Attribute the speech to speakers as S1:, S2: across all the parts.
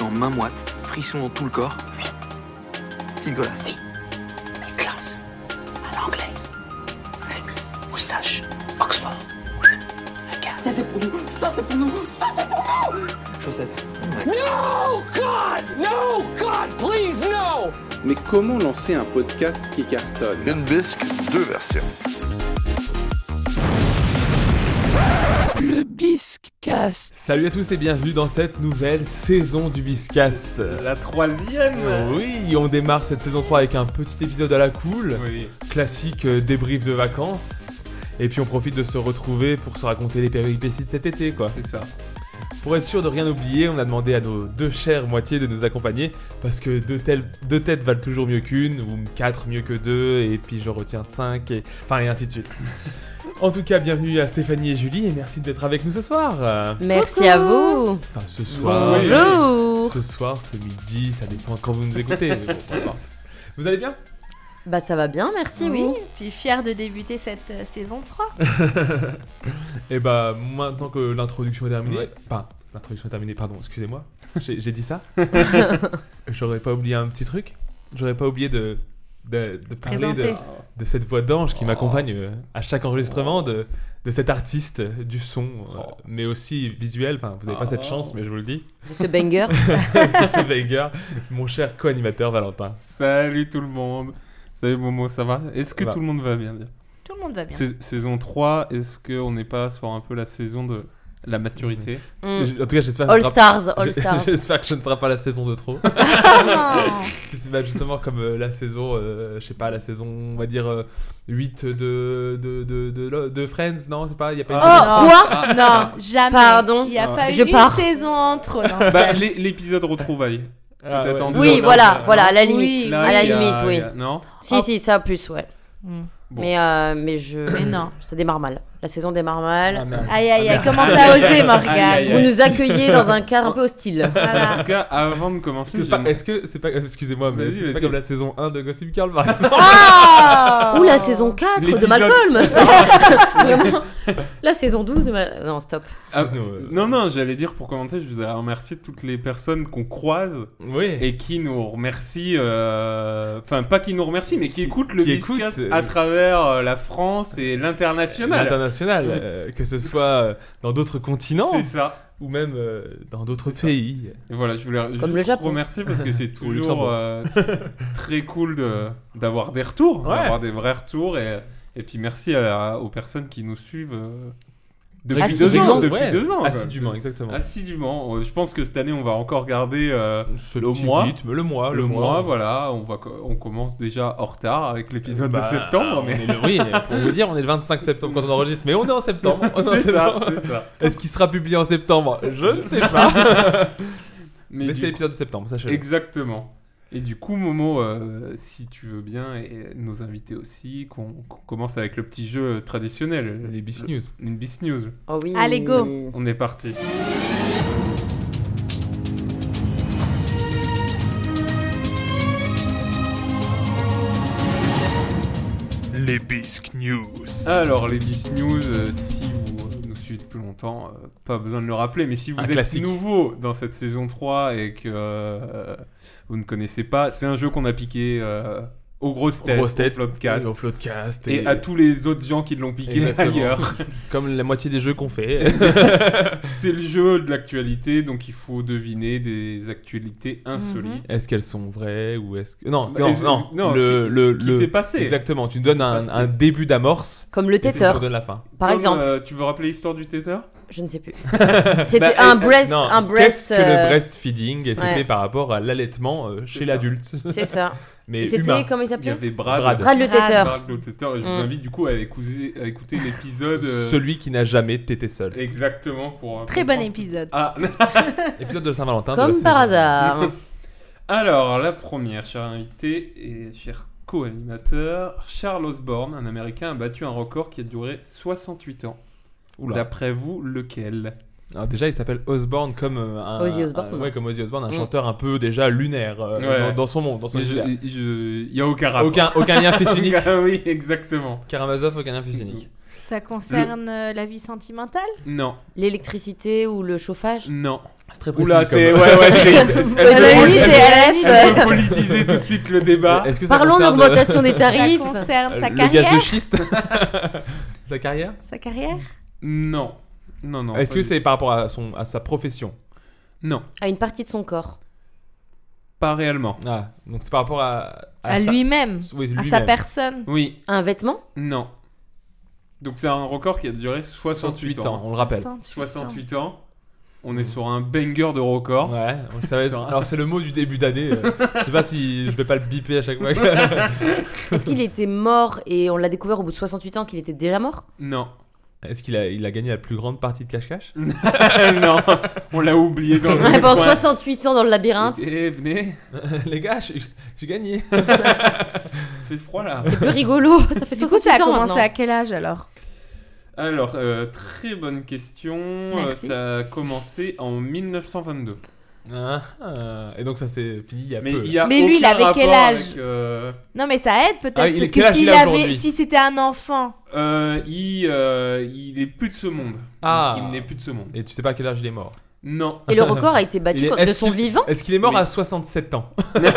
S1: en main moite, frisson dans tout le corps. Petite golasse.
S2: Oui. Mais classe. À l'anglais. Moustache. Oxford. Regarde.
S3: Ça c'est pour nous, ça c'est pour nous, ça c'est pour nous
S1: Chaussettes.
S4: No, God! No, God, please, no!
S5: Mais comment lancer un podcast qui cartonne
S6: Limbisk, deux versions.
S7: Le Biscast.
S8: Salut à tous et bienvenue dans cette nouvelle saison du Biscast.
S5: La troisième
S8: Oui, on démarre cette saison 3 avec un petit épisode à la cool,
S5: Oui.
S8: classique euh, débrief de vacances. Et puis on profite de se retrouver pour se raconter les péripéties de cet été, quoi.
S5: C'est ça.
S8: Pour être sûr de rien oublier, on a demandé à nos deux chères moitiés de nous accompagner, parce que deux, telles- deux têtes valent toujours mieux qu'une, ou quatre mieux que deux, et puis je retiens cinq, et... enfin et ainsi de suite. En tout cas, bienvenue à Stéphanie et Julie, et merci d'être avec nous ce soir. Euh,
S9: Merci à vous.
S8: Enfin, ce soir.
S9: Bonjour.
S8: Ce soir, ce midi, ça dépend quand vous nous écoutez. mais bon, peu importe. vous allez bien
S9: Bah ça va bien, merci vous.
S10: puis fière de débuter cette euh, saison 3.
S8: Et bah maintenant que l'introduction est terminée,
S5: Ouais.
S8: enfin l'introduction est terminée, pardon, excusez-moi, j'ai j'ai dit ça. J'aurais pas oublié un petit truc. J'aurais pas oublié de de, de parler de,
S10: Présenter.
S8: de cette voix d'ange qui
S5: Oh.
S8: m'accompagne euh, à chaque enregistrement de de cet artiste euh, du son, euh,
S5: Oh.
S8: mais aussi visuel. Enfin, vous avez pas cette
S5: Oh.
S8: chance, mais je vous le dis.
S9: Ce banger.
S8: Ce Veiger, mon cher co-animateur Valentin.
S5: Salut tout le monde. Salut Momo, ça va Est-ce que
S8: Ça va.
S5: tout le monde va bien dire
S10: Tout le monde va bien.
S5: Sais- Saison 3, est-ce qu'on n'est pas sur un peu la saison de la maturité
S9: Mm.
S8: Je- En tout cas, j'espère. que ce
S9: All
S8: sera-
S9: Stars, All Stars.
S8: J'espère que ce ne sera pas la saison de trop.
S10: Ah,
S8: Parce que c'est bah, justement comme euh, la saison, euh, je sais pas, la saison, on va dire euh, 8 de, de, de, de, de Friends, non, c'est pas, il y a pas une
S9: Oh
S8: saison.
S9: quoi
S10: Ah, non. non, jamais.
S9: Pardon.
S10: Il n'y a
S5: Ah.
S10: pas
S9: Je
S10: eu une
S9: pars.
S10: saison entre. non.
S5: Bah, l'é- l'épisode retrouvailles.
S8: Ah, ouais.
S5: attendu.
S9: Oui,
S5: Là,
S9: voilà,
S5: là,
S9: voilà, à la
S10: oui,
S9: limite,
S5: Là,
S9: à la
S5: il y a-
S9: limite,
S5: il
S9: oui.
S5: y a- Non
S9: Si si, ça a plus, ouais.
S10: Mm.
S5: Bon.
S9: Mais euh, mais je
S10: Mais non.
S9: ça démarre mal. La saison démarre
S8: Ah,
S9: mal.
S8: merde.
S10: Aïe, aïe, aïe, comment t'as osé, Morgane
S5: Aïe, aïe,
S9: Vous
S5: aïe.
S9: nous accueillez dans un cadre un peu hostile.
S5: En
S10: Voilà.
S5: tout cas, avant de
S8: Est-ce
S5: commencer,
S8: que, pas-
S5: j'aime-
S8: est-ce que c'est pas, excusez-moi, mais
S5: Vas-y,
S8: est-ce que c'est pas
S5: vas-y.
S8: comme la saison 1 de Gossip Girl par exemple
S10: Ah
S9: Ou la saison 4 de
S5: L'épisode-
S9: Malcolm. Vraiment. La saison 12 de Mal- Non, stop.
S5: Ah,
S8: Excuse-nous, euh,
S5: Non, non, j'allais dire pour commenter, je vous ai remercié toutes les personnes qu'on croise
S8: Oui.
S5: et qui nous remercient, euh, enfin pas qui nous remercient, mais qui écoutent le
S8: qui écoutent,
S5: podcast
S8: euh,
S5: à travers euh, la France et l'international.
S8: International, euh, que ce soit euh, dans d'autres continents
S5: C'est ça.
S8: ou même euh, dans d'autres
S5: C'est ça.
S8: pays.
S5: Et voilà, je voulais
S9: Comme
S5: juste
S9: le Japon.
S5: remercier parce que c'est
S8: Ou le
S5: toujours
S8: Luxembourg.
S5: euh, très cool de- d'avoir des retours,
S8: Ouais.
S5: d'avoir des vrais retours et, et puis merci à- aux personnes qui nous suivent euh, depuis deux
S9: Assidûment.
S5: ans. Depuis
S8: Ouais,
S5: deux ans quoi.
S8: Assidûment, exactement.
S5: Assidûment. Euh, Je pense que cette année, on va encore garder euh,
S8: Ce
S5: le
S8: petit
S5: mois.
S8: rythme, le mois,
S5: le,
S8: Ah, le
S5: mois, voilà. On, va, co- on commence déjà en retard avec l'épisode
S8: Bah,
S5: de
S8: on
S5: septembre. Mais...
S8: est le- oui, pour vous dire, on est le 25 septembre quand on enregistre, mais on est en septembre. On est en
S5: c'est ça,
S8: septembre.
S5: c'est ça.
S8: Est-ce qu'il sera publié en septembre Je ne sais pas. mais
S5: du
S8: c'est l'épisode de septembre,
S5: coup-
S8: sachez-le.
S5: Exactement. Et du coup, Momo, euh, si tu veux bien, et nos invités aussi, qu'on qu'on commence avec le petit jeu traditionnel.
S8: Les BC News.
S5: Une bis news.
S9: Oh oui.
S10: Allez, go.
S5: On est parti.
S6: Les Bisque News.
S5: Alors, les bis news, euh, si vous euh, nous suivez depuis longtemps, euh, pas besoin de le rappeler, mais si vous
S8: Un
S5: êtes
S8: classique.
S5: nouveau dans cette saison 3 et que euh, vous ne connaissez pas, c'est un jeu qu'on a piqué euh, aux grosses têtes,
S8: Grosse tête,
S5: au Flopcast,
S8: Au Floodcast.
S5: et à tous les autres gens qui l'ont piqué
S8: Exactement.
S5: ailleurs.
S8: Comme la moitié des jeux qu'on fait.
S5: c'est le jeu de l'actualité, donc il faut deviner des actualités insolites.
S8: est-ce qu'elles sont vraies ou est-ce que. Non, Mhm.
S5: Bah,
S8: non,
S5: et-
S8: non.
S5: non,
S8: le,
S5: qui-
S8: le,
S5: ce qui
S8: le-
S5: s'est passé.
S8: Exactement. Tu
S5: Ce qui
S8: donnes
S5: s'est
S8: un,
S5: passé.
S8: un début d'amorce.
S9: Comme le
S8: et puis tu
S9: têteur,
S8: redonnes la fin.
S9: par
S5: Comme,
S9: exemple.
S5: euh, tu veux rappeler l'histoire du tétard
S9: Je ne sais plus. C'était
S5: Bah,
S9: un
S5: est-ce-
S9: breast,
S8: euh, Non,
S9: un
S8: Qu'est-ce
S9: breast.
S8: que
S9: euh,
S8: le breastfeeding Et c'était
S9: ouais.
S8: par rapport à l'allaitement euh,
S5: C'est
S8: chez
S5: ça.
S8: l'adulte.
S9: C'est ça.
S8: Mais
S9: Et C'était
S8: humain.
S9: comment il
S5: Il y
S9: s'appelait
S5: avait Brad.
S8: Brad. Ah,
S9: Brad le
S10: Brad.
S9: têteur.
S5: Brad, le tétard, et je vous
S9: Mm.
S5: invite du coup à écouter, à écouter l'épisode. euh,
S8: Celui qui n'a jamais tété seul.
S5: Exactement pour. euh,
S10: Oh. Très bon
S5: comprendre.
S10: épisode.
S5: Ah,
S8: Épisode de Saint-Valentin. de la
S9: Comme
S8: saison.
S9: par hasard.
S5: alors la première, cher invité et cher co-animateur, Charles Osborne, un Américain, a battu un record qui a duré 68 ans.
S8: Oula.
S5: D'après vous, lequel
S8: Alors déjà, il s'appelle Osborne comme euh, un,
S9: Ozzy Osbourne.
S8: un- ouais, comme Ozzy Osbourne, un
S9: Mm.
S8: chanteur un peu déjà lunaire euh,
S5: Ouais.
S8: dans, dans son monde, dans son
S5: Mais je-
S8: univers.
S5: je- Il n'y a aucun rapport.
S8: Aucun, aucun lien fils unique.
S5: Aucun- oui, exactement.
S8: Karamazov, aucun lien fils unique.
S10: Ça concerne euh, la vie sentimentale
S5: Non,
S9: L'électricité ou le chauffage
S5: non.
S8: C'est très précis.
S5: Oula,
S8: comme-
S5: c'est. Ouais, ouais, c'est.
S9: À la
S5: elle-
S9: limite,
S5: elle-
S9: TRF.
S5: elle veut politiser tout de suite le débat.
S8: Est-ce que ça
S9: Parlons
S8: concerne,
S9: d'augmentation des
S10: Ça
S9: tarifs.
S10: concerne
S8: euh,
S10: sa
S8: le gaz de
S10: carrière
S8: schiste Sa carrière
S10: Sa carrière
S5: Non. Non, non.
S8: Est-ce
S5: pas
S8: que
S5: du-
S8: c'est par rapport à, son, à sa profession
S5: Non,
S9: À une partie de son corps.
S5: pas réellement.
S8: Ah, donc c'est par rapport à.
S10: À
S8: sa-
S10: lui-même
S8: oui,
S10: À sa
S8: Ah, lui-même.
S10: personne
S5: Oui,
S9: Un vêtement
S5: non. Donc c'est un record qui a duré 68,
S8: 68 ans, on le rappelle.
S5: 68 ans. On est sur un banger de record.
S8: Ouais, donc ça va être-
S5: Hein Sur un-
S8: Alors c'est le mot du début d'année. euh, je sais pas si je vais pas le biper à chaque fois.
S9: Est-ce qu'il était mort et on l'a découvert au bout de 68 ans qu'il était déjà mort
S5: Non.
S8: Est-ce qu'il a, il a gagné la plus grande partie de cache-cache
S5: non, on l'a oublié dans le
S9: Pendant
S5: coin.
S9: 68 ans dans le labyrinthe C'est
S5: Et venez,
S8: Les gars, j'ai j'ai gagné.
S5: fait froid là.
S9: plus rigolo, ça fait 68
S10: Du coup, ça a
S9: ans
S10: commencé
S9: maintenant.
S10: à quel âge alors
S5: Alors, euh, très bonne question. Euh,
S10: Merci.
S5: Ça a commencé en 1922.
S8: Ah, ah. Et donc ça s'est fini il y a
S5: Mais,
S8: peu.
S5: il y a
S10: Mais lui, il
S5: aucun
S10: avait quel
S5: rapport
S10: âge
S5: avec, euh,
S10: Non, mais ça aide peut-être.
S8: Ah, il est
S10: parce
S8: quel
S10: que
S8: âge
S10: s'il
S8: il a
S10: avait,
S8: aujourd'hui
S10: si c'était un enfant,
S5: euh, il, euh, il est plus de ce monde.
S8: Ah.
S5: Il n'est plus de ce monde.
S8: Et tu sais pas à quel âge il est mort
S5: Non,
S9: Et le record a été battu
S8: Il est-
S9: quand- de
S8: est-ce
S9: son
S8: qu'il-
S9: vivant
S8: Est-ce qu'il est mort
S5: Oui.
S8: à 67 ans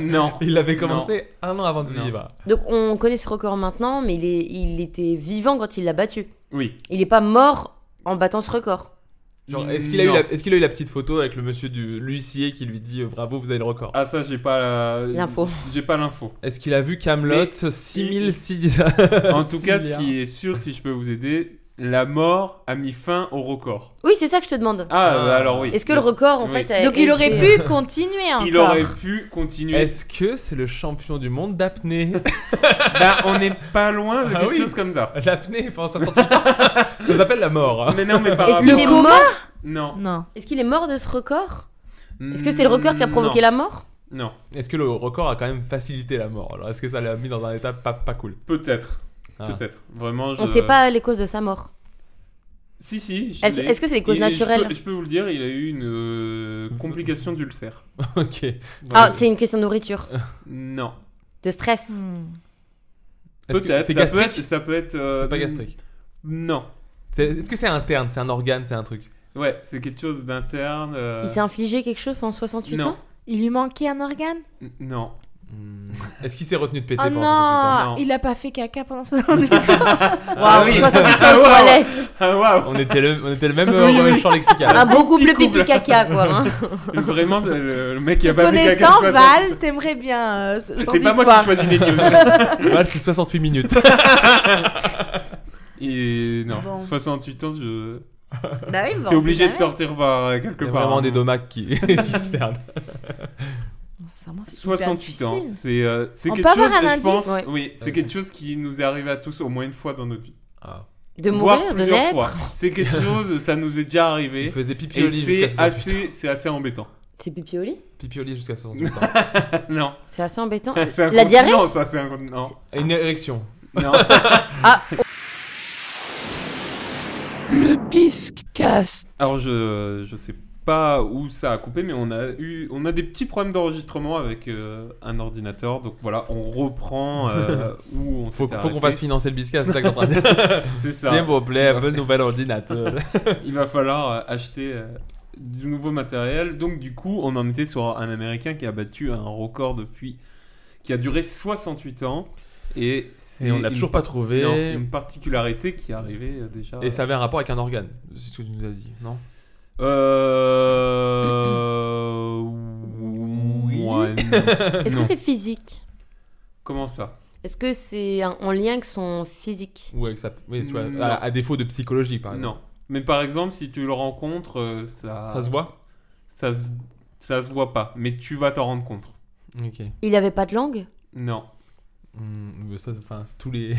S5: non.
S8: Il avait
S5: Non.
S8: commencé un an avant de
S5: Non.
S8: vivre.
S9: Donc on connaît ce record maintenant, mais il, est- il était vivant quand il l'a battu.
S5: Oui.
S9: Il n'est pas mort en battant ce record.
S8: Genre, est-ce qu'il a, eu
S5: Non.
S8: la- est-ce qu'il a eu la petite photo avec le monsieur du l'huissier qui lui dit euh, bravo, vous avez le record
S5: Ah ça, j'ai pas la-
S9: L'info.
S5: J'ai pas l'info.
S8: Est-ce qu'il a vu Camelot
S5: Mais-
S8: 6006
S5: En tout cas, ce qui est sûr, si je peux vous aider, la mort a mis fin au record.
S9: Oui, c'est ça que je te demande.
S5: Ah,
S8: Ah.
S5: bah, alors oui.
S9: Est-ce que le record, en
S5: Oui.
S9: fait, a
S10: donc il
S9: été-
S10: aurait pu continuer encore.
S5: Il aurait pu continuer.
S8: Est-ce que c'est le champion du monde d'apnée
S5: Bah, on n'est pas loin de
S8: Ah
S5: quelque
S8: oui.
S5: chose comme ça.
S8: L'apnée pendant 68 ans Ça s'appelle la mort. hein.
S5: Mais non, mais par
S9: Est-ce
S5: rapport-
S9: qu'il est
S10: coma
S9: mort
S5: Non.
S10: Non.
S9: Est-ce qu'il est mort de ce record Est-ce que c'est le record qui a provoqué la mort
S5: la... Hmm, Non,
S8: Est-ce que le record a quand même facilité la mort Alors est-ce que ça l'a mis dans un état pas, pas cool
S5: peut-être.
S8: Ah.
S5: Peut-être. Vraiment, je...
S9: On sait pas les causes de sa mort.
S5: Si, si. je
S9: Est-ce-
S5: l'ai.
S9: est-ce que c'est des causes
S5: Il- je peux- Je
S9: naturelles
S5: peux, vous le dire, il a eu une euh, complication d'ulcère.
S8: Ok. Est-ce
S9: Ah,
S5: Voilà.
S9: c'est une question de nourriture,
S5: Non.
S9: de stress.
S5: Euh.
S10: Hmm.
S8: que
S5: Peut-être.
S8: C'est
S5: Ça peut
S8: gastrique
S5: être... Ça peut être euh,
S8: C'est pas gastrique.
S5: Non.
S8: C'est- Est-ce que c'est interne C'est un organe C'est un truc
S5: Ouais, c'est quelque chose d'interne. euh,
S9: Il s'est infligé quelque chose pendant 68
S5: non.
S9: ans
S10: Il lui manquait un organe
S5: N- Non. Hmm.
S8: Est-ce qu'il s'est retenu de péter
S10: Oh
S8: pendant 68
S10: non
S5: non.
S10: Il a pas fait caca pendant 68 ans
S5: Ah oui.
S9: 68
S5: Ah,
S9: ans aux
S5: waouh.
S9: toilettes
S5: Ah,
S8: ans
S5: waouh.
S8: on était, le, on était le même
S5: Oui,
S8: euh,
S5: oui.
S8: champ lexical.
S9: Un beau couple
S5: couple.
S9: pipi-caca, quoi. hein.
S5: Vraiment, le, le mec qui a pas fait caca
S10: Connaissant
S5: soit-
S10: Val, t'aimerais bien euh, ce genre
S5: C'est pas moi qui
S10: d'histoire.
S5: choisis les news.
S8: Voilà, c'est 68 minutes.
S5: Et non,
S10: Bon.
S5: 68 ans, je...
S10: Bah oui, mais on
S5: c'est
S10: sait
S5: obligé de
S10: jamais.
S5: sortir par euh,
S8: Il
S5: quelque
S8: y a
S5: part.
S8: vraiment
S5: hein.
S8: des domacs qui, qui se perdent.
S10: Sincèrement, c'est hyper
S5: 68 ans,
S10: difficile.
S5: c'est euh, c'est
S10: On
S5: quelque
S10: peut
S5: chose,
S10: avoir un
S5: je
S10: indice
S5: pense,
S9: Ouais.
S5: oui, c'est
S8: Ok.
S5: quelque chose qui nous arrive à tous au moins une fois dans notre vie.
S8: Ah.
S9: De
S5: Voire
S9: mourir, de
S5: plusieurs
S9: naître.
S5: fois. C'est quelque chose, ça nous est déjà
S8: Il
S5: arrivé.
S8: faisait pipi au
S5: Et
S8: lit
S5: c'est
S8: jusqu'à 68 ans.
S5: assez, c'est assez embêtant.
S9: C'est pipi au lit
S8: Pipi au lit jusqu'à 68 ans.
S5: Non,
S9: C'est assez embêtant.
S5: c'est un
S9: La diarrhée
S5: Non, ça c'est un non.
S8: Une érection.
S5: non.
S7: Le Biscast.
S5: Alors je je sais pas où ça a coupé, mais on a eu on a des petits problèmes d'enregistrement avec euh, un ordinateur, donc voilà, on reprend euh, où on
S8: Faut,
S5: s'était
S8: faut qu'on
S5: arrêté.
S8: fasse financer le biscuit, c'est ça que t'es en train de dire.
S5: C'est ça.
S8: S'il vous plaît, un nouvel ordinateur.
S5: Il va falloir euh, acheter euh, du nouveau matériel. Donc du coup, on en était sur un Américain qui a battu un record depuis... qui a duré 68 ans. Et, c'est
S8: Et on l'a
S5: une-
S8: toujours pas trouvé.
S5: non, une particularité qui est arrivée euh, déjà...
S8: Et ça avait un rapport avec un organe, c'est ce que tu nous as dit, non
S5: Euh... ouais, non.
S9: Est-ce que
S5: Non.
S9: c'est physique
S5: Comment ça
S9: Est-ce que c'est un- en lien avec son physique
S8: Ou avec sa. Oui, tu vois,
S5: Non.
S8: à, à défaut de psychologie, par exemple.
S5: Non. Mais par exemple, si tu le rencontres, euh, ça...
S8: Ça se voit
S5: ça se... ça se voit pas. Mais tu vas t'en rendre compte.
S8: Ok.
S9: Il avait pas de langue
S5: Non.
S8: Hmm, mais ça, enfin, c'est tous les.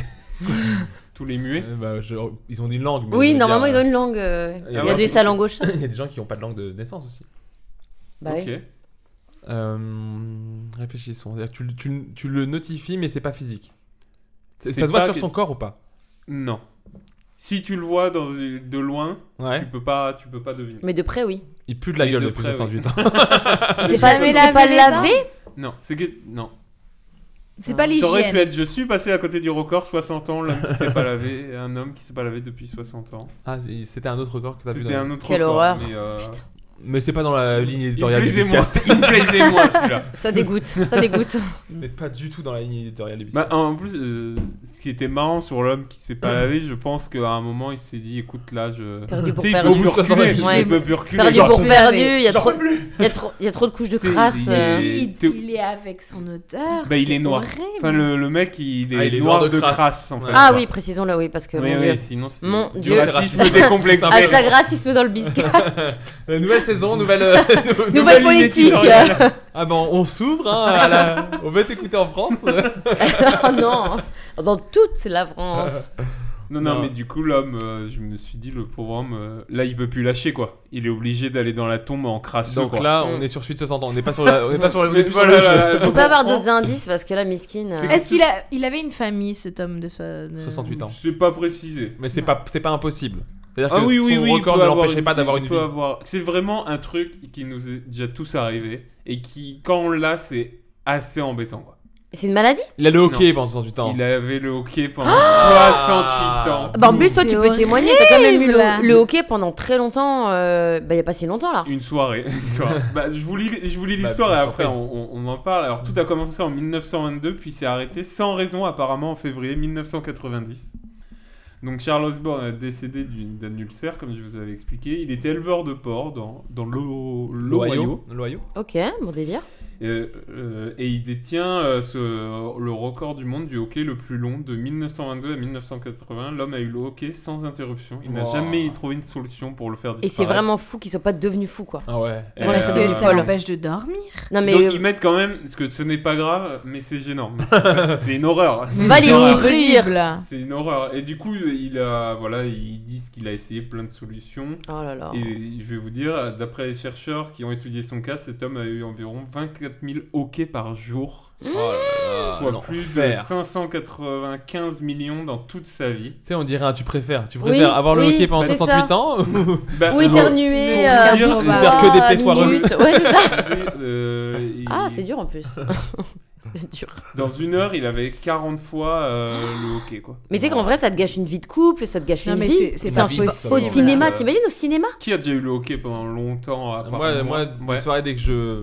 S5: Tous les muets
S8: Euh, bah, genre, ils ont une langue. mais je
S9: Oui,
S8: veux
S9: normalement,
S8: dire,
S9: ils ont une langue. euh,
S8: Ah
S9: Il y
S5: ouais.
S9: a des salons gauches.
S8: Il y a des gens qui n'ont pas de langue de naissance aussi.
S9: Bah
S5: Ok.
S9: oui.
S8: Euh, réfléchissons. C'est-à-dire que Tu, le- tu le- tu le notifies, mais c'est pas physique. C'est-
S5: C'est
S8: Ça se voit
S5: pas
S8: sur
S5: que-
S8: son corps ou pas
S5: Non. Si tu le vois dans- de loin,
S8: Ouais.
S5: tu peux pas, tu peux pas deviner.
S9: Mais de près, oui.
S8: Il pue de la
S5: Mais
S8: gueule
S5: de
S8: depuis
S5: près,
S8: 68 ans.
S9: C'est pas,
S10: jamais
S9: c'est
S10: lavé
S9: pas
S10: les
S9: lavé
S5: Non, c'est que non.
S10: C'est pas
S5: Ça aurait pu
S10: l'hygiène.
S5: être je suis passé à côté du record 60 ans, l'homme qui s'est pas lavé, un homme qui s'est pas lavé depuis 60 ans.
S8: Ah, c'était un autre record que t'as vu.
S5: C'était
S8: dans-
S5: un autre
S9: Quelle
S5: record,
S9: horreur.
S5: mais, euh,
S8: Mais c'est pas dans la ligne
S5: Il
S8: éditoriale du
S5: plaisait moi,
S8: Biscast.
S5: il plaisait moi celui-là.
S9: Ça dégoûte, ça dégoûte.
S8: Ce n'est pas du tout dans la ligne éditoriale du
S5: Bah,
S8: Biscast.
S5: en plus, euh, ce qui était marrant sur l'homme qui s'est pas lavé, je pense qu'à un moment il s'est dit écoute là, je.
S9: Perdu pour
S5: Tu sais, il peut
S9: perdu.
S5: plus reculer, je
S9: Ouais.
S5: peux plus reculer.
S9: Perdu
S5: Genre,
S9: pour
S10: c'est
S9: perdu,
S10: lavé.
S9: il y, a trop- il y a trop- il y a trop de couches de
S5: C'est-
S9: crasse.
S5: il
S9: euh.
S5: est-
S10: Il,
S5: t'es-
S10: il est avec son odeur.
S5: Bah, il
S10: c'est
S5: est noir.
S10: horrible.
S5: Enfin, le, le mec il est,
S8: Ah, il est
S5: noir de crasse, en fait.
S9: Ah oui, précisons-le, oui, parce que.
S5: Oui,
S9: mon
S5: oui,
S9: Dieu.
S5: sinon c'est
S9: Mon
S5: du
S9: Dieu.
S5: racisme
S8: C'est
S5: décomplexé.
S8: raciste.
S9: Hashtag racisme dans le biscuit.
S8: Euh, Nouvelle saison, nouvelle, euh, nou-
S9: Nouvelle
S8: ligne
S9: politique.
S8: éditoriale. ah ben on s'ouvre, hein, à la- on va t'écouter en France.
S9: oh non Dans toute la France.
S5: Non, non,
S8: Non.
S5: mais du coup, l'homme, euh, je me suis dit, le pauvre homme, euh, là, il peut plus lâcher, quoi. Il est obligé d'aller dans la tombe en crasseux,
S8: Donc
S5: quoi.
S8: là,
S9: Mm.
S8: on est sur suite 60 ans, on n'est pas sur la, on n'est pas sur la, on
S5: Mais
S8: n'est plus sur
S5: voilà,
S8: le jeu.
S5: là, là,
S9: On
S5: donc
S9: peut
S5: on
S9: avoir
S5: prend-
S9: d'autres indices parce que là, Miskin. euh,
S10: Est-ce qu'il a, il avait une famille, cet homme de, soi- de...
S8: 68 ans.
S5: C'est pas précisé.
S8: Mais c'est pas, c'est pas impossible. C'est-à-dire
S5: Ah
S8: que
S5: oui,
S8: son
S5: oui, oui. il
S8: record
S5: peut
S8: ne
S5: avoir
S8: l'empêchait
S5: une
S8: pas
S5: vie,
S8: d'avoir
S5: il
S8: une
S5: peut
S8: vie.
S5: avoir- C'est vraiment un truc qui nous est déjà tous arrivé et qui, quand on l'a, c'est assez embêtant, quoi.
S9: C'est une maladie
S8: Il a le hockey pendant 68 ans. Ah.
S5: Il avait le hockey pendant
S9: Ah
S5: 68 ans.
S9: Bah, en plus, toi, tu peux
S10: horrible.
S9: témoigner. T'as quand même eu
S10: Horrible.
S9: le, le hockey pendant très longtemps. euh, bah, il n'y a pas si longtemps là.
S5: Une soirée. Une soirée. bah, je vous lis, je vous lis
S8: Bah,
S5: l'histoire et
S8: je t'en
S5: après
S8: prie.
S5: on, on- on en parle. Alors tout a commencé en 1922 puis s'est arrêté sans raison apparemment en février 1990. Donc Charles Osborne est décédé d'une- d'un ulcère comme je vous avais expliqué. Il était éleveur de porc dans, dans l'O- l'Ohio.
S8: L'Ohio.
S9: Ok, bon délire.
S5: Euh, euh, et il détient euh, ce- le record du monde du hockey le plus long de 1922 à 1980. L'homme a eu le hockey sans interruption. Il n'a
S8: Wow.
S5: jamais trouvé une solution pour le faire
S9: Et c'est
S5: disparaître.
S9: vraiment fou qu'ils soient pas devenus fous quoi.
S8: Ah ouais.
S5: Et,
S9: Moi, je
S5: euh,
S10: Parce que ça
S9: folle.
S10: l'empêche de dormir.
S9: Non mais.
S5: Donc
S9: euh,
S5: ils mettent quand même, parce que ce n'est pas grave, mais c'est gênant. Mais c'est pas- C'est une horreur.
S9: Valide, tu peux dire.
S10: Horrible.
S5: C'est une horreur. Et du coup, il a, voilà, ils disent qu'il a essayé plein de solutions.
S9: Oh là là.
S5: Et je vais vous dire, d'après les chercheurs qui ont étudié son cas, cet homme a eu environ 24 000 hoquets par jour,
S9: Mmh.
S8: Oh là
S9: Ah,
S8: là,
S5: soit
S8: non,
S5: plus
S8: faire.
S5: de 595 millions dans toute sa vie.
S8: Tu sais, on dirait, un tu préfères, tu
S9: Oui,
S8: préfères avoir le
S9: oui,
S8: hockey pendant
S9: c'est
S8: 68 ans ou
S5: Bah, non,
S9: Ou éternuer,
S10: Non.
S9: euh,
S5: Dire-
S9: douze
S10: dire
S9: fois,
S8: que des paix
S9: minutes.
S8: foireux.
S9: Ouais, c'est ça.
S5: euh, il-
S9: Ah, c'est dur en plus. c'est dur.
S5: Dans une heure, il avait 40 fois euh, le hockey, quoi.
S9: Ah. Mais tu sais qu'en vrai, ça te gâche une vie de couple, ça te gâche
S10: Non,
S9: une
S10: mais
S9: vie.
S10: c'est- c'est
S8: Ma
S10: pas
S8: vie,
S10: possible.
S9: Au cinéma,
S5: Euh,
S9: t'imagines au cinéma
S5: Qui a déjà eu le hockey pendant longtemps à part
S8: Moi, moi,
S5: Ouais.
S8: des soirées dès que je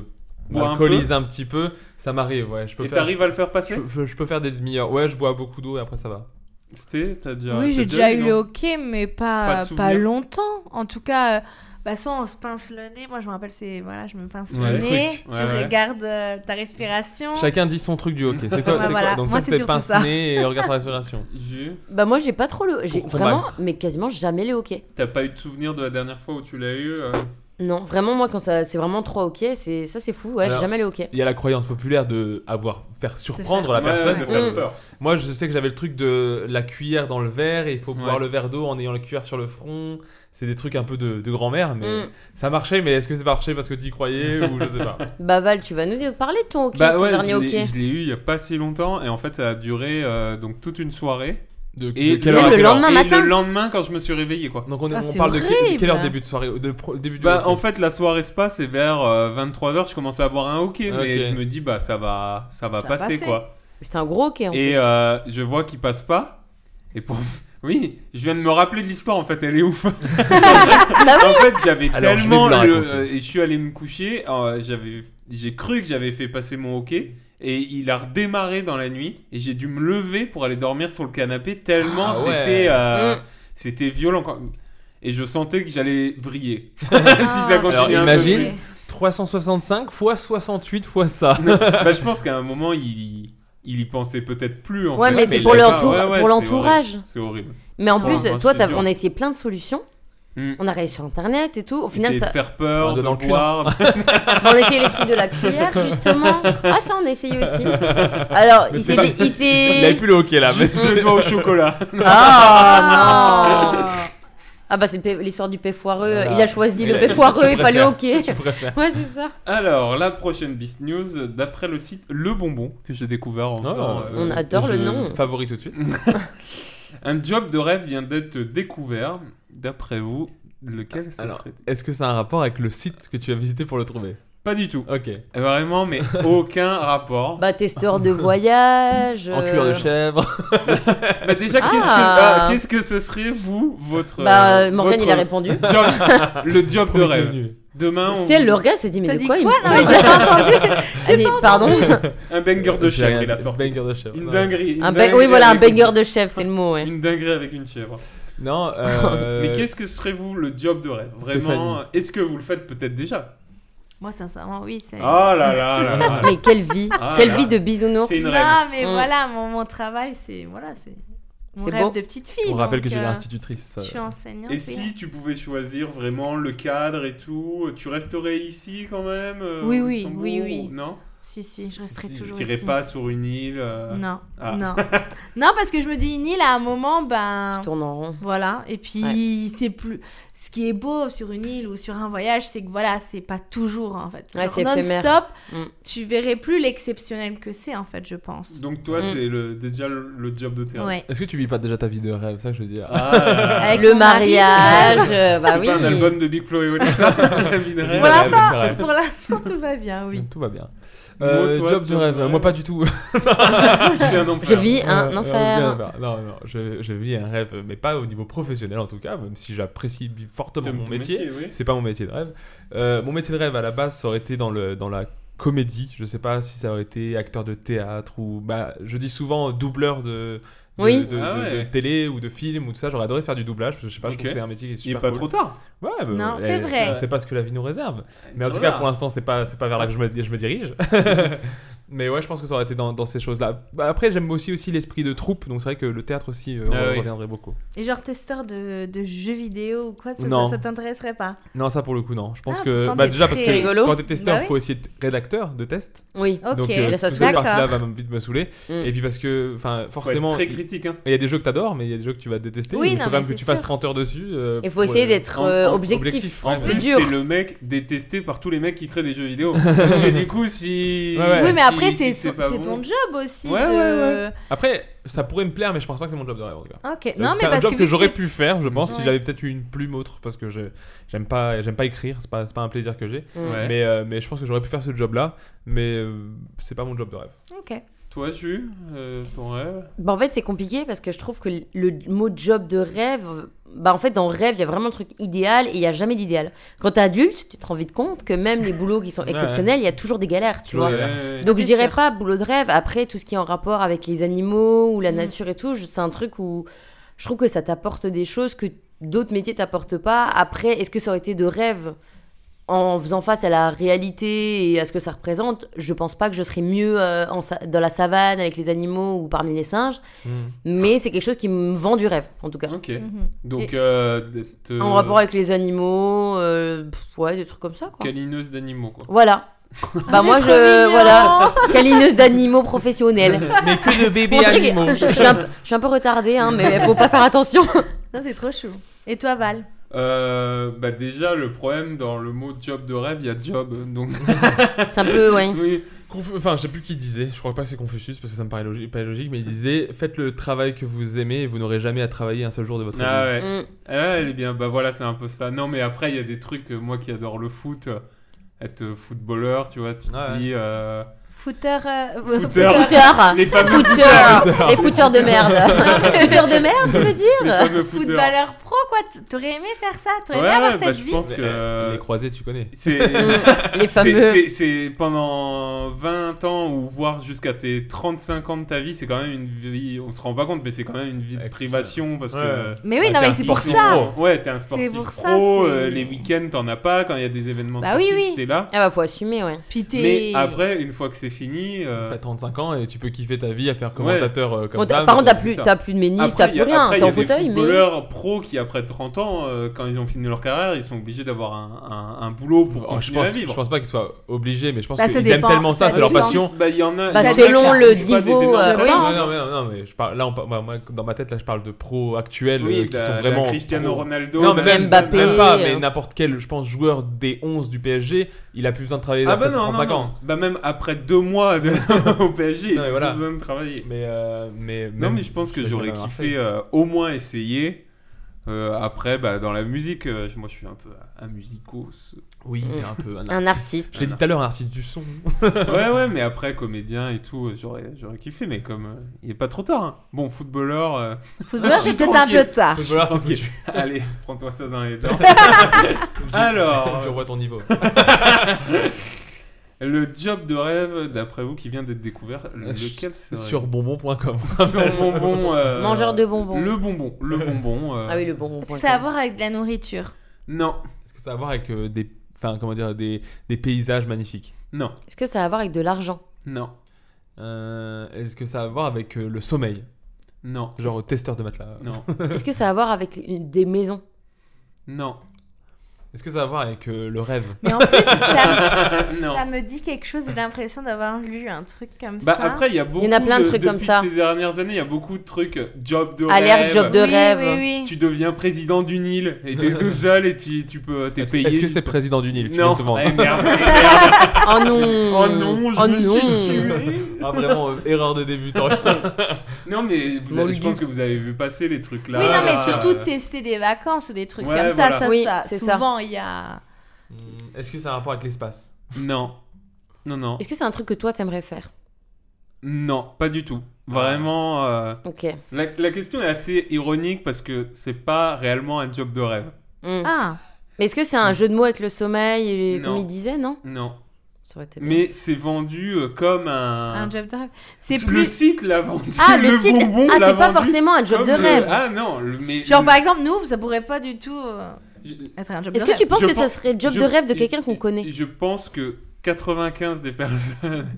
S5: Bois un
S8: alcoolise un, petit peu, ça m'arrive, ouais. Je peux
S5: Et
S8: faire,
S5: t'arrives à le faire
S8: je,
S5: passer
S8: je- je peux faire des demi-heures. Ouais, je bois beaucoup d'eau et après ça va.
S5: C'était, t'as déjà.
S10: Oui,
S5: t'as
S10: j'ai déjà
S5: dit,
S10: eu
S5: non
S10: le hockey, mais
S5: Pas
S10: pas,
S5: de
S10: pas,
S5: souvenir.
S10: longtemps. En tout cas, euh, bah, soit on se pince le nez. Moi, je me rappelle, c'est. Voilà, je me pince
S5: Ouais,
S10: le
S5: le
S10: nez.
S5: truc.
S10: Tu
S5: Ouais, ouais.
S10: regardes euh, ta respiration.
S8: Chacun dit son truc du hockey. C'est quoi,
S10: Bah
S8: c'est quoi
S10: voilà,
S8: Donc
S10: moi,
S8: ça
S10: c'est
S8: te fait
S10: surtout
S8: pince
S10: ça.
S8: nez et regarde sa respiration.
S5: Ju,
S9: Bah, moi, j'ai pas trop le. J'ai
S8: Pour- pour
S9: vraiment, mais quasiment jamais le hockey.
S5: T'as pas eu de souvenir de la dernière fois où tu l'as eu euh,
S9: Non, vraiment, moi, quand ça, c'est vraiment trop hockey, c'est, ça, c'est fou. Ouais, j'ai
S8: Alors-
S9: jamais le hockey.
S8: Il y a la croyance populaire de avoir faire surprendre
S10: faire
S8: la
S5: ouais,
S8: personne.
S5: de
S9: ouais.
S5: faire
S9: Mm.
S5: peur.
S8: Moi, je sais que j'avais le truc de la cuillère dans le verre et il faut boire
S5: Ouais.
S8: le verre d'eau en ayant la cuillère sur le front. C'est des trucs un peu de, de grand-mère, mais
S9: Mm.
S8: ça marchait. Mais est-ce que ça marchait parce que tu y croyais ou je sais pas.
S9: Bah, Val, tu vas nous dire- parler de ton hockey,
S5: Bah
S9: ton
S5: ouais,
S9: dernier
S5: je l'ai-
S9: hockey.
S5: je l'ai eu il y a pas si longtemps et en fait ça a duré euh, donc toute une soirée.
S8: De,
S5: Et
S8: de quelle
S9: Même
S8: heure à
S9: le
S8: quelle heure
S9: lendemain
S5: et
S9: matin.
S5: le lendemain quand je me suis réveillé quoi.
S8: Donc on, est-
S10: Ah,
S8: on
S10: c'est
S8: parle de, que- de
S10: horrible.
S8: quelle heure début de soirée de pro- début du
S5: Bah
S8: hockey
S5: en fait la soirée se passe et vers 23h je commence à avoir un hockey mais
S8: Ok.
S5: je me dis bah ça va ça va
S10: Ça va
S5: passer
S10: passer.
S5: quoi.
S9: C'est un gros hockey en
S5: Et
S9: plus.
S5: euh, je vois qu'il passe pas. Et pour... Oui, je viens de me rappeler de l'histoire en fait, elle est ouf. en
S9: Bah Ah
S5: fait, j'avais
S8: Alors, je vais
S5: tellement
S8: vous la
S5: le-
S8: raconter.
S5: euh, et je suis allé me coucher, euh, j'avais j'ai cru que j'avais fait passer mon hockey et il a redémarré dans la nuit et j'ai dû me lever pour aller dormir sur le canapé tellement
S8: Ah ouais.
S5: c'était euh,
S9: Mm.
S5: c'était violent quoi. Et je sentais que j'allais vriller.
S10: Ah.
S5: si
S9: Ah.
S5: ça continue
S8: Alors,
S5: un peu
S8: imagine.
S5: plus.
S8: 365 fois 68 fois ça.
S5: Bah, je pense qu'à un moment il il y pensait peut-être plus en
S9: Ouais,
S5: fait,
S9: mais c'est
S5: il
S9: pour
S5: avait
S9: l'entour-
S5: pas- ouais, ouais,
S9: pour
S5: c'est
S9: l'entourage.
S5: horrible. C'est horrible.
S9: mais en
S5: pour
S9: plus,
S5: l'instant,
S9: toi,
S5: c'est
S9: t'as-
S5: dur.
S9: on a essayé plein de solutions.
S5: Mm.
S9: On a réussi sur internet et tout. Au final,
S5: Essayer
S9: ça...
S5: de faire peur,
S8: Ouais,
S5: de
S8: dans le cul,
S5: boire.
S9: on a essayé les trucs de la cuillère, justement. Ah, ça, on a essayé aussi. Alors,
S8: Mais
S9: il
S8: c'est
S9: s'est.
S8: pas-
S9: dé- il
S8: Il avait
S9: s'est...
S8: plus le hockey là. Mais
S5: Juste le doigt au chocolat.
S9: Ah non Ah bah c'est le P- l'histoire du paix foireux.
S8: Voilà.
S9: Il a choisi le
S8: Mais
S9: paix foireux
S8: tu
S9: et pas le
S8: préfères.
S9: hockey.
S8: tu préfères.
S9: Ouais c'est ça.
S5: Alors, la prochaine Beast News, d'après le site Le Bonbon, que j'ai découvert
S8: Ah.
S5: en faisant, euh,
S9: On adore le
S8: je-
S9: nom.
S8: Favori tout de suite.
S5: Un job de rêve vient d'être découvert. D'après vous, lequel ça
S8: Alors,
S5: serait
S8: Est-ce que ça a un rapport avec le site que tu as visité pour le trouver
S5: Pas du tout. Euh,
S8: Ok.
S10: Euh,
S5: Vraiment, mais aucun rapport.
S9: Bah, testeur de voyage.
S8: En cuir de
S9: euh,
S8: chèvre.
S5: Bah, déjà, qu'est-ce que-
S9: Ah.
S5: ah, qu'est-ce que, ce serait, vous, votre.
S9: Bah,
S5: euh,
S9: Morgane,
S5: votre
S9: il a répondu.
S5: job- le job de rêve.
S8: Bienvenue.
S5: Demain, on...
S9: Si elle le regarde, elle se dit, mais
S10: T'as
S9: de
S10: dit
S9: quoi,
S10: quoi,
S9: il
S10: Non,
S9: me
S10: mais j'ai pas entendu.
S9: Elle dit, pardon
S5: un banger de
S8: J'ai
S5: chèvre,
S8: un-
S5: il a sorti.
S8: Banger de chèvre.
S5: Une
S8: non.
S5: dinguerie. une
S9: Un ba-
S5: dinguerie
S9: Oui, voilà, un
S5: avec une-
S9: banger de chef, c'est le mot, ouais.
S5: Une dinguerie avec une chèvre.
S8: Non, euh,
S5: Mais qu'est-ce que serait vous le job de rêve Vraiment,
S8: Stéphanie.
S5: est-ce que vous le faites peut-être déjà
S10: Moi, sincèrement, oui, c'est.
S5: Oh là là là là.
S9: Mais quelle vie
S5: Ah,
S9: Quelle
S5: là.
S9: vie de bisounours
S5: C'est une rêve.
S10: Non, mais
S9: Mm.
S10: voilà, mon, mon travail, c'est. Voilà, c'est. Mon
S9: C'est
S10: rêve
S9: beau.
S10: de petite fille.
S8: On rappelle que
S10: donc,
S8: tu es
S10: euh,
S8: institutrice.
S10: Je suis enseignante.
S5: Et
S10: oui.
S5: si tu pouvais choisir vraiment le cadre et tout, tu resterais ici quand même euh,
S10: Oui,
S5: au
S10: oui,
S5: Luxembourg,
S10: oui, oui.
S5: Non
S10: Si, si, je resterai
S5: Tu
S10: toujours
S5: t'irais
S10: ici.
S5: pas sur une île euh,
S10: Non,
S5: Ah.
S10: non. non, parce que je me dis, une île, à un moment, ben.
S9: Tourne en rond.
S10: Voilà, et puis c'est plus ce qui est beau sur une île ou sur un voyage, c'est que voilà, c'est pas toujours en fait.
S9: Ouais,
S10: Genre,
S9: c'est éphémère.
S10: non-stop,
S9: Mm.
S10: tu verrais plus l'exceptionnel que c'est en fait, je pense.
S5: Donc toi,
S9: Mm.
S5: c'est le- déjà le, le job de terrain.
S10: Ouais.
S8: Est-ce que tu vis pas déjà ta vie de rêve Ça que je veux dire.
S5: Ah, là, là, là.
S10: Avec
S9: Le
S10: mon mari.
S9: mariage, euh, bah
S5: C'est
S9: oui.
S5: pas un album de Big Flo et Olivia, la vie de rêve.
S10: Voilà.
S8: Rêve, rêve.
S10: Pour l'instant, tout va bien, oui.
S8: Tout va bien.
S5: Moi,
S8: Euh,
S5: toi,
S8: job de rêve. Moi pas du tout.
S5: Je fais un enfer.
S9: Je vis
S8: Euh,
S9: un
S8: euh,
S9: enfer.
S8: bien, bien. Non, non, je, je vis un rêve, mais pas au niveau professionnel en tout cas, même si j'apprécie fortement
S5: Ton-
S8: mon
S5: ton
S8: métier.
S5: oui.
S8: C'est pas mon métier de rêve. Euh, mon métier de rêve à la base, ça aurait été dans, le, dans la comédie. Je sais pas si ça aurait été acteur de théâtre ou. Bah, je dis souvent doubleur de. de-
S9: Oui.
S8: de,
S5: Ah
S8: de- de
S5: ouais.
S8: télé ou de film ou tout ça, j'aurais adoré faire du doublage parce que je sais pas, je
S5: Ok.
S8: trouve que c'est un métier qui est
S5: Il
S8: super
S5: est pas
S8: cool.
S5: trop tard.
S8: Ouais, bah,
S10: Non,
S8: eh,
S10: c'est vrai.
S8: C'est pas ce que la vie nous réserve. Mais en tout
S5: Voilà.
S8: cas, pour l'instant, c'est pas, c'est pas vers là que je me, je me dirige. Mais ouais, je pense que ça aurait été dans, dans ces choses-là. Bah, Après, j'aime aussi, aussi l'esprit de troupe, donc c'est vrai que le théâtre aussi euh,
S5: Ah oui.
S8: reviendrait beaucoup.
S10: Et genre testeur de, de jeux vidéo ou quoi, ça, ça-
S8: Non.
S10: ça t'intéresserait pas
S8: Non, ça pour le coup, non. Je pense
S10: Ah,
S8: que.
S10: pourtant,
S8: Bah,
S10: t'es
S8: déjà, parce que
S10: très
S9: rigolo.
S8: quand t'es testeur,
S10: Bah oui.
S8: faut aussi être rédacteur de test.
S9: Oui.
S10: Ok,
S8: donc, euh,
S9: là, Eh ben, ça
S8: toute
S9: se
S8: cette
S10: voit.
S8: partie-là va vite me saouler.
S9: Mm.
S8: Et puis parce que, enfin,
S5: Faut être
S8: forcément.
S5: très
S8: il-
S5: critique. Hein.
S8: il y a des jeux que t'adores, mais il y a des jeux que tu vas détester.
S10: Oui,
S8: il
S10: non,
S8: faut quand même
S10: mais
S8: que
S10: c'est
S8: tu passes
S10: sûr.
S8: 30 heures dessus. euh,
S9: Il faut
S8: pour,
S9: essayer
S8: euh,
S9: d'être
S8: en-
S9: euh,
S8: en-
S9: objectif.
S8: ouais,
S5: En
S8: ouais.
S9: C'est
S5: plus,
S9: dur.
S5: t'es le mec détesté par tous les mecs qui créent des jeux vidéo. Parce que du coup, si.
S8: Ouais, ouais.
S10: oui, mais
S5: si-
S10: après
S5: si
S10: c'est
S5: c'est
S10: son-
S5: pas
S10: c'est
S5: bon.
S10: ton job aussi
S5: Ouais,
S10: de
S8: Après, ça pourrait me plaire, mais je pense pas que c'est mon job de rêve en tout cas.
S10: OK.
S8: C'est-
S10: Non,
S8: c'est
S10: mais
S8: un
S10: parce
S8: job
S10: que,
S8: que,
S10: vu que
S8: j'aurais
S10: c'est-
S8: pu faire, je pense, si
S10: Ouais.
S8: j'avais peut-être eu une plume autre, parce que je- j'aime pas, j'aime pas écrire, c'est pas, c'est pas un plaisir que j'ai.
S9: Mm.
S5: Ouais.
S8: Mais, euh, mais je pense que j'aurais pu faire ce job-là, mais euh, c'est pas mon job de rêve.
S10: OK.
S5: Toi, Ju, euh, ton rêve
S9: Bah, en fait, c'est compliqué parce que je trouve que le mot job de rêve, bah, en fait, dans rêve, il y a vraiment le truc idéal et il n'y a jamais d'idéal. Quand t'es adulte, tu te rends vite compte que même les boulots qui sont
S8: Ouais.
S9: exceptionnels, il y a toujours des galères, tu
S8: Toujours
S9: vois.
S8: des galères.
S9: Donc, je
S10: C'est
S9: dirais
S10: sûr.
S9: pas boulot de rêve. Après, tout ce qui est en rapport avec les animaux ou la
S10: Mm.
S9: nature et tout, je- c'est un truc où je trouve que ça t'apporte des choses que d'autres métiers t'apportent pas. Après, est-ce que ça aurait été de rêve en faisant face à la réalité et à ce que ça représente, je pense pas que je serais mieux euh, en sa- dans la savane avec les animaux ou parmi les singes
S8: Mm.
S9: mais c'est quelque chose qui me vend du rêve, en tout cas.
S5: Ok.
S10: Mhm.
S5: Donc, euh, d'être. euh,
S9: En rapport avec les animaux, euh, pff, ouais, des trucs comme ça, quoi.
S5: euh, Câlineuse d'animaux, quoi.
S9: Voilà. bah moi,
S10: C'est
S9: je...
S10: trop mignon.
S9: Voilà. Câlineuse d'animaux professionnels.
S8: Mais que de bébés
S9: Montrer que- je, je suis un, je suis un peu retardée, hein, mais faut pas faire attention.
S10: Non, c'est trop chou. Et toi Val
S5: Euh, bah, déjà, le problème dans le mot job de rêve, il y a job. hein, Donc,
S9: C'est un peu, ouais.
S5: oui.
S8: Confu- Enfin, je sais plus qui disait, je crois pas que c'est Confucius parce que ça me paraît logique, pas logique, mais il disait Faites le travail que vous aimez et vous n'aurez jamais à travailler un seul jour de votre
S5: Ah
S8: vie.
S5: ouais.
S9: Mm.
S5: Ah, elle est bien. Bah voilà, c'est un peu ça. Non, mais après, il y a des trucs, euh, moi qui adore le foot, euh, être footballeur, tu vois, tu te
S8: Ah Ouais.
S5: dis. euh,
S10: Footeur euh,
S5: Footeur.
S10: Ah,
S9: Footeurs.
S5: Les fameux
S9: Footeurs. Les footeurs de merde. footeurs de merde, tu veux
S5: les
S9: dire
S5: fameux footeurs.
S10: Footballeur pro, quoi. T- T'aurais aimé faire ça T'aurais
S5: Ouais,
S10: aimé avoir
S5: bah,
S10: cette
S5: je
S10: vie
S5: pense que.
S8: Euh,
S5: euh,
S8: Les croisés, tu connais.
S5: C'est.
S9: Mm. Les
S5: C'est-
S9: fameux.
S5: c'est- C'est pendant 20 ans ou voire jusqu'à tes 35 ans de ta vie, c'est quand même une vie, on se rend pas compte, mais c'est quand même une vie de
S8: Avec-
S5: privation parce
S8: Ouais.
S5: que. euh,
S10: Mais oui, non, mais c'est pour
S5: Ils sont-
S10: ça.
S5: Ouais, t'es un sportif
S10: pour ça,
S5: pro,
S10: c'est-
S5: euh, les week-ends t'en as pas, quand il y a des événements
S10: Bah oui,
S5: sportifs
S10: oui.
S5: t'es là.
S9: Ah bah, faut assumer, ouais.
S10: Puis
S5: Mais
S10: t'es.
S5: après, une fois que c'est fini, euh,
S8: T'as 35 ans et tu peux kiffer ta vie à faire commentateur euh, comme
S9: Bon,
S8: ça.
S9: t'as- par contre, t'as
S5: c'est
S9: plus,
S5: ça.
S9: t'as plus de ménis,
S5: après
S9: t'as
S5: il y
S9: plus
S5: a,
S9: rien.
S5: après, il
S9: T'es
S5: y a
S9: en
S5: des
S9: fauteuil, mais.
S5: footballeurs pros qui après 30 ans, euh, quand ils ont fini leur carrière, ils sont obligés d'avoir un, un- un boulot pour
S8: Oh, je,
S5: continuer
S8: pense,
S5: à vivre.
S8: je pense pas qu'ils soient obligés, mais je pense
S10: Bah, ça
S8: qu'ils aiment
S10: dépend,
S8: tellement ça,
S10: ça
S8: c'est leur
S10: dépend.
S8: passion.
S5: Bah, il y en a.
S9: Bah,
S5: il y en a
S9: selon
S5: qui
S9: le
S5: touchent pas des
S9: niveau,
S5: énormes
S9: euh,
S5: salaires.
S9: oui.
S8: Non,
S10: pense.
S8: non, mais non, non, mais je parle, là, on par- moi, moi, dans ma tête, là, je parle de pros actuels euh,
S5: Oui, bah,
S8: qui
S5: la-
S8: sont
S5: la
S8: vraiment.
S5: Cristiano
S8: pros.
S5: Ronaldo, bah,
S8: Non, mais
S5: la-
S8: même,
S9: Mbappé.
S8: même pas, mais
S9: euh.
S8: n'importe quel, je pense, joueur des 11 du PSG, il a plus besoin de travailler
S5: Ah
S8: après
S5: bah
S8: ses
S5: non,
S8: 35
S5: non, non.
S8: ans.
S5: Bah même après deux mois de... au PSG,
S8: Non,
S5: ils
S8: mais
S5: ont
S8: voilà.
S5: plus besoin de travailler.
S8: Mais, euh, mais
S5: non
S8: même-
S5: mais je pense que
S8: sais
S5: j'aurais
S8: même à
S5: kiffé
S8: Marseille.
S5: euh, au moins essayer Euh, après, bah, dans la musique, euh, moi je suis un peu un musicos.
S8: Oui,
S9: Mm.
S8: un peu.
S9: Un artiste.
S8: Je l'ai dit tout à l'heure, un artiste du son.
S5: ouais, ouais, mais après, comédien et tout, euh, j'aurais, j'aurais kiffé, mais comme euh, il est pas trop tard. hein. Bon, footballeur, euh,
S10: Footballeur, c'est peut-être un peu tard.
S8: Footballeur, Ah, c'est
S5: tranquille.
S8: foutu.
S5: allez, prends-toi ça dans les dents. Alors,
S8: Je vois ton niveau.
S5: le job de rêve, d'après vous, qui vient d'être découvert, le- lequel serait
S8: Euh, Sur bonbon.com.
S5: Sur bonbon. euh,
S9: Mangeur de bonbons.
S5: Le bonbon, le bonbon. euh,
S9: Ah oui, le bonbon.
S10: Est-ce que ça a à voir avec de la nourriture
S5: Non,
S8: Est-ce que ça a à voir avec euh, des. Enfin, comment dire, des, des paysages magnifiques.
S5: non,
S9: Est-ce que ça a à voir avec de l'argent
S5: non,
S8: Euh, Est-ce que ça a à voir avec euh, le sommeil
S5: non,
S8: Genre euh, testeur de matelas.
S5: non,
S9: Est-ce que ça a à voir avec une- des maisons
S5: non,
S8: Est-ce que ça a à voir avec euh, le rêve
S10: Mais en plus, ça,
S5: non.
S10: ça me dit quelque chose. J'ai l'impression d'avoir lu un truc comme
S5: Bah
S10: ça.
S5: après, il y a beaucoup.
S9: Il y en a plein de trucs
S5: depuis
S9: comme ça.
S5: Ces dernières années, il y a beaucoup de trucs. euh, Job de
S9: Alerte,
S5: rêve.
S9: job de
S10: oui,
S9: rêve.
S10: Oui, oui,
S5: Tu deviens président d'une île et t'es tout seul et tu, tu peux t'es
S8: Est-ce que-
S5: payé.
S8: est-ce que c'est président du Nil
S5: Non.
S8: tu viens de te vendre
S5: Eh, merde, eh, merde.
S9: Oh non
S5: oh non, je
S9: Oh
S5: me
S9: non
S5: suis tué.
S8: Ah, vraiment, euh, erreur de débutant.
S5: Non mais vous avez- je
S9: Moldu.
S5: pense que vous avez vu passer les trucs là.
S10: Oui, non, mais surtout
S5: t'es
S10: tester des vacances ou des trucs
S5: Ouais,
S10: comme ça.
S5: voilà.
S10: ça,
S9: Oui,
S10: ça.
S9: c'est ça.
S10: Souvent, il y a.
S8: Hum, Est-ce que ça a un rapport avec l'espace
S5: Non, non, non,
S9: Est-ce que c'est un truc que toi t'aimerais faire
S5: non, pas du tout. Vraiment, euh,
S9: Ok.
S5: la, la question est assez ironique parce que c'est pas réellement un job de rêve.
S9: Hmm.
S10: Ah,
S9: Mais est-ce que c'est un jeu de mots avec le sommeil, et-
S5: Non.
S9: comme il disait, non
S5: Non,
S9: Ça aurait été bien.
S5: mais c'est vendu euh, comme
S10: un job de rêve. C'est
S5: Le
S10: plus.
S5: site l'a vendu.
S9: Ah, le, site
S5: bonbon
S9: Ah,
S5: l'a
S9: c'est pas
S5: vendu
S9: forcément un job
S5: comme
S9: de
S5: le-
S9: rêve
S5: Ah non, le- mais.
S10: Genre,
S5: le-
S10: par exemple, nous, ça pourrait pas du tout euh,
S5: je-
S10: être un job de
S9: Est-ce que
S10: rêve.
S9: tu penses
S5: Je
S9: que ça
S5: pense-
S9: serait le job
S5: je-
S9: de rêve de
S5: je-
S9: quelqu'un qu'on connaît
S5: Je pense que 95 des personnes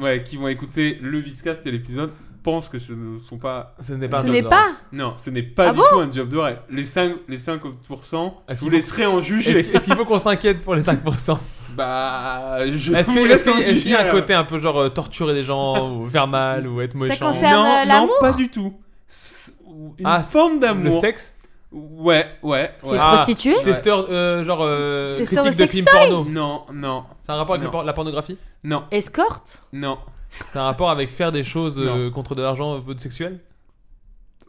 S5: ouais, qui vont écouter le Biscast et l'épisode pensent que ce ne sont pas.
S8: Ce n'est pas un
S10: Ce
S8: job
S10: n'est
S8: de
S10: pas.
S5: Non, ce n'est pas
S10: Ah
S5: du
S10: bon
S5: tout un job de rêve. Les 5, les 5 autres
S8: Est-ce
S5: vous
S8: qu'il faut-
S5: laisserez en
S8: Est-ce
S5: juger.
S8: qu- est-ce qu'il faut qu'on s'inquiète pour les 5%
S5: Bah, je
S8: Est-ce que-
S5: vous
S8: est-ce
S5: laisse
S8: que-
S5: en
S8: est-ce qu'il y a
S5: juger,
S8: un
S5: alors.
S8: côté un peu genre euh, torturer des gens ou faire mal ou être méchant
S10: concerne- Concerne
S9: euh,
S5: Non, non,
S10: l'amour
S5: pas du tout. C'est Une
S8: Ah,
S5: forme
S8: Le
S5: d'amour.
S8: sexe
S5: Ouais, ouais.
S9: C'est
S5: ouais.
S8: Ah.
S9: prostitué
S5: Ouais.
S8: Testeur, euh, genre euh,
S10: Testeur
S8: critique de,
S10: de
S8: films porno
S5: Ah, Non, non,
S8: C'est un rapport avec le
S5: Non.
S8: por- la pornographie
S5: non,
S9: Escorte
S5: non.
S8: C'est un rapport avec faire des choses euh, contre de l'argent euh, sexuel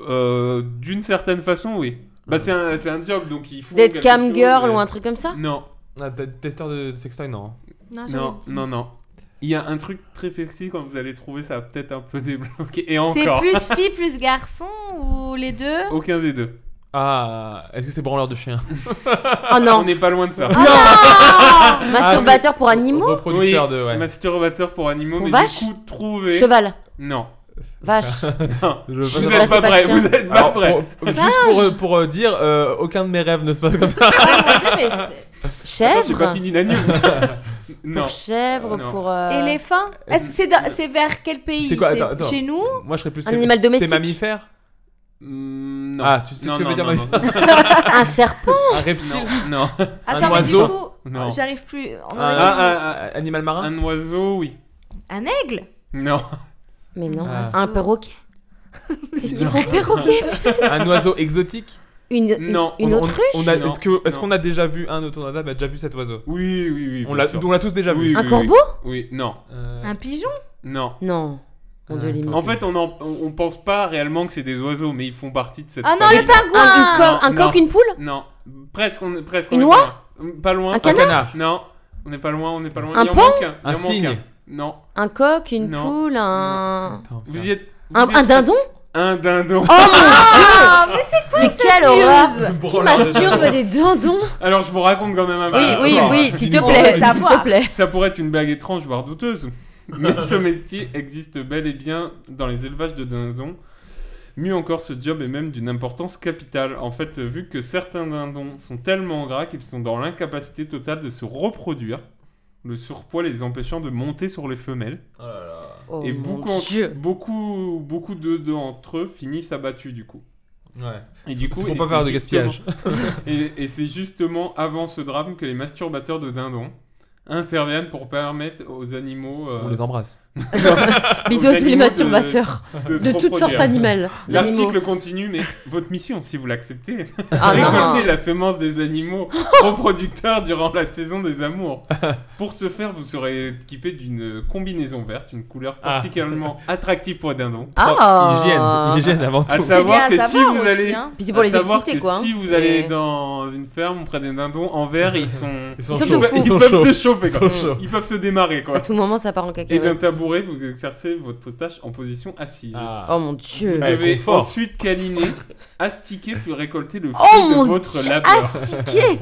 S5: Euh, D'une certaine façon, oui. Bah, c'est un, c'est un job, donc il faut.
S9: D'être
S5: quelque
S9: cam
S5: chose,
S9: girl
S5: mais-
S9: ou un truc comme ça
S5: Non,
S8: Ah, t- Testeur de sextoy, non.
S10: Non, j'avais
S5: non,
S10: dit.
S5: non, non. Il y a un truc très sexy quand vous allez trouver, ça va peut-être un peu débloquer. Et
S10: C'est
S5: encore.
S10: plus fille, plus garçon ou les deux
S5: Aucun des deux.
S8: Ah, est-ce que c'est branleur de chien
S9: Oh
S5: Ah, On Ah,
S9: non
S5: n'est pas loin de ça.
S9: Masturbateur pour animaux
S8: Reproducteur de, ouais.
S5: Masturbateur pour animaux,
S9: Pour
S5: mais
S9: vache
S5: du coup, trouver.
S9: Cheval
S5: Non.
S9: Vache
S5: non.
S8: Je-
S5: Vous
S9: Bah,
S5: êtes pas
S9: c'est pas
S5: prêts,
S9: chien.
S5: vous êtes pas
S8: Alors,
S5: prêts.
S8: pour- juste pour, euh, pour euh, dire, euh, aucun de mes rêves ne se passe comme ça.
S10: Ah, mon Dieu, mais
S9: Euh,
S10: c'est-
S5: Attends, J'ai pas
S9: Chèvre
S5: fini la news. non.
S9: Pour chèvre,
S5: Euh, non.
S9: pour... euh,
S10: Éléphant Est-ce que c'est dans- c'est vers quel pays
S8: C'est quoi Attends, attends.
S10: Chez nous
S8: Moi, je serais plus.
S9: Un animal domestique.
S8: C'est mammifère
S5: Mm, non.
S8: Ah, tu sais
S5: Non,
S8: ce que
S5: non,
S8: veut dire
S5: non,
S8: mammifère
S9: Un serpent
S8: Un reptile
S5: Non. non.
S10: Attends, mais du
S8: oiseau
S10: coup,
S5: Non.
S10: j'arrive plus. On en
S8: Un-
S10: a dit-
S5: Ah, ah,
S8: Animal
S5: ah,
S8: marin
S5: un oiseau, oui.
S10: Un aigle
S5: Non.
S9: Mais non,
S8: Ah.
S9: un perroquet Qu'est-ce qu'il faut un perroquet
S8: Un oiseau exotique
S9: Une, une-
S5: Non,
S9: une
S8: On- on-
S9: autruche
S8: on a-
S5: Non,
S8: Est-ce que- est-ce
S5: non.
S8: qu'on a déjà vu un autour de la table a déjà vu cet oiseau
S5: Oui, oui, oui.
S8: On
S5: bien
S8: l'a
S5: sûr.
S8: on l'a tous déjà
S5: Oui,
S8: vu.
S9: Un
S5: oui,
S9: corbeau
S5: Oui, non.
S8: Euh,
S10: Un pigeon
S5: Non.
S9: Non. Mon dieu,
S8: Attends.
S9: les mots.
S5: En fait, on, en- on on pense pas réellement que c'est des oiseaux, mais ils font partie de cette.
S10: Ah non,
S5: famille.
S10: le pingouin
S9: Un, une co- un
S5: Non.
S9: coq, une poule
S5: Non, presque, on est presque. on
S9: Une
S5: est
S9: oie
S5: pas loin. Pas loin. Ah.
S9: Un canard
S5: Non, on n'est pas loin, on n'est pas loin.
S9: Un
S5: Il en
S9: paon
S5: manque un.
S8: Un
S5: Il en manque
S8: cygne.
S5: un. Non.
S9: Un coq, une
S5: Non.
S9: poule, un...
S8: Attends,
S5: Vous y êtes. vous
S9: Un,
S5: y êtes-
S9: un dindon
S5: Un dindon.
S9: Oh mon
S10: Ah, mais c'est
S9: dieu Mais quelle horreur
S8: putain.
S5: Oh,
S9: Qui masturbe des dindons
S5: Alors, je vous raconte quand même un
S9: Oui,
S5: peu.
S9: oui,
S8: savoir.
S9: oui, s'il te
S8: Dis-nous.
S9: plaît,
S10: Ouais,
S9: s'il
S10: savoir.
S9: te plaît.
S5: Ça pourrait être une blague étrange, voire douteuse. Mais ce métier existe bel et bien dans les élevages de dindons. Mieux encore, ce job est même d'une importance capitale. En fait, vu que certains dindons sont tellement gras qu'ils sont dans l'incapacité totale de se reproduire, le surpoids les empêchant de monter sur les femelles.
S8: Oh là là.
S9: Oh
S5: et
S9: mon
S5: beaucoup, en-
S9: dieu
S5: beaucoup, beaucoup de- d'entre eux finissent abattus du coup.
S8: Ouais.
S5: Et du coup,
S8: C'est pour
S5: et
S8: pas faire de
S5: c'est justement-
S8: gaspillage.
S5: Et, et c'est justement avant ce drame que les masturbateurs de dindons interviennent pour permettre aux animaux euh,
S8: On les embrasse.
S9: Bisous
S5: Aux
S9: à tous les
S5: animaux de-
S9: masturbateurs.
S5: de
S9: De
S5: se
S9: toutes sortes
S5: reproduire.
S9: d'animaux.
S5: hein. L'article continue, mais votre mission, si vous l'acceptez,
S9: Ah non.
S5: récolter la semence des animaux reproducteurs durant la saison des amours. Pour ce faire, vous serez équipé d'une combinaison verte, une couleur
S8: Ah.
S5: particulièrement attractive pour un dindon.
S9: Ah
S8: Hygiène, hygiène avant
S5: À
S8: tout.
S10: C'est Eh bien
S5: savoir
S10: à
S5: que si
S10: savoir
S5: vous
S10: aussi,
S5: allez,
S10: hein.
S9: Puis c'est pour
S5: à
S9: les
S5: savoir
S9: exciter,
S5: que
S9: quoi. hein.
S5: si vous allez
S9: Mais-
S5: dans une ferme près des dindons en verre, ils sont,
S8: Ils sont
S9: Ils sont
S8: chauds.
S9: de fou.
S5: ils
S8: Ils sont
S5: peuvent
S8: chauds.
S5: se chauffer.
S8: Ils
S5: quoi.
S8: sont chauds.
S5: Ils peuvent se démarrer
S9: À
S5: quoi.
S9: tout moment, ça part en
S5: Et d'un
S9: cacahuète.
S5: tabouret, vous exercez votre tâche en position assise.
S8: Ah.
S9: Oh mon dieu.
S5: Vous
S8: Ouais,
S5: devez
S8: confort.
S5: ensuite câliner, astiquer puis récolter le fruit
S9: Oh
S5: de
S9: mon
S5: votre
S9: dieu. Ah,
S5: labeur
S9: Astiqué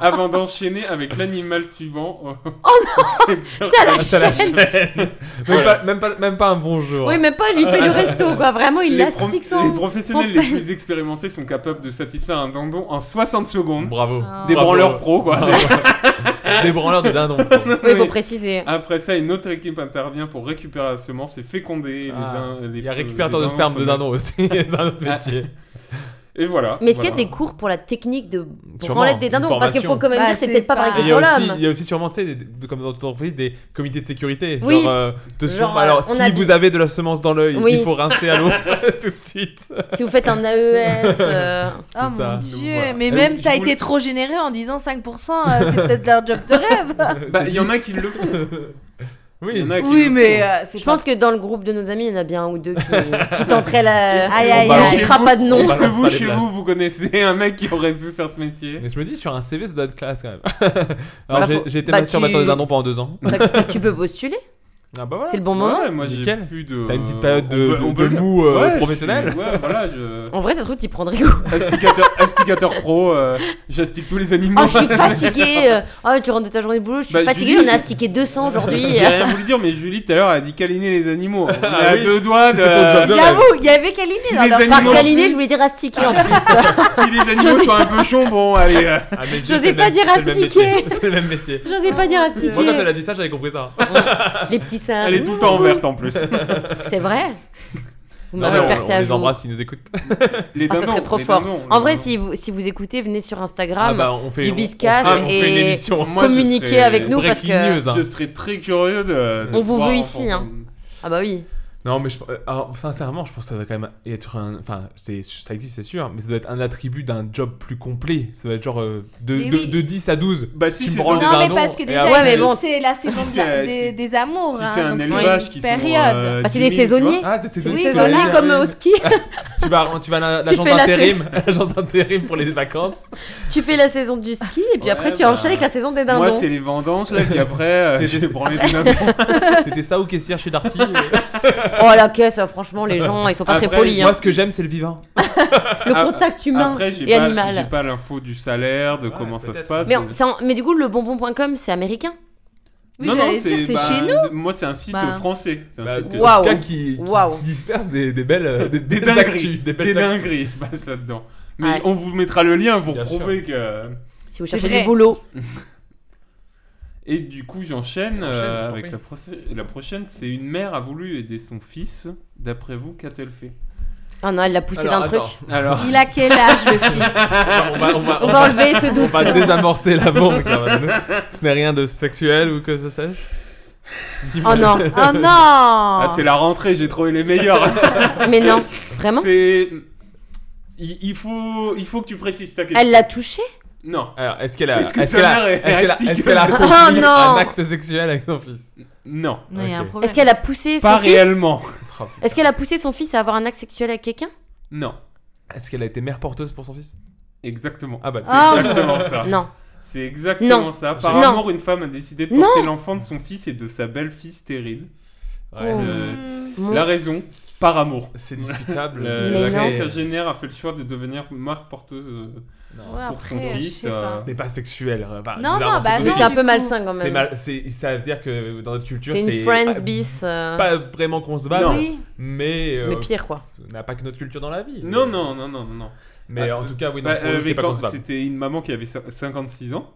S5: avant d'enchaîner avec l'animal suivant. Oh
S9: C'est à
S5: Ah,
S9: la
S8: C'est à la
S9: chaîne
S8: chaîne. même,
S5: Voilà.
S8: pas, même, pas, même pas un bonjour.
S9: Oui, même pas, il lui paye le resto, quoi. Vraiment, il
S5: les, pro-
S9: l'astique sans.
S5: les professionnels
S9: sans
S5: les plus expérimentés sont capables de satisfaire un dandon en 60 secondes.
S8: Bravo.
S9: Oh.
S10: Ah.
S5: Des
S8: Bravo.
S5: branleurs pro quoi.
S8: Des branleurs de dindon.
S9: Oui, faut
S5: Oui.
S9: préciser. hein.
S5: Après ça, une autre équipe intervient pour récupérer la semence et féconder
S8: Ah.
S5: les, dindes.
S8: Il y a récupérateur de sperme de dindon aussi. C'est un
S5: Ah.
S8: autre métier.
S5: Et voilà.
S9: Mais est-ce qu'il y a
S5: voilà.
S9: des cours pour la technique de
S8: Sûrement,
S9: branlette des
S8: une
S9: dindons Parce qu'il faut
S8: formation.
S9: quand même
S10: Bah,
S9: dire que c'est
S10: c'est
S9: peut-être pas
S10: pas-
S9: pareil
S8: Et
S9: que
S8: il y a
S9: pour
S8: aussi,
S9: l'homme.
S8: il y a aussi sûrement, tu sais, des- de- comme dans toute entreprise, des comités de sécurité.
S9: Oui.
S8: Genre, euh, de
S9: Genre,
S8: sûrement-
S9: euh,
S8: alors,
S9: on
S8: si
S9: a
S8: vous
S9: dit-
S8: avez de la semence dans l'œil,
S9: Oui.
S8: il faut rincer à l'eau tout de suite.
S9: Si vous faites un AES, euh,
S10: Oh
S8: C'est
S10: mon
S8: ça.
S10: dieu,
S5: Voilà.
S10: mais
S5: Euh,
S10: même
S5: je
S10: t'as
S5: voulais-
S10: été trop généreux en disant 5%, euh, c'est peut-être leur job de rêve.
S5: Bah, il y en a
S8: C'est
S5: qui le font. Il y
S8: Oui.
S5: en a qui
S10: oui,
S5: le
S10: mais
S5: font.
S10: euh, c'est
S9: je pense que dans le groupe de nos amis, il y en a bien un ou deux qui, qui tenteraient la.
S10: Aïe,
S9: on
S10: aïe,
S8: balance.
S9: ne citera pas de nom.
S5: Est-ce que
S8: balance
S5: vous,
S8: pas les
S5: chez
S8: places.
S5: vous, vous connaissez un mec qui aurait pu faire ce métier
S8: Mais je me dis, sur un CV, ça doit être classe quand même.
S9: Bah,
S8: Alors, j'ai-
S9: faut-
S8: j'ai été
S9: bah,
S8: masturbateur
S9: tu-
S8: de dindon pendant deux ans.
S9: Bah, tu peux postuler,
S8: Ah bah voilà.
S9: c'est le bon moment.
S5: Ouais, moi j'ai
S8: Nickel.
S5: plus de.
S8: T'as une petite période de-
S5: on peut- on
S8: de-
S5: peut
S8: de
S5: le dire.
S8: mou, euh,
S5: je
S8: professionnel.
S5: suis- Ouais, voilà, je.
S9: En vrai, ça se trouve, t'y prendrais goût.
S5: Asticateur, asticateur pro, euh, j'astique tous les animaux.
S9: Oh, je suis fatiguée. euh, Oh, tu rentres de ta journée de boulot, je suis
S5: Bah,
S9: fatiguée.
S5: Julie-
S9: J'en ai astiqué 200 aujourd'hui.
S5: J'ai rien voulu dire, mais Julie tout à l'heure elle a dit câliner les animaux. On est à
S8: Ah oui,
S5: deux doigts de.
S8: c'était ton job de rêve.
S10: J'avoue, il y avait quelle idée
S5: Ah, Si
S10: dans
S5: les
S10: leur
S9: Par
S5: animaux-
S10: truc.
S9: câliner, je voulais dire astiquer en plus.
S5: si les animaux sont un peu chauds, bon, allez. euh,
S8: Ah, mais
S9: J'osais
S8: c'est le
S9: pas
S8: même-
S9: dire
S8: c'est le même
S9: astiquer.
S8: métier. C'est le même métier.
S9: J'osais pas dire
S8: Moi, quand elle
S9: astiquer.
S8: a dit ça, j'avais compris ça.
S9: Les petits singes.
S5: elle est tout le temps verte en plus.
S9: C'est vrai. Vous
S8: Non,
S9: m'avez
S8: mais Ah, on,
S9: percé
S8: on
S9: à
S8: les
S9: jour.
S8: embrasse, ils nous écoutent.
S5: Les
S9: Ah, ça
S5: dindons,
S9: serait trop
S5: les
S9: fort.
S5: dindons, les
S9: En vrai,
S5: dindons.
S9: si vous, si vous écoutez, venez sur
S8: Ah
S9: Instagram,
S8: bah, on fait
S9: du
S8: on- on-
S9: biscasse
S8: ah, on fait une
S9: et-
S8: émission.
S5: Moi, je
S9: communiquez
S5: serais-
S9: avec nous parce
S8: Breaking
S9: que.
S8: news, hein.
S5: Je serais très curieux de. de
S9: On vous
S5: voir
S9: veut
S5: en
S9: ici,
S5: fond.
S9: hein. Ah bah oui.
S8: Non, mais je, euh, alors, sincèrement, je pense que ça doit quand même être un. Enfin, c'est, ça existe, c'est sûr, mais ça doit être un attribut d'un job plus complet. Ça doit être genre euh, de,
S10: Mais
S8: de,
S10: oui.
S8: de 10 à 12.
S5: Bah, si
S8: Tu
S5: c'est
S8: branles
S5: dans-
S8: le
S10: Non, mais
S8: dindon,
S10: parce que
S8: et
S5: Ah
S10: déjà,
S8: après-
S9: Ouais, mais bon.
S10: c'est la saison
S5: Si
S10: de la-
S5: c'est-
S10: des,
S5: si-
S10: des amours,
S5: si
S10: hein,
S5: c'est un
S10: donc
S5: élevage
S10: une
S5: qui sont,
S10: période.
S5: euh,
S9: Bah, c'est des
S5: 10 000, tu vois.
S9: saisonniers.
S8: Ah, t'es- c'est
S10: Oui,
S8: c'est-
S9: C'est
S10: voilà.
S9: saisonnier comme au ski.
S8: Tu vas, tu vas à la-
S9: Tu
S8: l'agence
S9: fais la
S8: d'intérim, l'agence d'intérim pour les vacances.
S9: tu fais la saison du ski et puis
S5: Ouais,
S9: après tu
S5: bah,
S9: enchaînes avec la saison des
S5: Moi,
S9: dindons.
S5: c'est les vendanges, là, puis après, euh,
S8: C'est-
S5: je sais branler des dindons.
S8: C'était ça ou caissière chez Darty. euh.
S9: oh la caisse, euh, franchement, les gens ils sont pas très
S5: Après,
S9: polis.
S8: Moi,
S9: hein.
S8: ce que j'aime, c'est le vivant.
S9: Le
S5: Ah,
S9: contact humain
S5: Après, j'ai
S9: et
S5: pas- J'ai
S9: animal.
S5: pas l'info du salaire, de
S8: Ouais,
S5: comment ça se
S8: peut-être.
S5: passe.
S9: Mais, on- c'est en- mais du coup, le bonbon.com c'est américain.
S10: Oui, j'allais dire, c'est
S5: bah,
S10: chez nous.
S5: c'est- Moi, c'est un site
S10: Bah.
S5: français. C'est un
S8: Bah,
S5: site que-
S9: Waouh.
S8: Lucas qui, qui-
S9: Waouh.
S8: qui disperse des, des belles. euh, Des,
S5: Des
S8: belles
S5: dingueries.
S8: actus, Des
S5: Des
S8: belles actus.
S5: dingueries se passent là-dedans. Mais
S9: Ouais.
S5: on vous mettra le lien pour
S8: Bien sûr.
S5: prouver que.
S9: Si vous
S10: C'est
S9: cherchez
S10: vrai.
S9: du boulot.
S5: Et du coup,
S8: Enchaîne,
S5: j'enchaîne
S8: je
S5: euh,
S8: t'en
S5: avec
S8: prie.
S5: la, procé- la prochaine. C'est une mère a voulu aider son fils. D'après vous, qu'a-t-elle fait
S9: Ah non, elle l'a poussé
S8: Alors,
S9: d'un truc.
S8: attends.
S5: Alors,
S10: Il a quel âge, le fils
S8: On va- on va-
S9: On va enlever ce
S8: On
S9: doute.
S8: va désamorcer la bombe, quand même. Ce n'est rien de sexuel ou que ce sache. Dis-moi.
S9: Oh non,
S10: Oh
S5: ah,
S10: non
S5: c'est la rentrée, j'ai trouvé les meilleurs.
S9: mais non, vraiment
S5: C'est. Il, il faut, il faut que tu précises ta question.
S9: Elle l'a touché
S5: Non.
S8: Alors, est-ce qu'elle a,
S5: Est-ce que
S8: est-ce
S5: sa
S8: qu'elle
S5: mère
S8: a,
S5: est-
S8: est-ce qu'elle a,
S5: astiqueuse
S8: est-ce qu'elle a
S9: Oh
S8: accompli
S9: non
S8: un acte sexuel avec son fils
S5: Non.
S10: Non, il y a un
S8: Ok.
S10: problème.
S9: Est-ce qu'elle a poussé son
S5: Pas
S9: fils
S5: réellement.
S8: Oh, putain.
S9: Est-ce qu'elle a poussé son fils à avoir un acte sexuel avec quelqu'un
S5: Non.
S8: Est-ce qu'elle a été mère porteuse pour son fils
S5: Exactement.
S8: Ah bah.
S10: Ah.
S5: C'est exactement ça.
S9: Non.
S5: C'est exactement
S9: Non.
S5: ça. Par
S9: Non.
S5: amour, une femme a décidé de porter l'enfant de son fils et de sa belle-fille stérile.
S8: ouais,
S9: Oh.
S8: euh,
S10: Hmm.
S9: Mon-
S5: La raison, par amour.
S8: C'est discutable.
S5: Le-
S9: Mais
S5: la
S9: non.
S5: grande quinquagénaire a fait le choix de devenir mère porteuse euh,
S8: Non.
S10: Ouais,
S5: pour
S10: après,
S5: son
S10: je
S5: fils.
S10: sais pas.
S5: euh,
S8: Ce n'est pas sexuel. euh, bah,
S10: Non, non,
S8: bizarrement,
S10: bah
S8: c'est-
S9: Mais
S10: non,
S9: c'est un
S10: du
S9: peu
S10: coup,
S9: malsain quand
S8: C'est
S9: même.
S8: mal, c'est, ça veut dire que dans notre culture,
S9: euh, C'est une friends
S8: pas,
S9: bis. euh,
S8: pas vraiment qu'on se bat,
S5: Non.
S10: Oui.
S8: mais, euh,
S9: Mais pire quoi.
S8: on n'a pas que notre culture dans la vie.
S5: Non, non, non, non, non. non.
S8: Mais
S5: Ah,
S8: en tout cas, oui, non,
S5: Bah,
S8: pour
S5: elle
S8: nous,
S5: avait
S8: c'est pas
S5: quand-
S8: concevable.
S5: C'était une maman qui avait cin- 56 ans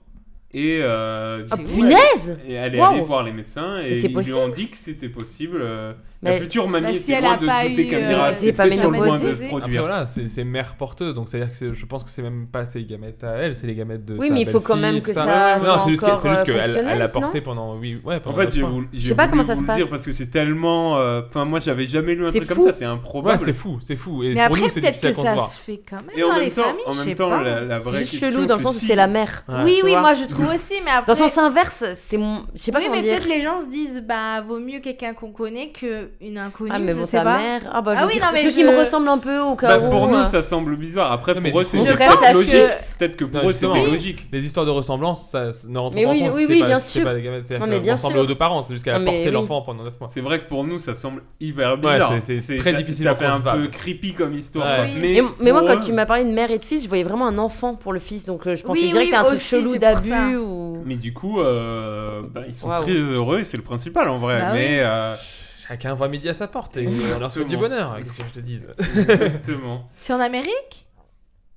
S5: Et, euh, du
S9: Oh,
S5: coup,
S9: punaise
S5: elle, et elle est
S9: Wow.
S5: allée voir les médecins et
S9: Mais c'est
S5: ils lui ont
S9: possible.
S5: dit que c'était possible. euh, la
S9: Mais-
S5: future mamie
S10: Bah, si
S5: était
S10: elle
S5: loin
S10: a
S5: de
S10: pas
S5: se douter
S10: eu,
S5: qu'un
S10: euh,
S5: miracle
S9: c'est pas
S5: était sur le point de se
S9: Ah,
S10: ménopausée.
S8: Après,
S5: produire.
S8: voilà, c'est c'est mère porteuse, donc c'est-à-dire que c'est- je pense que c'est même pas ses gamètes à elle, c'est les gamètes de
S9: Oui,
S8: sa
S9: mais il faut quand
S8: belle-fille,
S9: même
S8: tout
S9: que ça soit
S8: Non, c'est juste que-
S9: encore,
S8: c'est juste
S9: euh,
S8: qu'elle elle l'a
S9: fonctionnel,
S8: porté pendant 8 ouais,
S5: En
S8: pendant
S5: fait,
S8: neuf
S5: j'ai
S8: mois.
S5: voulu, j'ai
S9: Je sais pas
S5: voulu
S9: comment ça
S5: vous
S9: se
S5: le dire
S9: passe.
S5: parce que c'est tellement. euh, Enfin, moi, j'avais jamais lu un
S9: C'est
S5: truc
S9: fou.
S5: comme ça. C'est
S8: Ouais,
S5: improbable.
S8: c'est fou, c'est fou. Et
S10: Mais
S8: pour
S10: après,
S8: nous, c'est
S10: peut-être
S8: difficile
S10: que
S8: à
S10: ça
S8: concevoir.
S10: se fait quand même
S5: Et
S10: dans
S5: en
S10: les
S5: même temps,
S10: familles,
S5: en
S10: je
S5: même
S10: sais
S5: temps,
S10: pas.
S5: la, la
S9: C'est
S5: vraie
S9: juste
S5: question,
S9: chelou dans le sens où
S5: si-
S9: c'est la mère.
S8: Ouais.
S10: oui,
S9: tu
S10: oui,
S9: vois.
S10: moi je trouve aussi, mais après.
S9: Dans le sens inverse, c'est mon. Je sais pas
S10: oui,
S9: comment
S10: mais
S9: dire.
S10: peut-être les gens se disent, bah, vaut mieux quelqu'un qu'on connaît qu'une inconnue.
S9: Ah, mais
S10: je
S9: bon,
S10: sais
S9: ta
S10: pas.
S9: mère. Ah, bah, je
S10: Ah
S9: veux
S10: oui,
S9: dire,
S10: non,
S9: c'est
S10: mais
S9: ceux qui me
S10: je-
S9: ressemblent un peu au
S5: Bah,
S9: cas où.
S5: pour nous,
S9: euh,
S5: ça semble bizarre. Après,
S8: Non, mais
S5: pour eux,
S8: du
S5: c'est
S8: coup,
S9: je
S5: peut-être
S9: reste à ce
S5: logique.
S9: que-
S5: Peut-être que pour
S8: Non,
S5: eux, c'est
S8: justement.
S5: pas
S8: Oui.
S5: logique.
S8: Les histoires de ressemblance, ça s- ne rentre
S9: Mais
S8: pas
S9: oui,
S8: en compte.
S9: oui,
S8: c'est
S9: oui,
S8: pas-
S9: bien
S8: c'est
S9: sûr.
S8: pas des gamètes, c'est-à-dire
S9: Non,
S8: que
S9: mais bien
S8: ressemble
S9: sûr.
S8: aux deux parents, c'est juste qu'elle a
S9: Non, mais
S8: porté
S9: oui.
S8: l'enfant pendant 9 mois.
S5: C'est vrai que pour nous, ça semble hyper
S8: Ouais,
S5: bizarre.
S8: c'est- c'est très
S5: ça-
S8: difficile à
S5: Ça fait un peu
S8: concevable.
S5: creepy comme histoire.
S8: Ouais.
S5: quoi.
S10: Oui.
S9: Mais, mais moi,
S5: pour
S9: quand
S5: eux-
S9: tu m'as parlé de mère et de fils, je voyais vraiment un enfant pour le fils, donc euh, je pensais
S10: Oui,
S9: direct
S10: oui,
S9: à un truc
S10: aussi,
S9: chelou
S10: c'est pour
S9: d'abus
S10: ça.
S9: ou.
S5: Mais du coup, euh, bah, ils sont
S9: Waouh.
S5: très heureux et c'est le principal en vrai.
S10: Bah oui.
S5: mais euh,
S8: Chacun voit midi à sa porte et on leur souhaite du bonheur. Qu'est-ce que je te dise
S5: exactement.
S10: C'est en Amérique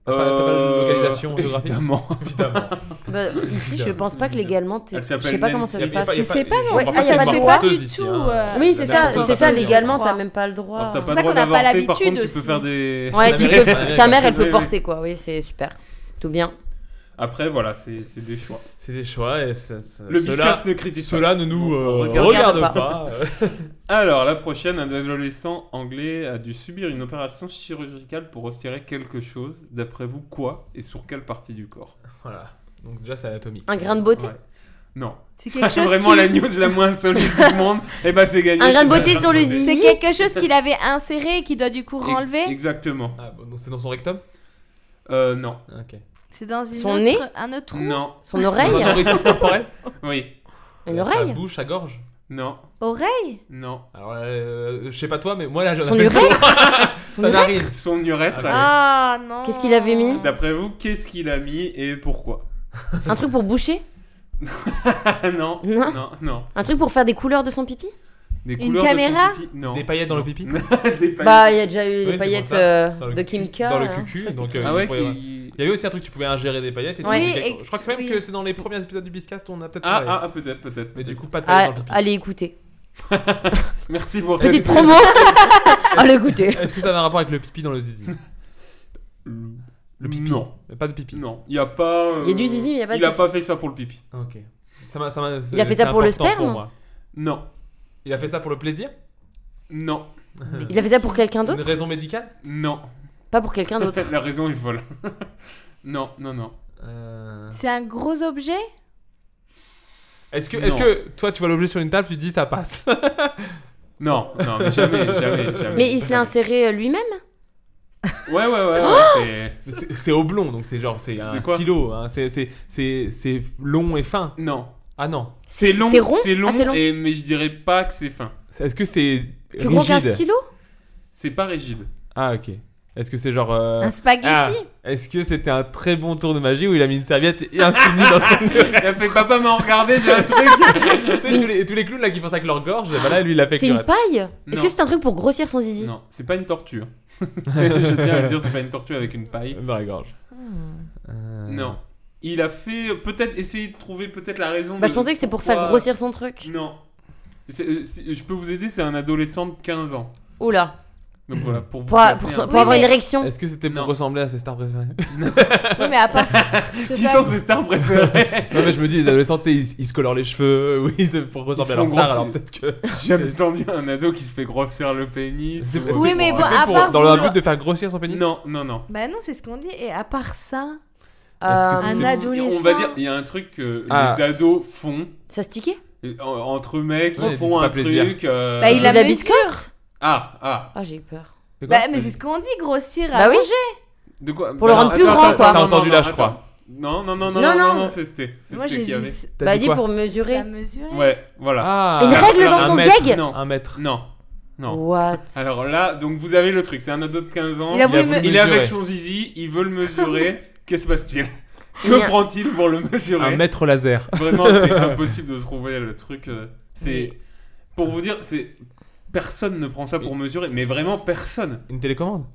S8: T'as pas- t'as pas de
S5: Euh,
S8: localisation géographique
S5: Évidemment.
S8: Évidemment.
S9: Bah, ici, je pense pas que légalement. t'es-
S5: Elle
S9: Je
S5: s'appelle
S9: sais pas comment
S5: Nancy.
S9: ça se
S5: Y a- y a
S9: passe.
S10: Je sais pas,
S8: non
S10: non,
S9: Ouais, ah, y a pas-
S10: pas du tout,
S8: Ah,
S10: euh,
S9: Oui, c'est
S10: y a
S9: ça,
S10: pas-
S9: c'est
S10: pas-
S9: ça,
S10: pas-
S9: légalement,
S10: pas-
S9: t'as même pas le droit.
S5: Alors, t'as
S10: C'est
S5: pas
S10: pour
S5: le
S10: ça
S5: droit
S10: qu'on n'a
S5: d'avoir
S10: pas
S5: fait, par
S10: l'habitude
S5: contre, tu peux
S10: aussi.
S5: faire des.
S9: Ouais,
S8: En
S9: tu
S8: Amérique,
S9: peux-
S8: en Amérique,
S9: ta mère, elle
S5: oui,
S9: peut
S5: oui.
S9: porter quoi, oui, c'est super. Tout bien.
S5: Après, voilà, c'est c'est des choix.
S8: C'est des choix et ça- ça-
S5: Le
S8: Euh, cela,
S5: biscasse ne critique pas.
S8: cela ne nous euh,
S5: Regarde
S8: regarde
S9: pas.
S8: pas. euh.
S5: Alors, la prochaine, un adolescent anglais a dû subir une opération chirurgicale pour retirer quelque chose. D'après vous, quoi et sur quelle partie du corps
S8: Voilà. Donc déjà c'est anatomique.
S9: Un grain de beauté
S5: Ouais. Non.
S10: C'est quelque chose
S5: Vraiment
S10: qui-
S5: la news la moins solide du monde. Et bah, c'est gagné.
S9: Un grain de
S5: C'est
S9: beauté
S5: pas
S9: sur le
S5: grave.
S9: zizi.
S10: C'est quelque chose qu'il avait inséré et qu'il doit du coup
S5: E-
S10: renlever.
S5: Exactement.
S8: Ah, bon, donc c'est dans son rectum
S5: Euh, non.
S8: Ok.
S10: C'est dans une
S9: Son
S10: autre-
S9: nez
S10: un autre trou.
S5: Non.
S9: Son
S8: Dans
S9: oreille
S8: son orifice corporel
S5: Oui.
S9: Une
S8: Sa
S9: oreille
S8: bouche, sa gorge
S5: Non.
S10: Oreille
S5: Non.
S8: Alors euh, je sais pas toi mais moi là j'en
S9: Son
S8: ai
S9: urètre Son
S8: Sa
S9: urètre
S8: narine
S5: Son urètre. euh,
S8: Ah.
S10: Ah non.
S9: Qu'est-ce qu'il avait mis
S5: D'après vous, qu'est-ce qu'il a mis et pourquoi
S9: Un truc pour boucher
S5: Ah non.
S9: Non.
S5: Non. non.
S9: Un truc pour faire des couleurs de son pipi
S5: Des
S10: Une
S5: couleurs de son
S10: caméra
S5: pipi Non.
S8: Des paillettes dans le pipi
S5: Des paillettes.
S9: Bah, il y a déjà eu
S8: Oui,
S9: les
S8: c'est pour
S9: paillettes
S8: ça.
S9: euh,
S8: Dans le
S9: de
S8: cul-
S9: Kim K.
S8: Dans le
S9: hein.
S8: cucu donc euh,
S5: Ah ouais.
S8: il pourrait-
S5: qui-
S8: Il y avait aussi un truc, tu pouvais ingérer des paillettes et tout.
S10: Oui,
S8: Et
S10: et-
S8: je crois que même
S10: oui.
S8: que c'est dans les premiers épisodes du Biscast, on a peut-être
S5: Ah,
S8: parlé.
S5: ah, ah, peut-être, peut-être.
S8: Mais
S5: peut-être.
S8: du coup, pas de
S9: Ah,
S8: paillettes dans le pipi.
S9: Allez écouter.
S5: Merci pour cette
S9: Petite promo Allez écouter
S8: Est-ce que ça avait un rapport avec le pipi dans le zizi
S5: Le pipi. Non,
S8: Mais Pas de pipi.
S5: non, il y a pas. euh,
S9: Il y a du zizi, mais il y a pas de
S5: Il a
S9: pipi.
S5: pas fait ça pour le pipi.
S8: Ok. Ça m'a, ça m'a-
S9: Il a fait
S8: c'est
S9: ça pour le
S8: important pour
S9: sperme
S8: moi.
S5: Non,
S8: Il a fait ça pour le plaisir
S5: non,
S9: Il a fait ça pour quelqu'un
S8: Une
S9: d'autre
S8: raison médicale
S5: non.
S9: Pas pour quelqu'un d'autre.
S5: La raison est folle. non, non, non.
S8: Euh,
S10: C'est un gros objet
S8: Est-ce que, est-ce
S5: Non.
S8: que toi, tu vois l'objet sur une table, tu te dis ça passe
S5: Non, non, mais jamais, jamais, jamais.
S9: Mais il se l'a inséré euh, lui-même
S5: Ouais, ouais, ouais. ouais,
S9: Oh
S5: c'est-
S8: Mais c'est, c'est oblong, donc c'est genre, c'est un
S5: quoi
S8: stylo. hein, C'est, c'est, c'est, c'est long et fin.
S5: Non.
S8: Ah non.
S5: C'est long,
S9: C'est rond
S5: c'est long,
S9: Ah, c'est long.
S5: Et, mais je dirais pas que c'est fin.
S8: Est-ce que c'est
S9: Plus gros qu'un
S8: rigide
S9: stylo
S5: C'est pas rigide.
S8: Ah ok. Est-ce que c'est genre... euh,
S10: Un spaghetti
S8: Ah, Est-ce que c'était un très bon tour de magie où il a mis une serviette infinie dans son mur
S5: Il a fait papa m'a regardé, j'ai un truc.
S8: Tu sais, tous, les, tous les clowns là qui pensent avec leur gorge, bah là lui il a fait
S9: C'est
S8: que-
S9: une paille Est-ce
S5: Non.
S9: que c'est un truc pour grossir son zizi
S5: Non, c'est pas une tortue. C'est- je tiens à le dire, c'est pas une tortue avec une paille.
S8: dans la gorge. Euh,
S5: Non. Il a fait peut-être essayer de trouver peut-être la raison.
S9: Bah,
S5: de
S9: je pensais que c'était pour
S5: pourquoi-
S9: faire grossir son truc.
S5: Non. C'est- euh, si- je peux vous aider, c'est un adolescent de 15 ans.
S9: Oula
S5: Donc voilà, pour vous.
S9: Pour,
S5: placer
S9: pour-
S5: un
S9: pour
S5: peu.
S9: avoir
S10: mais-
S9: une érection
S8: Est-ce que c'était pour
S5: Non.
S8: ressembler à ses stars préférées
S10: Oui, mais à part ce- ce
S5: Qui
S10: fait-
S5: sont ses stars préférées
S8: Non mais je me dis les adolescents tu sais ils, ils se colorent les cheveux ou ils se pour ressembler à
S5: font
S8: leur star alors
S5: grossir.
S8: peut-être que
S5: J'ai jamais entendu un ado qui se fait grossir le pénis. Euh,
S8: C'est-
S5: ou-
S8: c'est-
S10: Oui, mais
S8: c'était
S10: bon, à
S8: pour-
S10: part
S8: dans le
S10: vous-
S8: but de faire grossir son pénis.
S5: Non, non, non.
S10: Bah non, c'est ce qu'on dit. Et à part ça,
S8: Est-ce que
S9: Euh,
S10: un
S8: C'était-
S10: adolescent.
S5: On va dire, il y a un truc que
S8: Ah.
S5: les ados font.
S9: Ça se tiquait
S5: et- en- Entre mecs,
S8: Ouais,
S5: ils
S8: c'est
S5: font
S8: pas
S5: un
S8: plaisir.
S5: truc. euh,
S10: Bah, il
S9: De
S10: a
S9: la
S10: mesure.
S9: biscotte
S5: Ah, ah.
S9: Ah, j'ai eu peur.
S8: C'est quoi
S10: Bah, mais c'est ce qu'on dit, grossir.
S9: Bah oui,
S5: De quoi
S9: Pour le
S5: non,
S9: rendre plus
S5: attends,
S9: grand,
S5: attends,
S9: quoi.
S5: attends,
S8: T'as entendu
S5: non,
S8: là,
S5: non,
S8: je crois.
S5: attends. Non, non, non, non,
S9: Non,
S5: non, non,
S9: non.
S5: non, c'est c'était. c'est
S10: Moi,
S5: c'était
S10: j'ai
S5: qu'il y avait.
S10: dit.
S8: T'as
S9: Bah,
S8: dit
S9: dit
S8: quoi
S9: pour
S10: Ça
S9: mesurer.
S10: mesurer.
S5: Ouais, voilà.
S8: Ah,
S9: Une règle dans
S8: un
S9: son
S8: mètre.
S9: sgeg Oh.
S5: Non,
S8: Un mètre.
S5: non, non. Ah,
S9: What
S5: Alors là, donc vous avez le truc, c'est un ado de 15 ans.
S10: Il a voulu
S5: il
S10: me-
S5: est avec
S8: mesurer.
S5: son zizi, il veut le mesurer. Qu'est-ce qui se passe-t-il
S9: Il y
S5: Que
S9: a-
S5: prend-il pour le mesurer
S8: Un mètre laser.
S5: Vraiment, c'est impossible de trouver le truc. euh, C'est
S9: Oui.
S5: pour vous dire, c'est personne ne prend ça pour mesurer, mais vraiment personne.
S8: Une télécommande.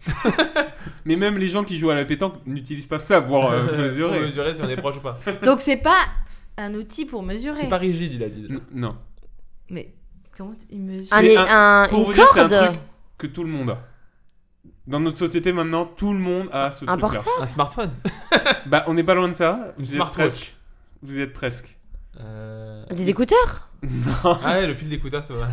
S5: Mais même les gens qui jouent à la pétanque n'utilisent pas ça pour euh,
S8: Pour
S5: mesurer.
S8: mesurer si on est proche ou pas.
S10: Donc c'est pas un outil pour mesurer.
S8: C'est pas rigide, il a dit.
S5: N- Non.
S10: Mais comment tu- il mesure
S9: Un,
S5: C'est
S9: é- un-
S5: Pour
S9: une
S5: vous dire, c'est un
S9: corde
S5: truc que tout le monde a. Dans notre société maintenant, tout le monde a ce truc-là.
S9: Un portable
S8: Un smartphone
S5: Bah, on n'est pas loin de ça.
S8: Une
S5: Vous y êtes
S8: smartwatch.
S5: presque. Vous y êtes presque.
S8: Euh,
S9: Des écouteurs
S8: Ah ouais, le fil d'écouteur, ça va.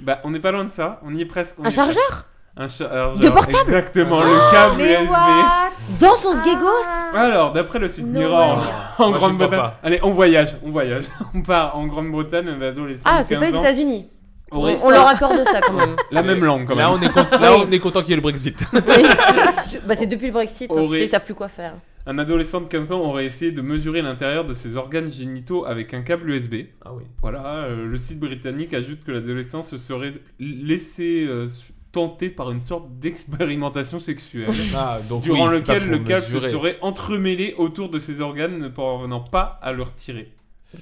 S5: Bah, on n'est pas loin de ça. On y est presque. on y
S9: Un
S5: est
S9: chargeur
S5: presque. Un chargeur.
S9: De portable
S5: Exactement,
S8: Ah.
S5: le câble
S10: Mais
S5: USB.
S10: what Ah. Oh,
S9: Dans son sgegos
S5: Alors, d'après le site
S10: No
S5: Mirror,
S10: way.
S5: en
S8: Moi, j'y crois
S5: Grande-Bretagne.
S8: pas.
S5: Allez, on voyage, on voyage. On part en Grande-Bretagne, on est adolescent.
S9: Ah, c'est pas
S5: 15
S9: les
S5: ans.
S9: États-Unis.
S5: On
S9: On,
S5: reste-
S9: on leur accorde ça quand même.
S5: La même langue, quand même.
S8: Là, on est, con- là,
S9: Oui.
S8: on est content qu'il y ait le Brexit.
S9: bah, c'est depuis le Brexit, hein, tu
S5: Aurait-
S9: sais, ils savent plus quoi faire.
S5: Un adolescent de 15 ans aurait essayé de mesurer l'intérieur de ses organes génitaux avec un câble USB.
S8: Ah oui.
S5: Voilà, euh, le site britannique ajoute que l'adolescent se serait laissé euh, su- tenter par une sorte d'expérimentation sexuelle,
S8: Ah, donc
S5: durant
S8: oui, c'est pas
S5: lequel le
S8: pour
S5: câble se
S8: mesurer.
S5: serait entremêlé autour de ses organes ne parvenant pas à leur tirer.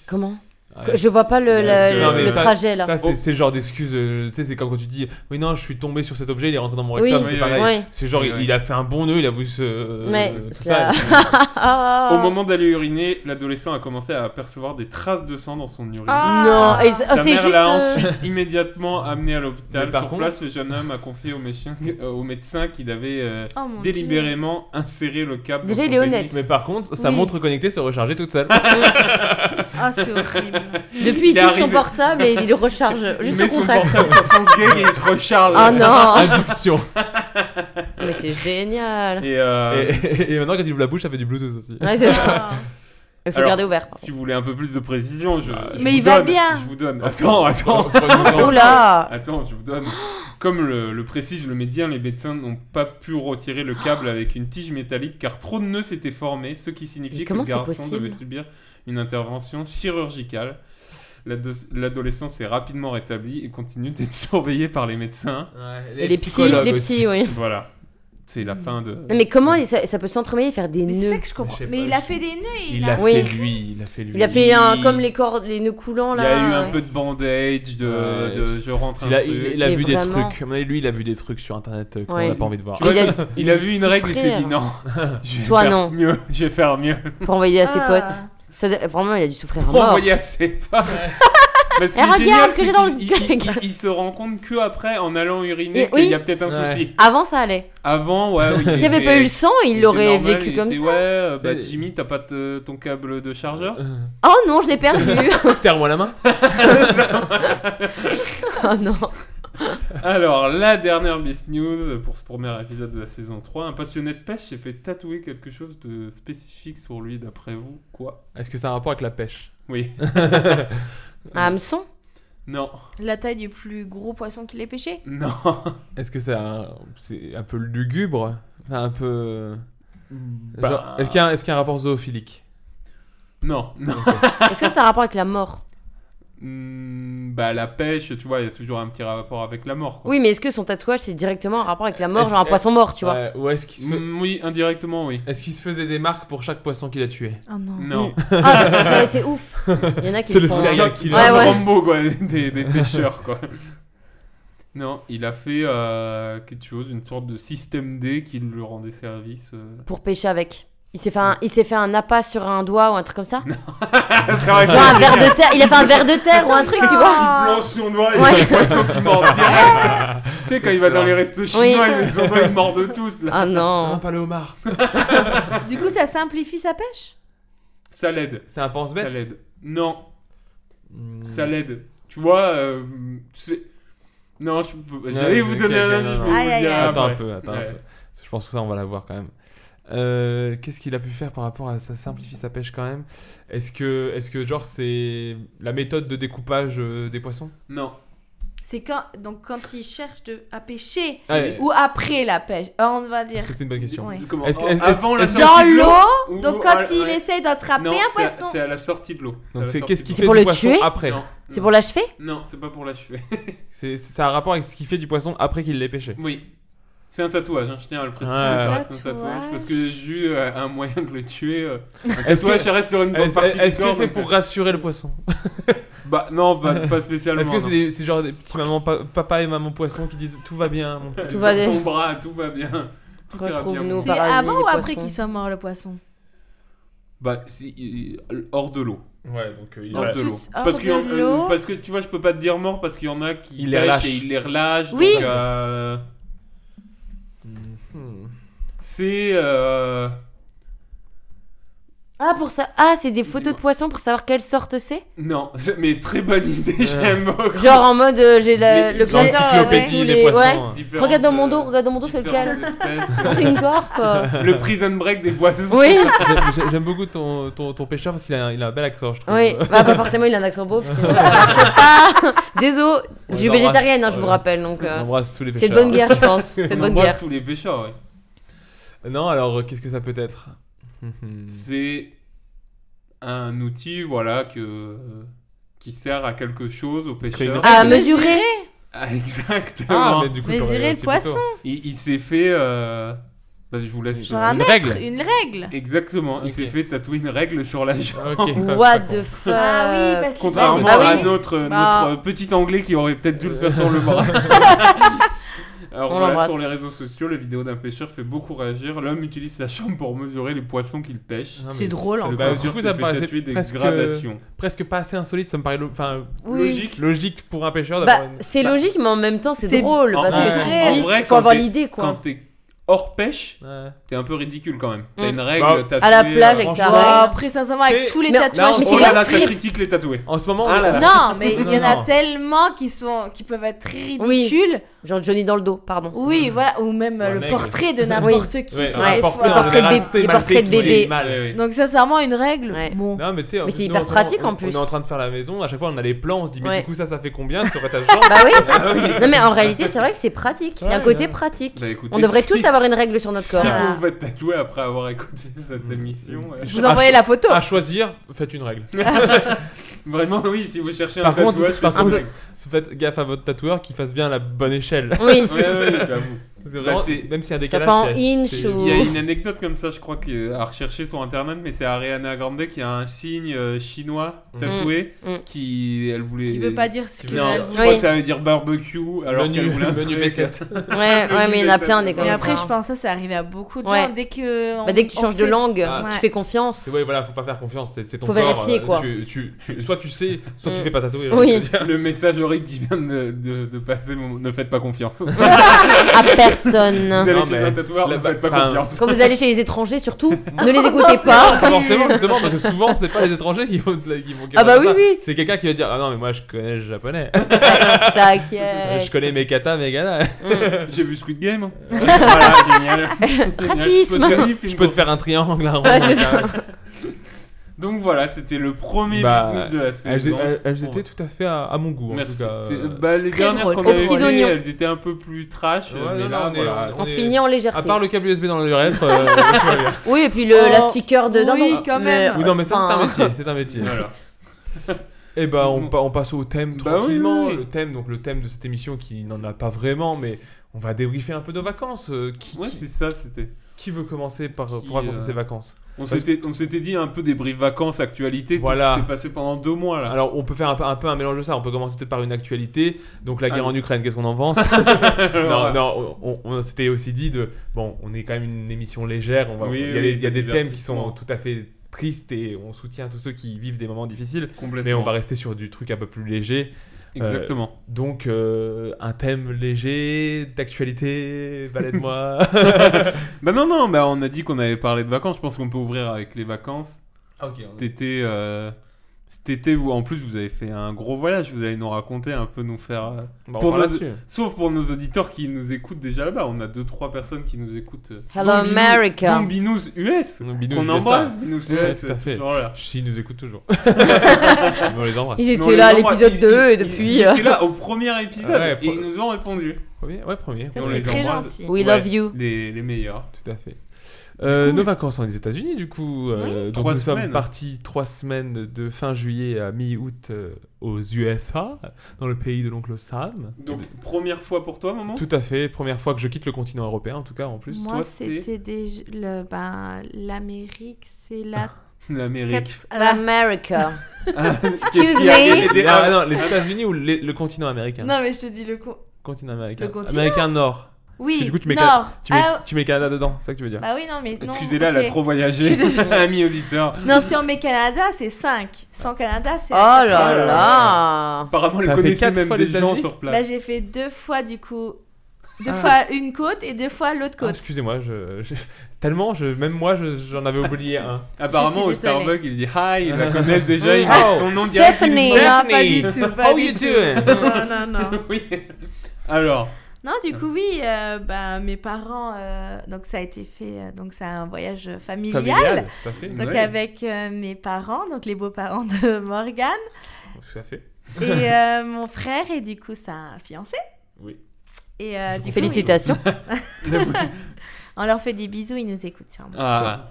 S9: Comment
S8: Ouais.
S9: Je vois pas le, la-
S5: Non, mais
S9: le
S5: ça-
S9: trajet là.
S8: Ça, c'est
S5: Oh.
S8: c'est le genre d'excuse. euh, tu sais, c'est comme quand tu dis Oui, non, je suis tombé sur cet objet, il est rentré dans mon
S9: Oui.
S8: rectum, c'est
S5: Oui,
S8: pareil.
S9: Ouais.
S8: C'est genre,
S5: Oui,
S8: il,
S5: oui.
S8: il a fait un bon nœud, il a voulu se.
S9: Mais,
S8: euh, tout
S9: c'est
S8: ça.
S9: ça. Ah.
S5: Au moment d'aller uriner, l'adolescent a commencé à apercevoir des traces de sang dans son urine.
S10: Ah.
S9: Non, et c'est-
S5: Sa
S9: c'est
S5: mère
S9: juste.
S5: l'a
S9: euh,
S5: ensuite immédiatement amené à l'hôpital.
S8: Mais par
S5: Sur
S8: contre-
S5: place, le jeune homme a confié au médecin, euh, au médecin qu'il avait euh,
S10: Oh mon Dieu.
S5: délibérément inséré le câble.
S9: Déjà,
S5: dans
S9: il
S5: son
S9: est honnête.
S5: pénis.
S8: Mais par contre, sa
S10: Oui.
S8: montre connectée se rechargeait toute seule.
S10: Ah, c'est horrible.
S5: Il
S9: Depuis, il
S5: est
S9: touche son
S5: arrivé.
S9: portable et il le recharge.
S5: il
S9: Juste
S5: met
S9: au
S5: son
S9: contact.
S5: portable sur son sgeg et il se recharge.
S9: Ah non
S8: Induction.
S9: Mais c'est génial
S5: Et, euh,
S8: Et, et maintenant, quand il ouvre la bouche, ça fait du Bluetooth aussi.
S9: Ouais, c'est ça.
S10: Ah.
S9: Il faut
S5: Alors,
S9: garder ouvert.
S5: Si vous voulez un peu plus de précision, je,
S8: Ah.
S5: je
S10: Mais
S5: vous
S10: il va
S5: donne,
S10: bien.
S5: Je vous donne. Attends, attends.
S9: Oh là
S5: Attends, je vous donne. Comme le, le précise le médecin, les médecins n'ont pas pu retirer le câble avec une tige métallique car trop de nœuds s'étaient formés, ce qui signifiait
S9: Mais
S5: que
S9: comment
S5: le
S9: c'est
S5: garçon
S9: possible
S5: devait subir une intervention chirurgicale. L'ado- L'adolescent s'est rapidement rétabli et continue d'être surveillé par les médecins.
S9: Et les psys, les psys, oui.
S5: Voilà. C'est la fin de.
S9: Non, Mais comment il- ça, ça peut s'entremêler et faire des
S10: Mais c'est ça
S9: nœuds
S10: que je
S8: Je
S10: comprends.
S8: sais
S10: Mais
S8: pas,
S10: il a
S8: je-
S10: fait des nœuds et
S8: Il
S10: il
S8: a
S10: a.
S9: Oui.
S8: fait lui, il a fait lui.
S9: Il a fait un, comme les cordes, les nœuds coulants
S5: Il y
S9: là.
S5: a eu un
S9: ouais.
S5: peu de bandage, de,
S8: Ouais.
S5: de je rentre un
S8: Il a,
S5: truc.
S8: il- il a
S9: Mais
S8: vu des
S9: vraiment.
S8: trucs. À mon avis, Lui, il a vu des trucs sur internet euh, qu'on
S9: Ouais.
S8: n'a pas envie de voir.
S5: Tu vois,
S9: Il a-
S5: il a vu une règle, il s'est
S9: souffrir.
S5: dit non. je vais
S9: Toi,
S5: faire
S9: non.
S5: Mieux, je vais faire mieux.
S9: Pour envoyer à ses
S10: Ah.
S9: potes. Ça, doit- vraiment, il a dû souffrir à
S5: Pour
S9: mort.
S5: envoyer à ses potes. Mais ce qui
S9: Eh,
S5: est
S9: regarde
S5: génial,
S9: ce que
S5: c'est
S9: j'ai dans le
S5: qu'il-
S9: gag.
S5: il, il- il se rend compte que après, en allant uriner,
S9: Et
S5: qu'il y a
S9: oui.
S5: peut-être un
S8: Ouais.
S5: souci.
S9: Avant, ça allait.
S5: Avant, ouais. oui,
S9: S'il n'y avait
S5: était-
S9: pas eu le sang, il
S5: était
S9: l'aurait
S5: normal,
S9: vécu
S5: il
S9: comme
S5: était,
S9: ça.
S5: Ouais, euh, bah
S8: C'est-
S5: Jimmy, t'as pas te- ton câble de chargeur
S9: Oh non, je l'ai perdu.
S8: Serre-moi la main.
S9: oh non.
S5: Alors, la dernière Beast News pour ce premier épisode de la saison 3. Un passionné de pêche s'est fait tatouer quelque chose de spécifique sur lui, d'après vous. Quoi
S8: Est-ce que ça a un rapport avec la pêche
S5: Oui.
S9: Un hameçon
S5: Non.
S10: La taille du plus gros poisson qu'il ait pêché
S5: Non.
S8: Est-ce que c'est un, c'est un peu lugubre Enfin, Un peu.
S5: Bah,
S8: Genre, Est-ce qu'il y, a un- est-ce qu'il y a un rapport zoophilique
S5: Non, non.
S9: Est-ce que ça a un rapport avec la mort
S5: Hmm, bah, la pêche, tu vois, il y a toujours un petit rapport avec la mort. Quoi.
S9: Oui, mais est-ce que son tatouage, c'est directement un rapport avec la mort,
S8: Est-ce-
S9: genre un poisson mort, tu vois
S8: Ouais, Ou est-ce qu'il se, fait-
S5: Hmm, oui, indirectement, oui.
S8: est-ce qu'il se faisait des marques pour chaque poisson qu'il a tué
S10: Oh non.
S5: Non.
S9: Ah, ça aurait été ouf. Il y en a qui
S8: C'est
S9: le
S8: le
S9: font.
S8: serial
S9: hein.
S5: Genre
S8: serial killer.
S9: Ouais, ouais.
S5: Rambo, quoi, des, des pêcheurs, quoi. Non, il a fait euh, quelque chose, une sorte de système D qui lui rendait service. euh.
S9: Pour pêcher avec. Il s'est fait un, il s'est fait un appât sur un doigt ou un truc comme ça.
S5: Ah, C'est vrai que
S9: Genre un verre de terre. Il a fait un verre de terre ou un truc,
S10: Oh.
S9: tu vois.
S5: planche son doigt et
S9: Ouais.
S5: c'est un poisson qui mord direct. tu sais, quand il va dans les restos chinois,
S9: Oui.
S5: il met son doigt, il mord de tous, là.
S9: Ah
S8: Non,
S9: non.
S8: pas le homard.
S10: Du coup, ça simplifie sa pêche
S5: Ça l'aide.
S8: C'est un
S5: Ça
S8: pense-bête
S5: l'aide. Non,
S8: Hmm.
S5: ça l'aide. Tu vois, euh, c'est. Non, je peux- j'allais
S8: Ouais,
S5: vous
S8: ok,
S5: donner un
S8: ok,
S5: indice,
S8: non,
S5: mais
S10: non.
S5: vous
S10: Aïe,
S5: le direz
S10: aïe, aïe.
S8: Attends
S5: après.
S8: un peu, attends un
S5: Ouais.
S8: peu. Parce que Je pense que ça, on va la voir quand même. Euh, Qu'est-ce qu'il a pu faire par rapport à ça simplifie sa pêche quand même Est-ce que, est que genre c'est la méthode de découpage euh, des poissons
S5: Non.
S10: C'est quand. Donc, quand il cherche de... à pêcher
S8: Ouais.
S10: ou après la pêche Ah, On va dire.
S8: Ça, C'est une bonne question.
S10: Ouais.
S5: Comment-
S8: Est-ce que-
S5: en-
S8: est-ce-
S5: avant la
S8: est-ce-
S5: sortie
S10: Dans
S5: de
S10: l'eau
S5: ou-
S10: Donc,
S5: ou-
S10: quand
S5: ah,
S10: il
S5: ouais.
S10: essaye d'attraper
S5: Non,
S10: un
S5: c'est à-
S10: poisson.
S5: c'est à la sortie de l'eau.
S8: Donc
S5: C'est à
S8: c'est
S5: la
S8: qu'est-ce qu'il
S5: sortie de
S8: fait
S9: pour
S8: du
S9: le
S8: poisson
S9: tuer
S5: l'eau.
S8: après
S5: Non,
S9: C'est
S5: non.
S9: pour l'achever
S5: Non, c'est pas pour l'achever.
S8: C'est ça a un rapport avec ce qu'il fait du poisson après qu'il l'ait pêché.
S5: Oui. C'est un tatouage, hein, je tiens à le préciser.
S8: Ah,
S5: ça
S10: ouais.
S5: reste un tatouage.
S10: Tatouage.
S5: Parce que j'ai eu euh, un moyen de le tuer. euh, un
S8: Est-ce que
S5: tatouage, ça reste sur une bonne
S8: est-ce-
S5: partie du
S8: est-ce que
S5: corps,
S8: c'est
S5: donc- euh,
S8: pour rassurer le poisson
S5: Bah, non, pas, pas spécialement.
S8: Est-ce que c'est
S5: non.
S8: des- c'est genre des petits mamans, pa- papa et maman poisson qui disent tout va bien mon petit
S5: Sur
S9: Tout va bien.
S5: Son bras, tout va bien. Tout ira bien.
S9: Retrouve-nous.
S10: C'est
S9: paradis
S10: avant
S9: des
S10: ou après
S9: poissons.
S10: qu'il soit mort le poisson
S5: Bah, si, il- il- hors de l'eau.
S8: Ouais, donc euh, il
S5: Hors
S8: est-
S5: de
S10: tout-
S5: l'eau.
S10: hors
S5: Parce,
S10: de
S5: qu'il y en- euh,
S10: l'eau.
S5: parce que tu vois, je peux pas te dire mort parce qu'il y en a qui
S8: Il les
S5: pêchent
S8: relâche.
S5: et ils les relâchent.
S10: Oui.
S5: donc, euh,
S8: Hmm.
S5: c'est. euh,
S9: Ah, pour ça. Ah, c'est des photos
S5: Dis-moi.
S9: de poissons pour savoir quelle sorte c'est
S5: Non, mais très bonne idée,
S8: Ouais.
S5: j'aime beaucoup.
S9: Genre en mode euh, j'ai la-
S5: Les-
S9: le classeur avec
S8: L'encyclopédie des
S9: tous les-
S8: poissons. hein.
S5: Différentes,
S9: Regarde dans mon
S5: euh,
S9: dos, regarde dans mon dos, c'est lequel
S5: différentes espèces, euh,
S9: C'est une corps, quoi.
S5: le prison break des poissons.
S9: Oui,
S8: J'aime- j'aime- J'aime beaucoup ton, ton, ton pêcheur parce qu'il a, un- il a un bel accent, je trouve.
S9: oui. Bah, pas forcément, il a un accent beauf, sinon ça marche pas. Désolé, je suis
S8: l'embrasse.
S9: végétarienne, hein, je
S8: Ouais.
S9: vous rappelle, donc.
S8: On
S9: euh,
S8: embrasse tous les
S9: C'est
S8: pêcheurs.
S9: de bonne guerre, je pense. C'est
S5: On
S9: de bonne
S5: embrasse
S9: guerre.
S5: tous les pêcheurs, ouais.
S8: Non, alors euh, qu'est-ce que ça peut être Mm.
S5: C'est un outil, voilà, que euh, qui sert à quelque chose aux
S8: C'est une
S5: pêcheurs.
S9: À mesurer
S5: Ah, exactement.
S8: Ah, mais du coup,
S10: Mesurer
S8: t'aurais
S10: le
S8: aussi
S10: poisson.
S8: plutôt.
S5: il il s'est fait. euh, bah, je vous laisse.
S10: Genre un
S8: Une
S10: mètre,
S8: règle.
S10: une règle.
S5: Exactement. Il s'est
S8: Ok.
S5: fait tatouer une règle sur la jambe.
S8: Ah, ok.
S9: What the fuck
S10: Ah oui, parce que
S5: Contrairement
S9: Bah oui.
S5: à notre, notre,
S10: Bah.
S5: euh, petit anglais qui aurait peut-être dû le faire sur le bras. Alors
S9: On
S5: voilà,
S9: l'embrasse.
S5: sur les réseaux sociaux, la vidéo d'un pêcheur fait beaucoup réagir. L'homme utilise sa chambre pour mesurer les poissons qu'il pêche.
S8: Non,
S10: C'est
S8: mais
S10: drôle,
S8: c'est-
S10: hein.
S5: Le
S8: bah,
S5: pêcheur
S8: Du coup,
S5: s'est
S8: ça me
S5: fait
S8: paraissait
S5: tatouer des
S8: presque,
S5: gradations.
S8: presque pas assez insolite. Ça me paraît lo- enfin,
S9: euh,
S10: Oui.
S5: Logique.
S8: logique pour un pêcheur
S9: Bah,
S8: d'avoir. une-
S9: c'est
S8: Bah,
S9: logique, mais en même temps, c'est
S10: C'est-
S9: drôle.
S5: En
S9: Parce
S10: vrai,
S9: que tu te
S10: en
S9: dis,
S5: vrai,
S9: faut
S5: quand
S9: avoir
S5: t'es-
S9: l'idée,
S5: Quand
S9: quoi.
S5: t'es hors pêche,
S8: ouais.
S5: t'es un peu ridicule quand même. T'as
S9: Mm.
S5: une règle
S8: Bah,
S5: tatouée.
S9: à la plage
S5: euh,
S9: avec
S10: Bon,
S9: ta règle.
S10: après, sincèrement, avec
S8: C'est-
S10: tous les
S9: Mais-
S10: tatouages,
S9: non,
S10: qui
S9: mais
S5: Oh
S9: c'est
S5: là
S9: leur
S5: là, ça
S9: stress.
S5: critique les tatoués.
S8: En ce moment,
S5: Ah là là.
S10: Non, mais il y en
S8: Non,
S10: a
S8: non.
S10: tellement qui, sont, qui peuvent être très
S9: Oui.
S10: ridicules.
S9: Genre Johnny dans le dos, pardon.
S10: Oui, voilà. Ou même euh,
S8: Ouais,
S10: le
S8: mec.
S10: portrait de n'importe qui.
S8: Ouais,
S10: c'est
S8: un
S10: des
S8: portrait
S10: fois.
S8: en
S9: portraits de
S8: général,
S9: bébé-
S8: c'est
S9: les
S8: mal
S9: portraits
S8: fait,
S9: de
S8: tout est
S9: bébé.
S8: mal.
S10: Donc, sincèrement, une règle.
S9: Ouais.
S10: Bon.
S8: Non, mais tu sais, en
S9: Mais
S8: plus,
S9: c'est
S8: nous,
S9: hyper
S8: on-
S9: pratique,
S8: on-
S9: en plus.
S8: On est en train de faire la maison, à chaque fois on a les plans, on se dit, mais
S9: Ouais.
S8: du coup, ça, ça fait combien Tu aurais ta jambe
S9: Bah oui. Non mais en réalité, c'est vrai que c'est pratique. Il y a un
S8: Ouais,
S9: côté
S8: ouais.
S9: pratique.
S5: Bah, écoutez,
S9: On devrait
S5: si-
S9: tous avoir une règle sur notre
S5: Si
S9: corps. Mm.
S10: Voilà.
S5: vous vous êtes tatouer après avoir écouté cette émission, euh,
S10: Je vous
S8: Ah,
S10: envoyais la photo.
S8: À choisir, faites une règle.
S5: vraiment oui, si vous cherchez un
S8: Par contre,
S5: tatouage,
S8: par
S5: faites-le.
S8: contre- Faites gaffe à votre tatoueur qui fasse bien la bonne échelle.
S9: Oui.
S5: Ouais, ouais, j'avoue.
S8: C'est vraiment-
S5: Bah, c'est-
S8: même s'il y a un
S9: Soit
S8: décalage.
S9: pas en
S8: c'est-
S9: inch
S8: c'est-
S9: ou.
S5: Il y a une anecdote comme ça, je crois, qui est à rechercher sur internet, mais c'est Ariana Grande qui a un signe euh, chinois
S8: Mm.
S5: tatoué
S9: Mm. Mm.
S5: qui elle voulait.
S10: Qui veut pas dire ce
S8: Qui
S10: que
S8: veut dire-
S10: elle
S5: Je
S10: voulait.
S5: crois
S9: Oui.
S5: que ça veut dire barbecue alors
S8: Menu-
S5: qu'elle voulait un
S8: menu
S5: truc.
S8: Beckett.
S9: Ouais, ouais, mais il y en a plein des comme
S10: Mais
S9: ça.
S10: après, je pense que ça, c'est arrivé à beaucoup de
S9: Ouais.
S10: gens. Dès que. on-
S9: Bah, dès que tu
S10: on
S9: changes de
S10: fait-
S9: langue,
S8: Ah,
S9: tu
S10: ouais.
S9: fais confiance.
S8: C'est ouais, voilà, faut pas faire confiance, c'est c'est ton
S9: Faut
S8: corps,
S9: vérifier,
S8: euh,
S9: quoi.
S8: tu- tu- tu- soit tu sais, soit tu
S9: Mm.
S8: fais pas tatouer. j'ai
S9: Oui.
S8: envie de te dire.
S5: Le message horrible qui vient de, de- de passer, mon- ne faites pas confiance. vous
S9: À personne.
S5: allez
S8: Non,
S5: chez
S8: mais
S5: un tatoueur,
S8: la-
S5: ne faites pas
S8: enfin,
S5: confiance.
S9: Quand vous allez chez les étrangers, surtout, ne les écoutez pas.
S8: Pas forcément, justement, parce que souvent, c'est pas les étrangers qui vont. Qui vont qui
S9: Ah
S8: vont faire
S9: bah oui,
S8: ça.
S9: oui.
S8: C'est quelqu'un qui va dire Ah non, mais moi je connais le japonais.
S9: T'inquiète.
S8: je connais mes katas, mes ganas.
S9: Mm.
S5: J'ai vu Squid Game. hein. voilà, génial.
S9: Racisme.
S8: Je peux te faire un triangle, hein. un rond.
S9: Ouais, c'est
S8: un-
S5: Donc voilà, c'était le premier
S8: Bah,
S5: business de la
S8: Elles,
S5: saison.
S8: elles- elles étaient tout à fait à, à mon goût, en
S5: Merci.
S8: tout cas. euh,
S5: C'est- bah, les
S10: très
S5: dernières
S10: drôle,
S5: qu'on
S10: très
S5: avait
S9: drôle.
S5: vues,
S9: Petits oignons.
S5: elles étaient un peu plus trash,
S8: Ouais,
S5: mais
S8: non,
S5: là,
S8: non, on est-
S5: voilà.
S8: on est-
S9: On finit en
S8: À
S9: légèreté.
S8: part le câble USB dans le reste. euh, tout va bien.
S9: Oui, et puis le, la sticker de
S10: Oh, Oui,
S9: dindon.
S10: quand
S9: Mais-
S10: même.
S8: Ou non, mais ça, c'est un
S9: Euh, Enfin,
S8: métier. C'est un métier.
S5: Voilà.
S8: Et bah, on, pa- on passe au thème
S5: Bah oui,
S8: tranquillement.
S5: oui, oui.
S8: Le thème, donc le thème de cette émission qui n'en a pas vraiment, mais on va débriefer un peu nos vacances. Euh, qui,
S5: Ouais,
S8: qui-
S5: c'est ça, c'était.
S8: qui veut commencer par
S5: Qui,
S8: pour raconter
S5: euh,
S8: ses vacances
S5: On
S8: Parce-
S5: s'était, on s'était dit un peu des briefs vacances, actualité,
S8: Voilà.
S5: tout ce qui s'est passé pendant deux mois là.
S8: Alors, on peut faire un peu, un peu un mélange de ça. On peut commencer peut-être par une actualité. Donc, la guerre
S5: Ah.
S8: en Ukraine, qu'est-ce qu'on en pense Non, non, on, on- on s'était aussi dit de. Bon, on est quand même une émission légère. On va,
S5: Oui,
S8: il y a,
S5: oui,
S8: des- il y a
S5: des
S8: des thèmes qui sont
S5: divertissements.
S8: tout à fait tristes et on soutient tous ceux qui vivent des moments difficiles.
S5: complètement.
S8: Mais on va euh, rester sur du truc un peu plus léger.
S5: Exactement.
S8: Donc, euh, un thème léger, d'actualité, balade-moi.
S5: Bah non, non, bah on a dit qu'on avait parlé de vacances. Je pense qu'on peut ouvrir avec les vacances.
S8: Ah,
S5: Cet été, euh, cet été, vous, en plus, vous avez fait un gros voyage. Vous allez nous raconter un peu, nous faire. euh,
S8: Bon, on
S5: Pour
S8: parle
S5: nos-
S8: là-dessus.
S5: Sauf pour nos auditeurs qui nous écoutent déjà là-bas. On a deux, trois personnes qui nous écoutent. euh,
S9: Hello
S5: dont Binous-
S9: America.
S5: dont Binous US.
S8: Donc, Binous,
S5: on
S8: il y a ça.
S5: embrasse Binous
S8: Ouais,
S5: US.
S8: tout à fait.
S5: genre là.
S8: Si, ils nous écoutent toujours. on les embrasse.
S9: Ils
S5: Mais on
S9: étaient
S5: les
S9: là à
S5: embrasse.
S9: l'épisode
S5: Ils-
S9: 2 et
S5: ils-
S9: depuis. euh,
S5: Ils étaient là au premier épisode
S8: Ouais,
S5: et
S8: pro-
S5: ils nous ont répondu.
S8: Premier Ouais, premier.
S10: Ça,
S5: On
S10: c'était
S5: les
S10: très
S5: embrasse.
S10: gentil.
S9: We
S5: Ouais.
S9: love you.
S5: Les, les meilleurs.
S8: Tout à fait. Euh, nos vacances en les États-Unis, du coup. Euh, donc
S5: Trois
S8: nous sommes
S5: semaines.
S8: partis trois semaines de fin juillet à mi-août euh, aux USA, dans le pays de l'oncle Sam.
S5: Donc, première fois pour toi, maman
S8: Tout à fait. Première fois que je quitte le continent européen, en tout cas, en plus.
S10: Moi,
S5: toi, c'était-
S10: c'était déjà. le- ben, L'Amérique, c'est la.
S5: L'Amérique. Ah,
S10: quatre-
S9: Hello America.
S5: Qu'est-ce qu'il y a
S9: me.
S5: Il y a des-
S8: Non,
S5: ah,
S8: non, les États-Unis ou les- le continent américain
S10: Non, mais je te dis le con.
S8: Continent américain.
S10: Le continent
S8: Américain Nord.
S10: Oui,
S8: Et du coup, tu mets,
S10: Nord.
S8: Cana- tu mets,
S10: Ah,
S8: tu mets Canada dedans, c'est ça que tu veux dire Ah,
S10: Bah oui, non, mais. non,
S5: Excusez-la, elle a
S10: ok.
S5: trop
S10: Je
S5: voyagé,
S10: suis désolée.
S5: ami auditeur.
S10: Non, si on met Canada, c'est 5. Sans Canada, c'est.
S9: Oh là
S5: là.
S9: là
S5: Apparemment, elle
S8: T'as fait
S5: connaissait
S8: quatre
S5: même
S8: fois
S5: des
S8: les
S5: gens
S8: États-Unis
S5: sur place.
S10: Bah, j'ai fait deux fois, du coup. Deux
S8: Ah.
S10: fois une côte et deux fois l'autre
S8: Ah,
S10: côte.
S8: Excusez-moi, je, je- tellement, je, même moi, je- j'en avais oublié un.
S5: Apparemment, au
S10: Je suis désolée.
S5: Starbucks, il dit hi, ils la connaissent déjà, ils
S9: Mm.
S5: mettent
S8: Oh,
S5: son nom direct. ils lui
S9: Stephanie.
S5: disent-
S8: Daphne.
S10: Non, pas du tout. Pas
S8: How
S10: du
S8: you
S10: tout.
S8: doing
S10: Non, non, non.
S5: Oui. Alors,
S10: Non,
S8: Ah
S10: du coup, oui, euh, bah, mes parents, euh, donc ça a été fait, euh, donc c'est un voyage familial,
S8: Familial, tout à fait.
S10: donc
S5: Ouais.
S10: avec euh, mes parents, donc les beaux-parents de Morgane,
S8: Tout à fait.
S10: et euh, mon frère, et du coup, sa fiancée.
S8: Oui.
S10: Et euh, du coup,
S9: Félicitations.
S10: ils- on leur fait des bisous, ils nous écoutent sûrement.
S5: ah,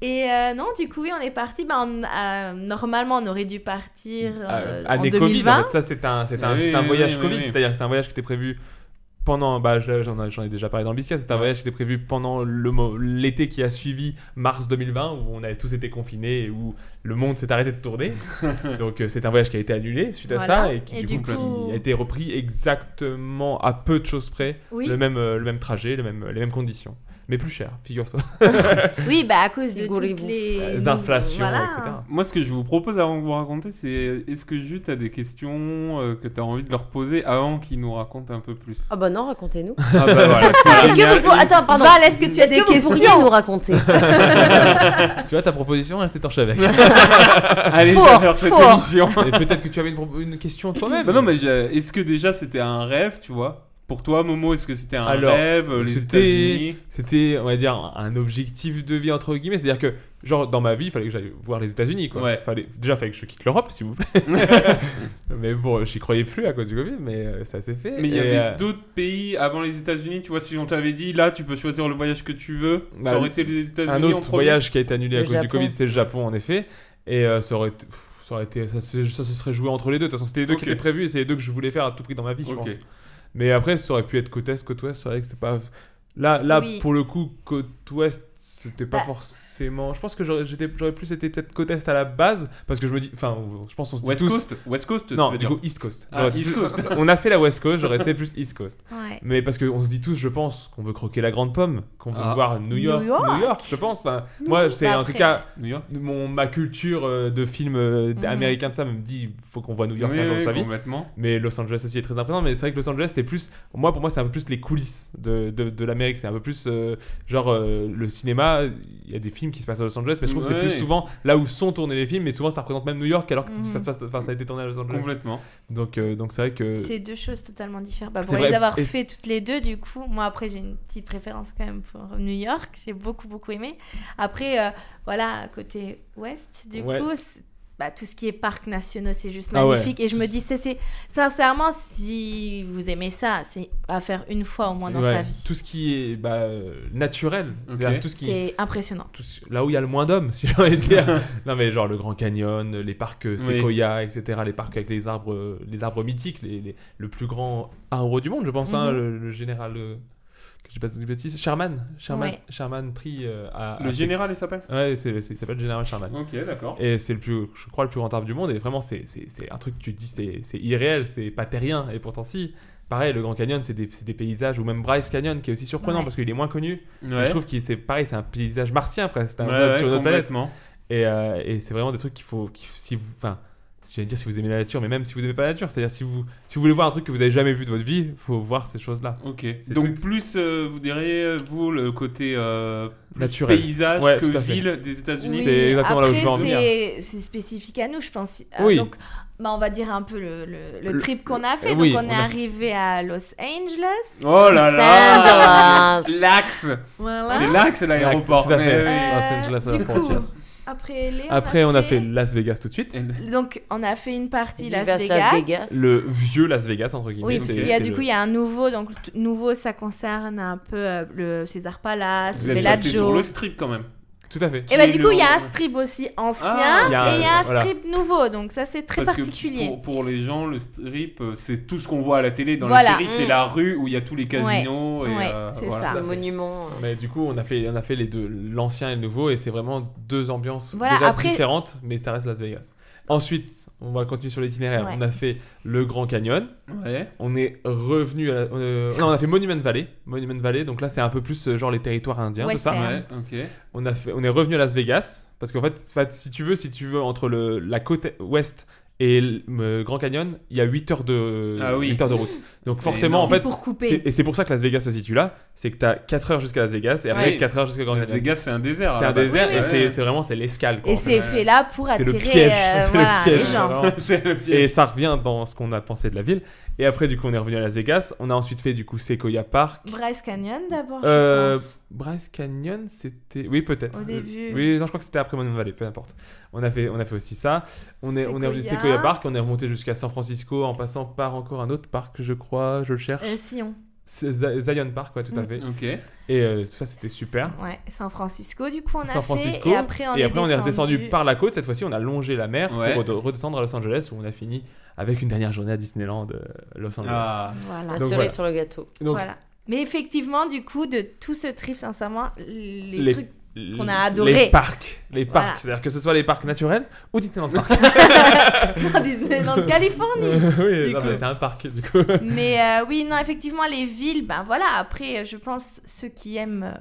S10: Et euh, non, du coup, oui, on est parti. Bah, on- euh, normalement, on aurait dû partir euh,
S8: Euh,
S10: en
S8: année Covid,
S10: 2020.
S8: en fait, ça c'est un, c'est un,
S5: Oui,
S8: c'est un
S5: oui,
S8: voyage
S5: oui,
S8: Covid,
S5: oui, oui.
S8: c'est-à-dire que c'est un voyage qui était prévu pendant, bah, je- j'en, ai- j'en ai déjà parlé dans le biscuit, c'est un voyage qui était prévu pendant le, mo- l'été qui a suivi mars 2020, où on avait tous été confinés et où le monde s'est arrêté de tourner. Donc euh, c'est un voyage qui a été annulé suite à ça
S10: Voilà.
S8: et qui
S10: Et
S8: du
S10: du
S8: coup,
S10: coup-
S8: qui a été repris exactement à peu de choses près,
S10: Oui.
S8: le, même, euh, le même trajet, le même, les mêmes conditions. Mais plus cher, figure-toi.
S10: Oui, bah, à cause de
S9: Figurez-vous.
S10: toutes les,
S8: Les inflations,
S10: Voilà.
S8: etc.
S5: moi, ce que je vous propose avant que vous raconter, c'est est-ce que Jut a des questions euh, que tu as envie de leur poser avant qu'ils nous racontent un peu plus
S9: Ah bah non, racontez-nous.
S5: Ah bah voilà, c'est
S9: Est-ce que
S5: génial.
S9: vous pour- Attends, pardon.
S10: Val, est-ce que tu as
S9: Est-ce
S10: des
S9: que vous pourriez
S10: questions
S9: nous raconter
S8: tu vois, ta proposition, elle s'est torchée avec.
S5: Allez,
S9: Fort,
S5: je vais faire cette
S9: fort.
S5: émission.
S8: et peut-être que tu avais une, pro- une question toi-même.
S5: Bah non, mais j'ai- est-ce que déjà c'était un rêve, tu vois Pour toi, Momo, est-ce que c'était un
S8: Alors,
S5: rêve euh, Les
S8: c'était-
S5: États-Unis
S8: c'était on va dire un objectif de vie entre guillemets c'est à dire que genre dans ma vie il fallait que j'aille voir les États-Unis quoi
S5: Ouais.
S8: fallait déjà fallait que je quitte l'Europe s'il vous plaît mais bon j'y croyais plus à cause du Covid mais euh, ça s'est fait
S5: Mais il y
S8: Et,
S5: avait
S8: euh,
S5: d'autres pays avant les États-Unis, tu vois, si on t'avait dit là, tu peux choisir le voyage que tu veux,
S8: Bah,
S5: ça aurait été les États-Unis
S8: un
S5: en
S8: autre
S5: premier.
S8: voyage qui a été annulé à
S9: Le
S8: cause du
S9: Japon.
S8: Covid c'est le Japon en effet et euh, ça aurait été, pff, ça aurait été ça, se- ça se serait joué entre les deux de toute façon c'était les deux
S5: Ok.
S8: qui étaient prévus et c'est les deux que je voulais faire à tout prix dans ma vie je
S5: Ok.
S8: pense mais après ça aurait pu être côte est côte ouest c'est vrai que c'était pas là là
S10: Oui.
S8: pour le coup côte ouest c'était pas
S10: Bah.
S8: forcément je pense que j'aurais j'étais- j'aurais plus été peut-être côte est à la base parce que je me dis enfin je pense qu'on se dit
S5: West
S8: tous
S5: Coast West Coast,
S8: non
S5: tu veux
S8: du
S5: dire
S8: coup East Coast
S5: Ah,
S8: J'aurais-
S5: East Coast.
S8: on a fait la West Coast j'aurais été plus East Coast
S10: Ouais.
S8: mais parce qu'on se dit tous, je pense, qu'on veut croquer la grande pomme, qu'on veut
S5: Ah.
S8: voir New York,
S10: New York.
S8: je pense. Enfin, moi, c'est
S10: Bah,
S8: en tout
S10: après-
S8: cas
S5: New York
S8: mon, ma culture euh, de film euh, d-
S10: Mhm.
S8: américain de ça me dit, faut qu'on voit New York
S5: Oui,
S8: un jour de
S5: oui,
S8: sa vie.
S5: complètement.
S8: Mais Los Angeles aussi est très impressionnant. Mais c'est vrai que Los Angeles, c'est plus, moi, pour moi, c'est un peu plus les coulisses de, de, de l'Amérique. C'est un peu plus euh, genre euh, le cinéma. Il y a des films qui se passent à Los Angeles, mais je trouve que
S5: Ouais.
S8: c'est plus souvent là où sont tournés les films. Mais souvent, ça représente même New York alors que
S10: Mhm.
S8: ça se passe, enfin, ça a été tourné à Los Angeles.
S5: Complètement.
S8: Donc, euh, donc c'est vrai que
S10: C'est deux choses totalement différentes. Bah,
S8: C'est
S10: pour les
S8: vrai.
S10: avoir
S8: Et
S10: fait
S8: c'est-
S10: toutes les deux, du coup, moi après j'ai une petite préférence quand même pour New York. J'ai beaucoup beaucoup aimé. Après, euh, voilà, côté ouest, du
S8: Ouest.
S10: coup, c'est- bah, tout ce qui est parcs nationaux, c'est juste
S8: Ah ouais.
S10: magnifique. Et je me dis, c'est, c'est sincèrement, si vous aimez ça, c'est à faire une fois au moins dans
S8: ouais,
S10: sa vie.
S8: tout ce qui est bah, euh, naturel,
S5: Ok.
S8: c'est-à-dire tout ce qui
S10: C'est impressionnant.
S8: tout ce- là où il y a le moins d'hommes, si j'ai envie de dire. non, mais genre le Grand Canyon, les parcs euh, Sequoia, etc., les parcs avec les arbres, euh, les arbres mythiques, les, les- le plus grand arbre du monde, je pense, hein,
S10: Mhm.
S8: le, le général. euh, que j'ai pas de bêtises, Sherman, Sherman,
S10: Ouais.
S8: Sherman Tree euh, à. à-
S5: Le général, il s'appelle
S8: Ouais, c'est, c'est- il s'appelle Général Sherman.
S5: Ok, d'accord.
S8: Et c'est le plus, je crois, le plus rentable du monde. Et vraiment, c'est, c'est, c'est un truc que tu te dis, c'est, c'est irréel, c'est pas terrien. Et pourtant, si. Pareil, le Grand Canyon, c'est des, c'est des paysages, ou même Bryce Canyon, qui est aussi surprenant
S10: Ouais.
S8: parce qu'il est moins connu.
S5: Ouais.
S8: Je trouve que c'est pareil, c'est un paysage martien presque, c'est un
S5: Ouais,
S8: peu
S5: ouais,
S8: sur notre planète.
S5: complètement.
S8: Et, euh, et c'est vraiment des trucs qu'il faut. qu'il faut- si vous, enfin, si j'allais dire si vous aimez la nature, mais même si vous aimez pas la nature, c'est-à-dire si vous, si vous voulez voir un truc que vous avez jamais vu de votre vie, faut voir ces choses-là.
S5: Ok.
S8: Ces
S5: Donc
S8: trucs-
S5: plus, euh, vous diriez, euh, vous, le côté euh, plus
S8: Naturel.
S5: paysage
S8: Ouais,
S5: que
S8: tout à fait.
S5: ville des États-Unis.
S8: C'est exactement là où je veux en
S10: après,
S8: venir.
S10: c'est- C'est spécifique à nous, je pense. Euh,
S8: Oui.
S10: Donc, bah, on va dire un peu le, le- le
S8: Le-
S10: trip qu'on a
S8: euh,
S10: fait.
S8: oui,
S10: donc, on,
S8: on
S10: est
S8: a-
S10: arrivé à Los Angeles.
S5: Oh là là
S9: Saint-Jean.
S5: L'axe
S10: Voilà.
S5: C'est l'axe l'aéroport.
S8: Tout à fait.
S5: mais-
S8: Los
S10: Euh,
S8: Angeles,
S10: du
S8: la
S10: coup,
S8: frontière.
S10: Après, les,
S8: Après, on a fait Las Vegas tout de
S10: Euh,
S8: suite.
S10: Donc, on a fait une partie Las,
S9: Vive
S10: Vegas.
S8: Le vieux Las Vegas, entre guillemets.
S10: Oui,
S8: c'est-
S10: parce qu'il y a
S8: c'est
S10: du
S8: le-
S10: coup, il y a un nouveau. Donc, le t- nouveau, ça concerne un peu euh, le César Palace,
S5: Vous êtes passé sur
S10: Bellagio.
S5: le strip quand même.
S8: Tout à fait.
S10: Et bah, du
S5: le-
S10: coup, il y a un strip aussi ancien
S5: Ah.
S8: Il y a un-
S10: et il y a un
S8: voilà.
S10: strip nouveau. Donc, ça, c'est très
S5: Parce que
S10: particulier.
S5: Pour, pour les gens, le strip, euh, c'est tout ce qu'on voit à la télé dans
S10: Voilà.
S5: les séries. C'est
S9: Mm.
S5: la rue où il y a tous les casinos. et,
S10: Ouais,
S5: euh,
S10: c'est
S5: voilà.
S10: ça.
S9: Le monument. euh,
S8: Mais du coup, on a fait, on a fait les deux, l'ancien et le nouveau, et c'est vraiment deux ambiances
S10: Voilà,
S8: déjà
S10: après-
S8: différentes, mais ça reste Las Vegas. Ensuite, on va continuer sur l'itinéraire.
S10: Ouais.
S8: On a fait le Grand Canyon.
S5: Ouais.
S8: On est revenu à. la- euh, non, on a fait Monument Valley. Monument Valley, donc là c'est un peu plus euh, genre les territoires indiens, tout ça.
S10: Western.
S5: Ouais, ok.
S8: On, a fait, on est revenu à Las Vegas. Parce qu'en fait, en fait, si tu veux, si tu veux, entre le, la côte ouest et le euh, Grand Canyon, il y a 8 heures de,
S5: Ah oui.
S8: 8 heures de route. Donc
S5: C'est
S8: forcément, en
S5: énorme.
S10: C'est
S8: fait.
S10: pour couper.
S8: c'est- Et c'est pour ça que Las Vegas se situe là. C'est que t'as 4 heures jusqu'à Las Vegas et après
S5: Ouais.
S8: 4 heures jusqu'à Grand
S5: Las
S8: Canyon.
S5: Vegas, ah bah c'est un désert.
S8: C'est un
S5: là-bas.
S8: désert
S10: Oui,
S8: et
S10: oui.
S8: c'est- c'est vraiment c'est l'escale. quoi.
S10: Et c'est fait là pour
S8: Oh, C'est le
S10: attirer
S8: piège,
S10: euh,
S8: c'est le
S10: voilà,
S8: piège,
S10: les gens.
S8: alors.
S5: c'est le pied.
S8: Et ça revient dans ce qu'on a pensé de la ville. Et après, du coup, on est revenu à Las Vegas. On a ensuite fait du coup Sequoia Park.
S10: Bryce Canyon d'abord,
S8: Euh,
S10: je pense.
S8: Bryce Canyon, c'était. Oui, peut-être. Euh,
S10: Au début.
S8: Oui, non, je crois que c'était après Monument Valley, peu importe. On a fait, on a fait aussi ça. On est, on est revenu à
S10: Sequoia.
S8: Sequoia Park. On est remonté jusqu'à San Francisco en passant par encore un autre parc, je crois. Je le cherche.
S10: Euh, Sion.
S8: C'est Z- Zion Park, ouais, tout à
S10: Mm.
S8: fait.
S5: Ok.
S8: Et euh, tout ça, c'était super.
S10: Ouais, San Francisco, du coup, on a
S8: San Francisco.
S10: fait. Et après, on,
S8: Et
S10: est,
S8: après, on est redescendu
S10: descendu
S8: par la côte. Cette fois-ci, on a longé la mer
S5: Ouais.
S8: pour rede- redescendre à Los Angeles où on a fini avec une dernière journée à Disneyland euh, Los Angeles.
S5: Ah.
S10: Voilà.
S9: La
S8: Donc
S9: cerise
S8: voilà.
S9: sur le gâteau.
S8: Donc,
S10: voilà. Mais effectivement, du coup, de tout ce trip, sincèrement, les,
S8: Les-
S10: trucs.
S8: qu'on
S10: qu'on a adoré.
S8: Les parcs. Les parcs.
S10: Voilà.
S8: C'est-à-dire que ce soit les parcs naturels ou Disneyland Park.
S10: Non, Disneyland de Californie
S8: oui,
S10: Du
S8: non,
S10: coup.
S8: mais c'est un parc, du coup.
S10: Mais euh, oui, non, effectivement, les villes, ben voilà, après, je pense ceux qui aiment euh,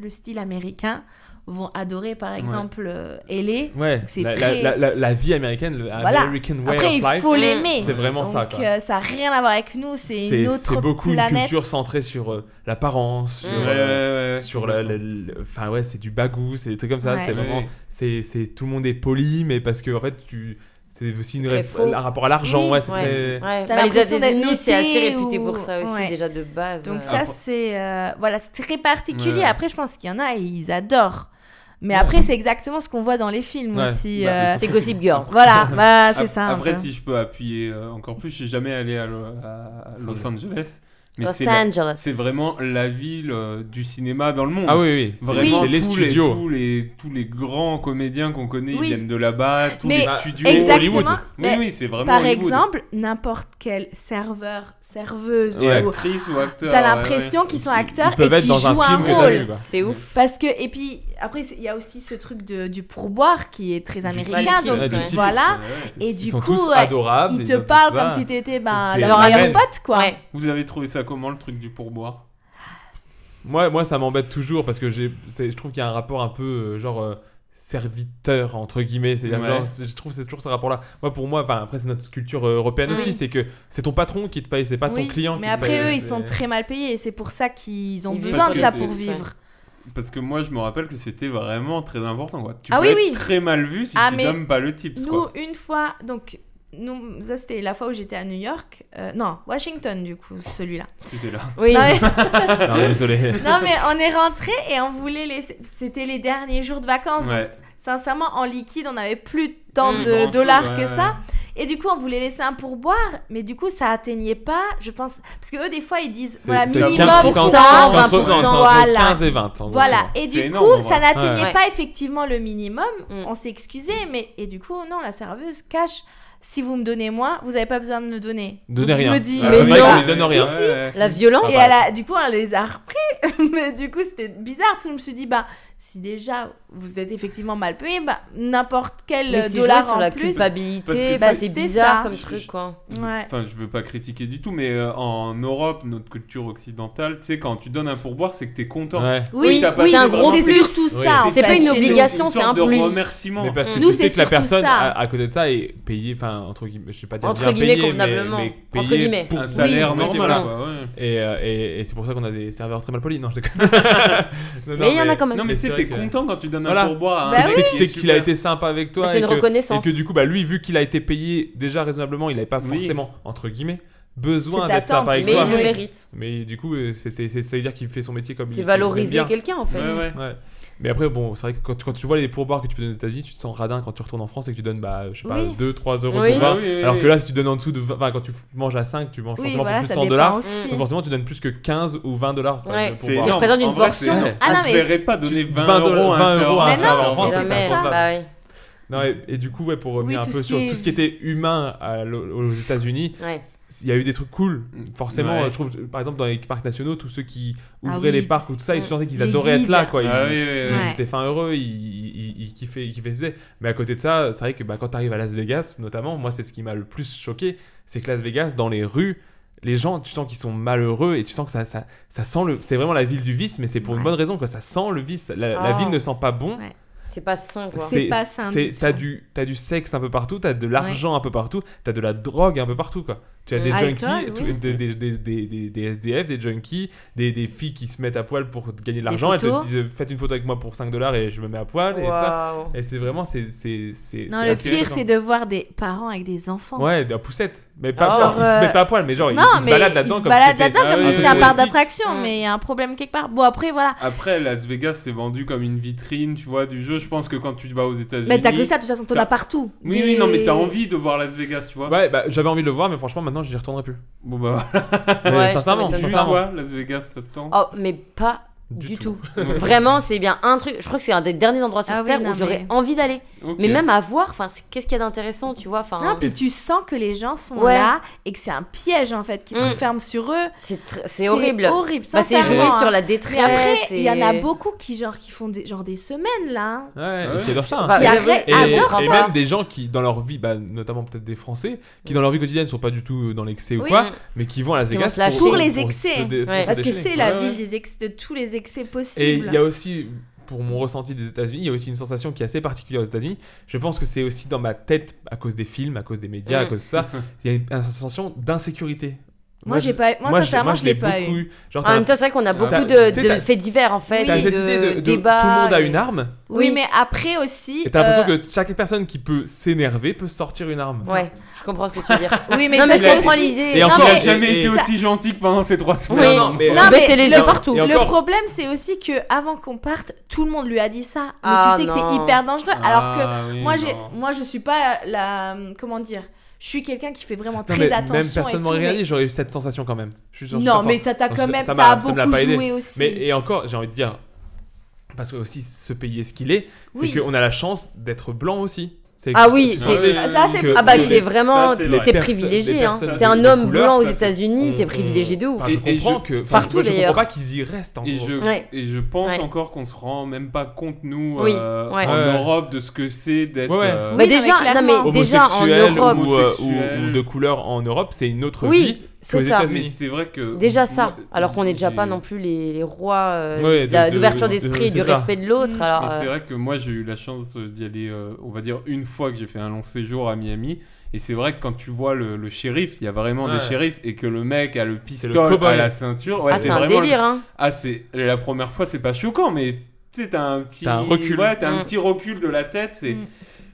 S10: le style américain vont adorer, par exemple, euh, LA.
S8: Ouais.
S10: C'est
S8: La,
S10: très-
S8: la- la- la vie américaine, le
S10: Voilà.
S8: American Way
S10: Après,
S8: of
S10: il
S8: Life.
S10: faut l'aimer.
S8: C'est vraiment ça,
S10: Donc,
S8: quoi.
S10: euh, ça n'a rien à voir avec nous, c'est une autre
S8: c'est beaucoup une
S10: planète.
S8: culture centrée sur euh, l'apparence, sur,
S9: Mm.
S5: Ouais, ouais,
S8: euh,
S5: ouais, ouais.
S8: sur la, la- la- enfin ouais, c'est du bagou, c'est des trucs comme ça.
S10: Ouais.
S8: C'est vraiment,
S5: Ouais.
S8: c'est, c'est tout le monde est poli, mais parce que en fait tu, c'est aussi une
S9: très
S8: ré-
S9: faux.
S8: un rapport à l'argent,
S10: Oui,
S8: ouais, c'est
S9: Ouais.
S8: très.
S9: Ouais.
S10: T'as
S9: Bah, les
S10: l'impression d'être
S9: États-Unis, c'est assez
S10: noté
S9: réputé
S10: ou-
S9: pour ça aussi,
S10: Ouais.
S9: déjà de base.
S10: Donc
S8: Ah,
S9: Euh,
S10: ça,
S5: Après-
S10: c'est euh, voilà, c'est très particulier.
S5: Ouais.
S10: Après, je pense qu'il y en a et ils adorent. Mais après, c'est exactement ce qu'on voit dans les films
S8: Ouais.
S10: aussi.
S8: Bah,
S10: euh,
S9: C'est Gossip Girl.
S10: Voilà, bah, c'est
S5: Ap-
S10: ça. un
S5: Après,
S10: peu.
S5: si je peux appuyer euh, encore plus, je suis jamais allé à, Lo- à Los Angeles. Mais
S9: Los
S5: c'est la-
S9: Angeles.
S5: c'est vraiment la ville euh, du cinéma dans le monde.
S8: Ah oui, oui, c'est,
S5: Vraiment,
S8: c'est les
S5: tous
S8: studios.
S5: tous, les, tous les grands comédiens qu'on connaît,
S10: Oui.
S5: ils viennent de là-bas, tous
S10: Mais
S5: les
S8: Ah,
S5: studios.
S8: exact-
S10: Exactement.
S8: Hollywood.
S5: Oui,
S10: Mais
S5: oui, c'est vraiment
S10: Par
S5: Hollywood.
S10: exemple, n'importe quel serveur, serveuse,
S5: Et
S8: Ouais. euh,
S10: ou-
S5: actrice ou acteur.
S10: t'as
S5: ouais,
S10: l'impression
S5: ouais.
S10: qu'ils sont acteurs
S8: peuvent
S10: et
S8: être
S10: qu'ils
S8: dans un
S10: jouent un,
S8: film que t'as vu,
S10: rôle.
S8: quoi.
S9: C'est ouf.
S10: Parce que, et puis, après, c'est- il y a aussi ce truc de, du pourboire qui est très américain.
S9: tips,
S10: donc,
S9: ouais, du
S8: tips,
S10: voilà.
S5: Ouais.
S10: Et
S8: Ils
S10: du
S8: sont
S10: coup,
S8: tous
S10: ouais,
S8: adorables.
S10: ils
S8: ils
S10: te
S8: ont tout
S10: parlent
S8: ça. euh,
S10: comme si t'étais ben,
S8: T'es
S10: leur
S9: leur
S10: meilleure
S5: amène.
S10: pote, quoi.
S9: Ouais.
S5: Vous avez trouvé ça comment le truc du pourboire
S8: Moi, moi, ça m'embête toujours parce que j'ai, c'est- je trouve qu'il y a un rapport un peu euh, genre euh, serviteur entre guillemets. C'est
S5: Ouais.
S8: je trouve que c'est toujours ce rapport-là. Moi, pour moi, enfin après c'est notre culture euh, européenne
S9: Mm.
S8: aussi, c'est que c'est ton patron qui te paye, c'est pas
S10: Oui,
S8: ton client.
S10: Mais
S8: qui te
S10: après,
S8: paye,
S10: eux,
S8: euh,
S10: ils sont
S8: mais-
S10: très mal payés et c'est pour ça qu'ils ont
S9: Ils
S10: besoin
S5: veulent
S10: de ça
S5: que
S10: pour
S9: c'est-
S10: vivre.
S5: Parce que moi, je me rappelle que c'était vraiment très important. Quoi. Tu
S10: Ah
S5: peux
S10: oui,
S5: être
S10: oui.
S5: très mal vu si
S10: Ah,
S5: tu
S10: mais
S5: nommes pas le type.
S10: Nous, une fois, donc, nous, ça c'était la fois où j'étais à New York. euh, non, Washington, du coup, celui-là.
S5: Excusez-la.
S9: Oui.
S10: Non, mais,
S8: Non, mais désolé.
S10: non, mais on est rentré et on voulait laisser. C'était les derniers jours de vacances. donc,
S5: Ouais.
S10: sincèrement, en liquide, on n'avait plus tant
S9: Mm.
S10: de
S5: Grand
S10: dollars
S5: chose,
S10: que
S5: ouais,
S10: ça. Et du coup, on voulait laisser un pourboire, mais du coup, ça atteignait pas, je pense. Parce que eux, des fois, ils disent, voilà,
S8: c'est
S10: minimum
S8: quinze pour cent,
S10: 100,
S8: c'est entre- non, c'est
S10: 20%,
S8: entre
S10: voilà.
S8: 15 et 20. en gros.
S10: Voilà, et
S5: C'est
S10: du
S5: énorme, en
S10: coup,
S5: vrai.
S10: ça n'atteignait
S9: Ouais.
S10: pas effectivement le minimum.
S9: Mm.
S10: On s'est excusé, mais et du coup, non, la serveuse cache. Si vous me donnez moins, vous n'avez pas besoin de me donner.
S8: Donnez
S10: Donc,
S8: rien.
S10: Je me dis,
S9: Ah,
S10: mais
S9: oui,
S10: non.
S8: ils donnent rien.
S10: Si, si.
S5: Ouais, ouais.
S9: La violence.
S10: Et elle a- du coup, elle les a repris. mais du coup, c'était bizarre parce que je me suis dit, bah, si déjà vous êtes effectivement mal payé, bah, n'importe quel
S9: Mais c'est joué
S10: dollar
S9: sur
S10: en
S9: la
S10: plus.
S5: parce
S9: culpabilité,
S5: que
S9: bah,
S10: tu-
S9: c'est
S10: c'est
S9: bizarre
S10: ça.
S9: comme
S5: Je-
S9: truc,
S5: je-
S9: quoi.
S10: Ouais.
S5: Enfin, je veux pas critiquer du tout, mais euh, en Europe, notre culture occidentale, tu sais, quand tu donnes un pourboire, c'est que t'es content.
S8: Ouais.
S5: Oui,
S10: Oui,
S5: t'as pas
S10: oui,
S5: fait
S10: c'est
S5: vraiment plaisir.
S10: surtout
S8: Oui,
S10: ça. en
S9: c'est
S10: fait,
S9: pas une
S10: chez nous.
S9: obligation.
S5: une
S9: c'est
S5: sorte
S9: un
S5: de
S9: plus.
S5: remerciement.
S8: Mais parce que
S10: Nous,
S8: tu sais
S10: c'est
S8: que la
S10: surtout
S8: personne
S10: ça.
S8: à, à côté de ça est payée, enfin entre guillemets, je sais pas dire
S9: Entre
S8: bien
S9: guillemets,
S8: payée, mais-
S9: convenablement.
S8: mais payée
S9: Entre guillemets.
S8: pour-
S5: Un
S9: Oui,
S5: salaire
S9: oui,
S5: normal,
S9: voilà.
S5: quoi, ouais.
S8: Et, euh, et- et c'est pour ça qu'on a des serveurs très mal polis. Non, je déconne. Non, non,
S9: Mais il y en a quand même.
S5: Non, mais tu
S8: c'est
S5: sais,
S8: vrai
S5: t'es
S8: que-
S5: content quand tu donnes un
S8: Voilà.
S5: pourboire hein. à un
S10: Bah
S5: mec
S8: C'est
S5: qui
S8: que-
S5: est
S8: c'est qu'il
S5: super.
S8: a été sympa avec toi.
S9: Mais c'est
S8: et
S9: une
S8: que-
S9: reconnaissance.
S8: Et que du coup, bah, lui, vu qu'il a été payé déjà raisonnablement, il n'avait pas
S5: Oui.
S8: forcément, entre guillemets, besoin
S10: C'est
S8: d'être sympa
S10: attendu,
S8: avec
S9: Mais
S8: toi.
S9: il le
S10: Oui.
S9: mérite.
S8: Mais du coup, euh, c'était- c'est- ça veut dire qu'il fait son métier comme il
S9: C'est
S8: il l'aime
S9: valoriser
S8: bien.
S9: quelqu'un, en fait.
S5: Ouais, ouais.
S8: Ouais. Mais après, bon, c'est vrai que quand, quand tu vois les pourboires que tu peux donner aux États-Unis, tu te sens radin quand tu retournes en France et que tu donnes, bah, je sais pas,
S9: Oui.
S8: 2-3 euros
S9: Oui.
S8: de vin.
S5: Oui, oui, oui,
S8: alors
S5: oui.
S8: que là, si tu donnes en dessous de 20, enfin, quand tu manges à 5, tu manges
S10: Oui,
S8: forcément
S10: voilà,
S8: pour plus
S10: ça
S8: de 100
S10: dépend
S8: dollars.
S10: aussi.
S8: Donc forcément, tu donnes plus que 15 ou 20 dollars. par
S9: Ouais,
S8: exemple,
S5: C'est
S8: pour boire.
S5: énorme.
S9: représente une
S5: En vrai, c'est
S9: portion.
S5: énorme.
S10: Ah non,
S5: je
S10: mais-
S5: verrais pas donner 20,
S8: 20
S5: euros à un
S8: euros à un
S5: serveur.
S8: serveur.
S10: Mais non,
S8: c'est
S9: Jamais.
S8: pas
S9: Bah, ouais.
S8: Non, et, et du coup, ouais, pour revenir
S10: Oui,
S8: un
S10: tout
S8: peu
S10: ce
S8: sur
S10: qui est-
S8: tout ce qui était humain à l- aux États-Unis,
S9: Ouais.
S8: il y a eu des trucs cool. Forcément,
S5: Ouais.
S8: je trouve, par exemple, dans les parcs nationaux, tous ceux qui
S10: Ah
S8: ouvraient
S10: oui,
S8: les
S10: tout
S8: parcs
S10: ce-
S8: ou tout ça, ils
S10: ouais.
S8: sentaient qu'ils
S10: Les
S8: adoraient être
S10: guides.
S8: là, quoi. Ils-
S5: Ah oui, oui, oui.
S10: Ouais.
S8: ils étaient fin heureux, ils, ils, ils kiffaient, ils kiffaient ce qu'ils faisaient. Mais à côté de ça, c'est vrai que bah, quand t'arrives à Las Vegas, notamment, moi, c'est ce qui m'a le plus choqué, c'est que Las Vegas, dans les rues, les gens, tu sens qu'ils sont malheureux et tu sens que ça, ça, ça sent le. C'est vraiment la ville du vice, mais c'est pour une bonne raison, quoi. Ça sent le vice. La, la
S9: Ah.
S8: ville ne sent pas bon.
S10: Ouais.
S9: C'est pas sain, quoi.
S10: C'est pas sain
S8: c'est-
S10: du
S8: T'as
S10: tout.
S8: du, t'as du sexe un peu partout, t'as de l'argent un peu partout, t'as de la drogue un peu partout, quoi. Tu as des
S9: Mm.
S8: junkies,
S10: Alcool,
S8: tu-
S10: oui.
S8: des, des, des, des- des- des SDF, des junkies, des, des filles qui se mettent à poil pour gagner de l'argent. Elles te
S10: photos.
S8: disent Faites une photo avec moi pour 5 dollars et je me mets à poil et tout ça.
S9: Waouh.
S8: Et c'est vraiment. c'est c'est c'est
S10: Non,
S8: c'est
S10: le
S8: assez
S10: pire,
S8: choquant.
S10: c'est de voir des parents avec des enfants.
S8: Ouais, de la poussette. Mais pas, genre,
S9: Ah,
S10: genre,
S8: ils se
S10: euh,
S8: mettent pas à poil, mais genre,
S10: non,
S8: ils, ils se
S10: mais
S8: baladent
S10: ils
S8: là-dedans
S10: se
S8: comme
S10: baladent
S8: c'était-
S10: là-dedans
S5: Ah
S10: comme
S5: oui,
S10: si c'était un
S5: oui,
S10: parc
S5: oui.
S10: d'attraction,
S9: Mm.
S10: mais il y a un problème quelque part. Bon, après, voilà.
S5: Après, Las Vegas, c'est vendu comme une vitrine, tu vois, du jeu. Je pense que quand tu vas aux États-Unis.
S2: Mais t'as que ça, de toute façon, t'en
S5: T'as-
S2: as partout.
S5: Oui,
S2: Des-
S5: oui, non, mais t'as envie de voir Las Vegas, tu vois.
S8: Ouais, bah, j'avais envie de le voir, mais franchement, maintenant, j'y retournerai plus.
S5: Bon, bah,
S8: Mais
S9: Ouais, ça
S8: sincèrement,
S9: m'étonne
S5: tu
S9: pas.
S8: sincèrement.
S5: vois, Las Vegas, ça te tente.
S9: Oh, mais pas du, tout. Vraiment, c'est bien un truc. Je crois que c'est un des derniers endroits sur
S10: Ah oui,
S9: Terre
S10: non,
S9: où j'aurais
S10: mais-
S9: envie d'aller.
S5: Ok.
S9: Oh, Mais même à voir, enfin, c'est- qu'est-ce qu'il y a d'intéressant, tu vois Enfin,
S10: Non, puis tu sens que les gens sont
S9: Ouais.
S10: là et que c'est un piège en fait qui se
S9: Mm.
S10: referme sur eux.
S9: c'est tr- c'est horrible.
S10: horrible,
S9: Bah, c'est jouer
S10: sincèrement,
S9: sur
S10: hein.
S9: la détresse.
S10: Mais après, il y en a
S9: et-
S10: beaucoup qui genre qui font des genre des semaines là. hein.
S8: Ouais,
S5: Ouais.
S8: et qui adorent ça. hein.
S9: Bah,
S10: qui
S9: j'avoue,
S10: arrêtent-
S8: Et,
S10: adorent
S8: et
S10: ça.
S8: même des gens qui, dans leur vie, bah, notamment peut-être des Français,
S10: Mm.
S8: qui dans leur vie quotidienne sont pas du tout euh, dans l'excès ou
S10: Oui. Mm.
S8: quoi, mais qui vont à Las
S9: Qui vont
S8: Vegas
S9: se lâcher.
S10: Pour les excès. hein.
S8: se dé- pour
S9: Ouais.
S8: se
S10: Parce que
S8: déchaîner.
S10: c'est la
S5: Ouais, ouais.
S10: ville des ex- de tous les excès
S8: Et il
S10: possibles.
S8: y a aussi, pour mon ressenti des États-Unis, il y a aussi une sensation qui est assez particulière aux États-Unis. Je pense que c'est aussi dans ma tête, à cause des films, à cause des médias, à
S9: Mm.
S8: cause de ça, il y a une, une sensation d'insécurité.
S10: Moi j'ai
S8: je-
S10: pas, moi,
S8: moi,
S10: sincèrement je l'ai pas
S8: beaucoup
S10: eu.
S8: Genre,
S9: En
S8: t'as
S9: même temps, c'est vrai qu'on a beaucoup
S8: t'as-
S9: de,
S8: tu sais,
S9: de
S8: t'as-
S9: faits divers en fait.
S8: t'as
S9: et
S8: cette
S9: de,
S8: idée de, de
S9: débats
S8: tout le monde a
S9: et-
S8: une arme,
S10: Oui, mais après aussi.
S8: et t'as l'impression
S10: euh,
S8: que chaque personne qui peut s'énerver peut sortir une arme.
S9: Ouais, je comprends ce que tu veux dire.
S10: Oui, mais
S9: non,
S10: ça
S9: mais je
S10: c'est
S9: comprends
S10: aussi.
S9: l'idée.
S8: Et
S10: Non,
S8: encore,
S5: Il a
S10: mais-
S5: jamais
S8: et-
S5: été
S8: et-
S5: aussi gentil que pendant ces trois semaines.
S9: Oui.
S8: Non, non, mais-
S10: Non, mais
S9: Baisser les
S10: le-
S9: yeux partout.
S8: Et
S10: Le
S8: encore-
S10: problème, c'est aussi que avant qu'on parte, tout le monde lui a dit ça. Mais
S9: Ah,
S10: tu sais que
S9: non.
S10: c'est hyper dangereux. Alors que
S5: Ah, oui,
S10: moi, j'ai,
S5: non.
S10: moi, je suis pas la, comment dire, je suis quelqu'un qui fait vraiment
S8: Non,
S10: très
S8: mais
S10: attention.
S8: même
S10: et
S8: personne
S10: tout,
S8: m'aurait rien
S10: mais-
S8: dit, j'aurais eu cette sensation quand même. Je suis sûr,
S10: Non,
S8: certain.
S10: mais ça t'a
S8: Non,
S10: quand
S8: ça-
S10: même,
S8: ça
S10: ça,
S8: m'a-
S10: a
S8: ça me
S10: beaucoup
S8: l'a pas aidé.
S10: joué aussi.
S8: Mais et encore, j'ai envie de dire, parce que aussi ce pays est ce qu'il est,
S10: Oui.
S8: c'est qu'on a la chance d'être blanc aussi. C'est-
S9: Ah oui,
S8: tu
S9: c'est-
S8: vois, c'est-
S5: euh,
S10: ça, c'est
S8: que-
S9: Ah bah
S8: que-
S5: oui,
S9: c'est vraiment,
S5: Ça, c'est vrai.
S8: Personne-
S9: t'es
S8: des
S9: privilégié, hein.
S8: personnes
S9: T'es un
S8: de
S9: homme
S8: couleur,
S9: blanc aux
S5: ça, c'est-
S9: États-Unis,
S8: on-
S9: t'es
S8: on-
S9: priviléginé de ouf.
S8: Enfin, je
S5: Et- et
S8: comprends
S5: je-
S8: que. enfin,
S9: Partout,
S8: moi, je comprends
S9: d'ailleurs.
S8: pas qu'ils y restent en
S5: Et
S8: gros.
S5: je,
S9: Ouais.
S5: et je pense
S9: Ouais.
S5: encore qu'on se rend même pas compte, nous,
S9: Oui,
S5: euh,
S9: ouais.
S5: en
S8: Ouais.
S5: Europe, de ce que c'est d'être.
S8: Ouais, ouais.
S5: euh,
S9: Mais
S10: Oui, non,
S9: déjà,
S10: mais
S9: non
S10: clairement.
S9: mais déjà en
S8: Homosexuel ou,
S9: Europe,
S8: euh, ou-
S5: Homosexuel.
S8: ou de couleur en Europe, c'est une autre vie.
S9: oui,
S8: qu'aux
S9: c'est ça.
S8: États-Unis.
S5: Mais c'est vrai que.
S9: Déjà ça,
S5: moi,
S9: alors qu'on n'est déjà
S5: j'ai-
S9: pas non plus les, les rois euh,
S8: Ouais,
S9: de la-
S8: de- de-
S9: l'ouverture
S8: de-
S9: d'esprit et
S8: c'est
S9: du
S8: ça.
S9: respect de l'autre.
S10: Mm.
S9: Alors,
S5: Mais Bah, c'est
S9: euh,
S5: vrai que moi j'ai eu la chance euh, d'y aller, euh, on va dire, une fois que j'ai fait un long séjour à Miami. Et c'est vrai que quand tu vois le, le shérif, il y a vraiment
S8: Ouais.
S5: des shérifs et que le mec a le
S8: le
S5: pistolet
S8: cow-boy.
S5: à la ceinture. ouais,
S9: ah, c'est un
S5: vraiment le-
S9: délire, hein.
S5: Ah, c'est la première fois, c'est pas choquant, mais tu sais, t'as un petit.
S8: T'as un recul.
S5: Ouais, t'as un
S9: Mm.
S5: petit recul de la tête. C'est
S10: Mm.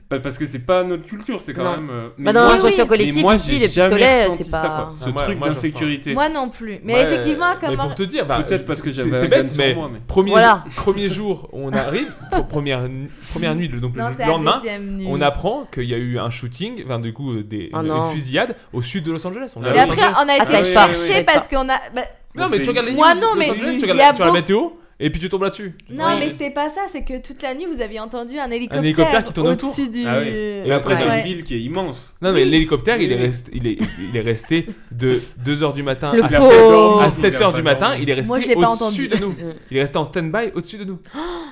S5: Pa- parce que c'est pas notre culture, c'est quand
S9: Non.
S5: même. euh,
S9: Bah, dans
S5: moi,
S9: la conscience
S5: mais
S9: collective,
S5: moi,
S9: ici,
S5: j'ai
S9: les
S5: jamais
S9: pistolets,
S5: ressenti
S9: c'est
S5: ça,
S9: pas.
S5: quoi. Ce
S8: Ah, moi-
S5: truc
S8: moi, j'en ressens.
S5: d'insécurité.
S10: Moi non plus. Mais
S8: Ouais,
S10: effectivement,
S8: Mais
S10: comment.
S8: pour te dire, bah,
S5: Peut-être parce que
S8: c'est-
S5: j'avais
S8: C'est
S5: un
S8: bête,
S5: gun sur
S8: mais,
S5: moi, mais-
S8: Premier,
S9: Voilà.
S8: premier jour, on arrive, première, nu- première nuit, donc
S10: Non,
S8: le
S10: c'est la
S8: lendemain,
S10: deuxième nuit.
S8: On apprend qu'il y a eu un shooting, enfin du coup euh, des,
S9: Oh
S8: une,
S9: non.
S8: une fusillade au sud de Los Angeles. On est à
S10: Mais
S8: Los
S10: après,
S8: Angeles.
S10: on a
S9: Ah,
S10: été
S9: ça
S10: cherché
S9: aide pas, ça
S10: chercher
S9: aide
S10: parce
S9: pas.
S10: qu'on a. bah,
S8: Non mais tu regardes les
S10: Moi,
S8: news
S10: non,
S8: de
S10: mais
S8: Los Angeles,
S10: il
S8: tu
S10: y
S8: regardes, tu
S10: a
S8: regardes la
S10: beau-
S8: météo et puis tu tombes là-dessus.
S10: Non,
S9: Ouais.
S10: mais c'était pas ça, c'est que toute la nuit vous aviez entendu un hélicoptère,
S8: hélicoptère qui tourne autour.
S10: au-dessus du.
S5: Ah oui. Et après,
S10: Ouais.
S5: c'est
S10: Ouais.
S5: une ville qui est immense.
S8: Non mais
S10: Oui.
S8: l'hélicoptère, il, est
S5: Oui.
S8: resté, il, est, il est resté de 2h du matin
S9: Le
S8: à
S5: Il a
S9: pauvre.
S8: 7h
S5: pas dormi,
S8: à
S5: il a
S8: 7 heures
S5: pas
S8: du matin,
S5: dormi.
S8: il est resté
S10: Moi, je l'ai pas
S8: au-dessus de
S10: entendu. Mm.
S8: nous. Il est resté en stand-by au-dessus de nous.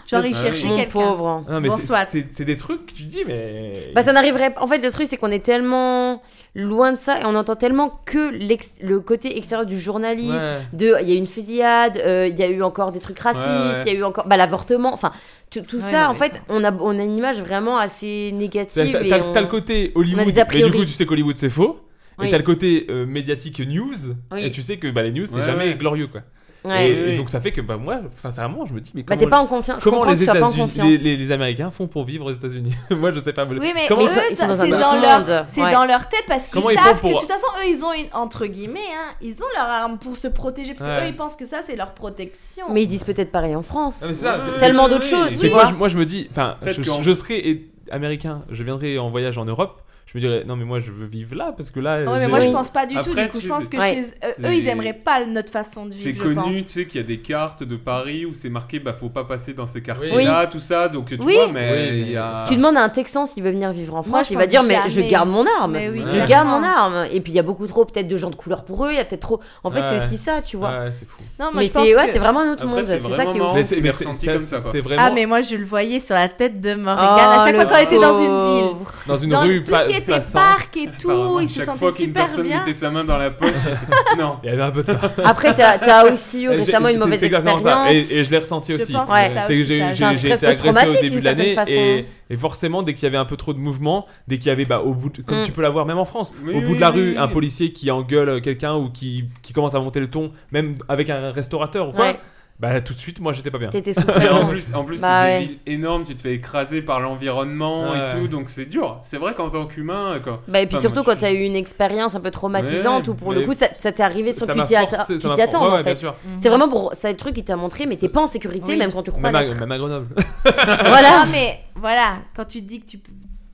S10: Genre, ils
S5: Ah oui.
S10: cherchaient
S9: Mon
S10: quelqu'un.
S9: pauvre.
S8: Non mais
S10: Bon,
S8: c'est-
S10: soit.
S8: c'est c'est des trucs que tu te dis mais
S9: Bah, ça n'arriverait. En fait, le truc, c'est qu'on est tellement loin de ça et on entend tellement que l'ex- le côté extérieur du journalisme.
S8: Ouais.
S9: de il y a eu une fusillade, euh, il y a eu encore des trucs racistes,
S5: Ouais,
S9: il
S5: ouais.
S9: y a eu encore bah, l'avortement, enfin tout, tout
S10: Ouais,
S9: ça
S10: non,
S9: en
S10: mais
S9: fait
S10: ça-
S9: on a on a une image vraiment assez
S8: T'as
S9: négative
S8: t'as-
S9: et
S8: t'as-
S9: on-
S8: t'as le côté Hollywood,
S9: a des a
S8: mais du coup
S9: priori.
S8: tu sais qu'Hollywood c'est faux.
S9: Oui.
S8: Et t'as le côté euh, médiatique news,
S9: Oui.
S8: et tu sais que bah, les news c'est
S5: Ouais,
S8: jamais
S5: ouais.
S8: glorieux quoi.
S9: Ouais.
S8: Et, et
S5: Oui.
S8: donc ça fait que bah, moi, sincèrement, je me dis, mais
S9: bah
S8: comment,
S9: t'es pas en confiance, je
S8: comment
S9: comprends que
S8: les,
S9: tu sois pas en
S8: États-Unis,
S9: confiance.
S8: les, les- les Américains font pour vivre aux États-Unis Moi, je sais pas. mais-
S10: Oui, mais
S8: comment
S10: eux,
S8: ça-
S9: ils sont dans un
S10: c'est
S9: autre
S10: dans,
S9: monde.
S10: leur, c'est
S9: Ouais.
S10: dans leur tête parce qu'ils
S8: Comment ils
S10: savent
S8: font
S10: que
S8: pour-
S10: de toute façon, eux, ils ont une, entre guillemets, hein, ils ont leur arme pour se protéger parce
S8: Ouais.
S10: qu'eux, ils pensent que ça, c'est leur protection.
S9: Mais ils disent peut-être pareil en France.
S8: Ah, mais c'est ça, c'est-
S9: Tellement d'autres choses,
S8: c'est-
S9: tu
S8: c'est que
S9: vois.
S8: moi, je- moi, je me dis, enfin,
S5: Peut-être
S8: je,
S5: qu'en-
S8: je serais é- américain, je viendrais en voyage en Europe, je je me dirais, non, mais moi, je veux vivre là, parce que là.
S10: Ouais, mais
S8: j'ai-
S10: moi je pense pas du tout.
S5: Après,
S10: Du coup,
S5: tu
S10: je pense
S5: sais,
S10: que
S9: Ouais.
S10: chez eux,
S5: c'est-
S10: eux, ils aimeraient pas notre façon de
S5: C'est
S10: vivre, je
S5: connu, tu
S10: pense.
S5: sais qu'il y a des cartes de Paris où c'est marqué bah faut pas passer dans ce quartier-là, tout ça, donc tu
S9: Oui.
S5: vois, mais
S8: Oui,
S5: il y a.
S9: Tu demandes à un Texan s'il veut venir vivre en
S10: Moi,
S9: France,
S10: je
S9: il va
S10: pense
S9: dire mais je
S10: jamais.
S9: garde mon arme.
S10: Ah, Mais oui,
S8: Je
S9: Je
S10: clairement.
S9: garde mon arme. Et puis il y a beaucoup trop peut-être de gens de couleur pour eux, il y a peut-être trop. En fait,
S8: Ouais.
S9: c'est aussi ça, tu vois.
S8: Ouais, c'est fou.
S10: Non, moi,
S9: mais
S10: je pense
S9: c'est ouais,
S10: que-
S9: c'est vraiment un autre
S5: Après,
S9: monde,
S5: c'est
S9: c'est ça
S5: vraiment
S9: qui est
S5: marrant.
S9: ouf.
S5: Mais Oh, tu l'as
S8: c'est-
S5: ressenti
S8: c'est-
S5: comme ça, quoi.
S8: c'est vraiment
S10: Ah, mais moi je le voyais sur la tête de Morgan à chaque fois qu'on était dans une
S9: Oh.
S10: ville.
S8: dans une
S10: Dans
S8: rue
S10: tout
S8: pa-
S10: ce qui était
S8: passante.
S10: parc et
S5: Apparemment,
S10: tout, ils se
S5: chaque fois
S10: sentaient
S5: qu'une
S10: super
S5: personne
S10: bien.
S5: mettait sa main dans la poche, j'étais- non.
S8: Il y avait un peu de ça.
S9: Après, t'as t'as aussi eu
S8: Et j'ai-
S9: récemment une
S8: c'est-
S9: mauvaise
S8: c'est exactement
S9: expérience.
S8: ça. Et, et je l'ai ressenti
S10: Je
S8: aussi.
S10: pense
S9: que Ouais. ça
S8: C'est
S10: aussi,
S8: j'ai-
S10: ça-
S9: C'est un
S8: j'ai j'ai
S9: stress
S8: été
S9: peut-être
S8: agressé au
S9: traumatique,
S8: début de
S9: d'une certaine
S8: l'année et,
S9: façon.
S8: et forcément dès qu'il y avait un peu trop de mouvement, dès qu'il y avait bah au bout de- comme
S9: Mm.
S8: tu peux l'avoir même en France,
S5: Oui,
S8: au bout
S5: oui,
S8: de la
S5: oui,
S8: rue,
S5: oui.
S8: un policier qui engueule quelqu'un ou qui, qui commence à monter le ton, même avec un restaurateur ou quoi,
S9: Ouais.
S8: bah tout de suite moi j'étais pas bien.
S9: T'étais sous
S5: Et en
S9: pression.
S5: plus, en plus
S9: Bah
S5: c'est
S9: ouais.
S5: des villes énormes, tu te fais écraser par l'environnement et
S8: Ouais.
S5: tout, donc c'est dur. C'est vrai qu'en tant qu'humain, quand...
S9: Bah, et puis
S5: Enfin,
S9: surtout
S5: moi,
S9: quand
S5: je-
S9: t'as eu une expérience un peu traumatisante
S8: Ouais,
S9: ou pour le
S8: mais-
S9: coup ça, ça t'est arrivé sans
S8: Ça
S9: que
S8: m'a
S9: tu t'y atta-
S8: forcé-
S9: tu
S8: ça m'a
S9: t'y
S8: for-
S9: attendes
S8: ouais,
S9: en
S8: ouais, bien
S9: fait.
S8: sûr.
S9: C'est vraiment pour c'est le truc qui t'a montré mais
S8: C'est-
S9: t'es pas en sécurité
S10: Oui.
S9: même quand tu crois
S8: Même à,
S9: l'être.
S8: même à Grenoble.
S9: Voilà.
S10: Non, mais voilà, quand tu dis que tu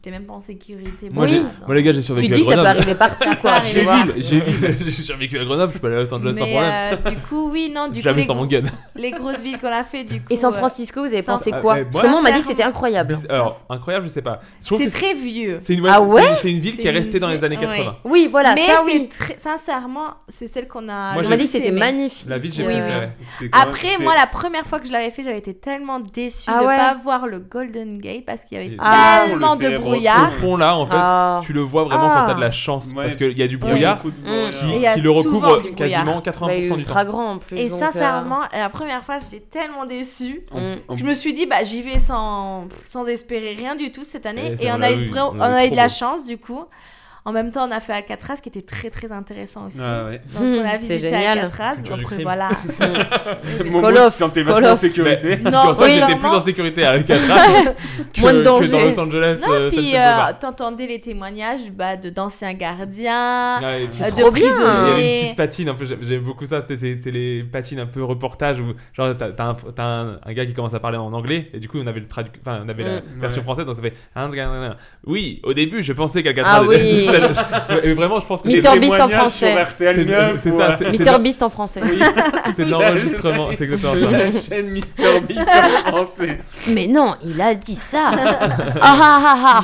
S10: t'es même pas en sécurité.
S8: Moi,
S9: Oui.
S8: j'ai-
S10: bon,
S8: moi, les gars j'ai
S9: Tu
S8: survécu à
S9: dis ça peut
S8: Grenoble.
S9: arriver partout quoi.
S10: Ça peut
S9: tu
S10: arriver.
S9: vois.
S8: J'ai j'ai survécu à Grenoble, je suis pas allé à Los Angeles sans
S10: Mais
S8: problème.
S10: euh, du coup, oui, non, du coup,
S8: Jamais
S10: les,
S8: sans mon
S10: gros-
S8: gun.
S10: les grosses villes qu'on a fait, du coup.
S9: Et San
S10: euh,
S9: Francisco, vous avez
S10: San-
S9: pensé
S8: Ah,
S9: quoi
S8: mais moi-
S9: Parce que moi on m'a dit que
S10: Sincèrement-
S9: c'était incroyable.
S8: Alors incroyable, je sais pas. Je trouve
S10: C'est
S8: que
S10: très vieux.
S8: c'est une,
S9: Ah
S8: c'est-
S9: ouais
S8: c'est une ville
S10: C'est
S8: qui est
S10: une
S8: restée dans les
S10: ville-
S8: années
S10: ouais.
S8: 80.
S9: Oui, voilà,
S10: mais
S9: ça
S10: c'est
S9: oui.
S10: très, sincellement, c'est celle qu'on a.
S8: Moi,
S10: le
S9: On m'a dit
S10: plus
S9: que c'était
S10: aimée.
S9: magnifique.
S8: La ville, j'ai
S10: Oui,
S8: préféré.
S10: oui.
S5: c'est quand même-
S10: Après,
S5: c'est-
S10: moi, la première fois que je l'avais fait, j'avais été tellement déçue
S9: Ah
S10: de
S9: ouais.
S10: pas voir le Golden Gate parce qu'il y avait
S9: Ah.
S10: tellement
S5: Oh, le
S10: de
S5: célèbre
S10: brouillard.
S8: Ce pont-là, en fait,
S9: Ah.
S8: tu le vois vraiment
S10: Ah.
S8: quand t'as de la chance.
S5: Ouais.
S8: Parce qu'il y a du
S5: Il y a
S8: brouillard
S5: beaucoup de
S9: Mm.
S5: brouillard.
S10: Et
S8: qui,
S10: il y a
S8: qui le
S10: souvent
S8: recouvre
S10: du
S8: quasiment
S10: brouillard. Bah,
S8: 80% du
S9: ultra
S8: temps.
S9: grand en plus.
S10: Et
S9: donc, euh,
S10: sincèrement, la première fois, j'étais tellement déçue.
S5: On-
S9: Mmh.
S5: on-
S10: Je me suis dit, bah, j'y vais sans, sans espérer rien du tout cette année.
S8: Eh, ça,
S10: Et, on,
S8: on
S10: a
S8: l'a eu,
S10: eu, vra-
S8: on
S10: on
S8: l'a eu
S10: a eu
S8: trop
S10: de la
S8: beau.
S10: chance, du coup. En même temps, on a fait Alcatraz, qui était très, très intéressant aussi.
S5: Ah, ouais.
S10: Donc, on a
S9: Hmm, c'est
S10: visité
S9: génial.
S10: Alcatraz.
S8: Culture du
S10: Après,
S8: crime.
S10: voilà.
S5: Momo
S9: Mmh. Call
S5: se
S9: of,
S5: sentait
S9: Call
S5: vachement en
S9: of.
S5: sécurité.
S8: Mais-
S10: Non,
S8: en fait, j'étais
S10: clairement.
S8: plus en sécurité à Alcatraz que,
S9: euh, Moins de
S8: que
S9: danger.
S8: dans Los Angeles.
S10: Non,
S8: euh,
S10: puis
S8: Sunset Boulevard.
S10: euh, t'entendais les témoignages bah, de d'anciens gardiens,
S8: Ouais, et puis-
S10: euh,
S9: trop
S10: de
S9: bien.
S8: Il y
S10: prisonniers.
S8: avait une petite patine, en plus j'aime j'aime beaucoup ça, c'est- c'est c'est les patines un peu reportage où genre t'as t'as un, t'as un, un gars qui commence à parler en anglais et du coup on avait, le tradu- enfin, on avait la
S5: Mm.
S8: version
S5: Ouais.
S8: française donc ça fait hein, oui au début je pensais qu'à
S9: Ah oui.
S8: et vraiment je pense que
S9: Mister
S8: c'est-
S5: Les
S9: Beast en
S5: témoignages
S9: français.
S5: sur RTL
S8: C'est-
S5: 9,
S8: c'est
S5: ou,
S8: ça,
S5: euh,
S8: c'est-
S9: Mister Beast en français.
S8: c'est de l'enregistrement, c'est exactement ça.
S5: La chaîne Mister Beast en français.
S9: Mais non, il a dit ça. ah ah ah ah.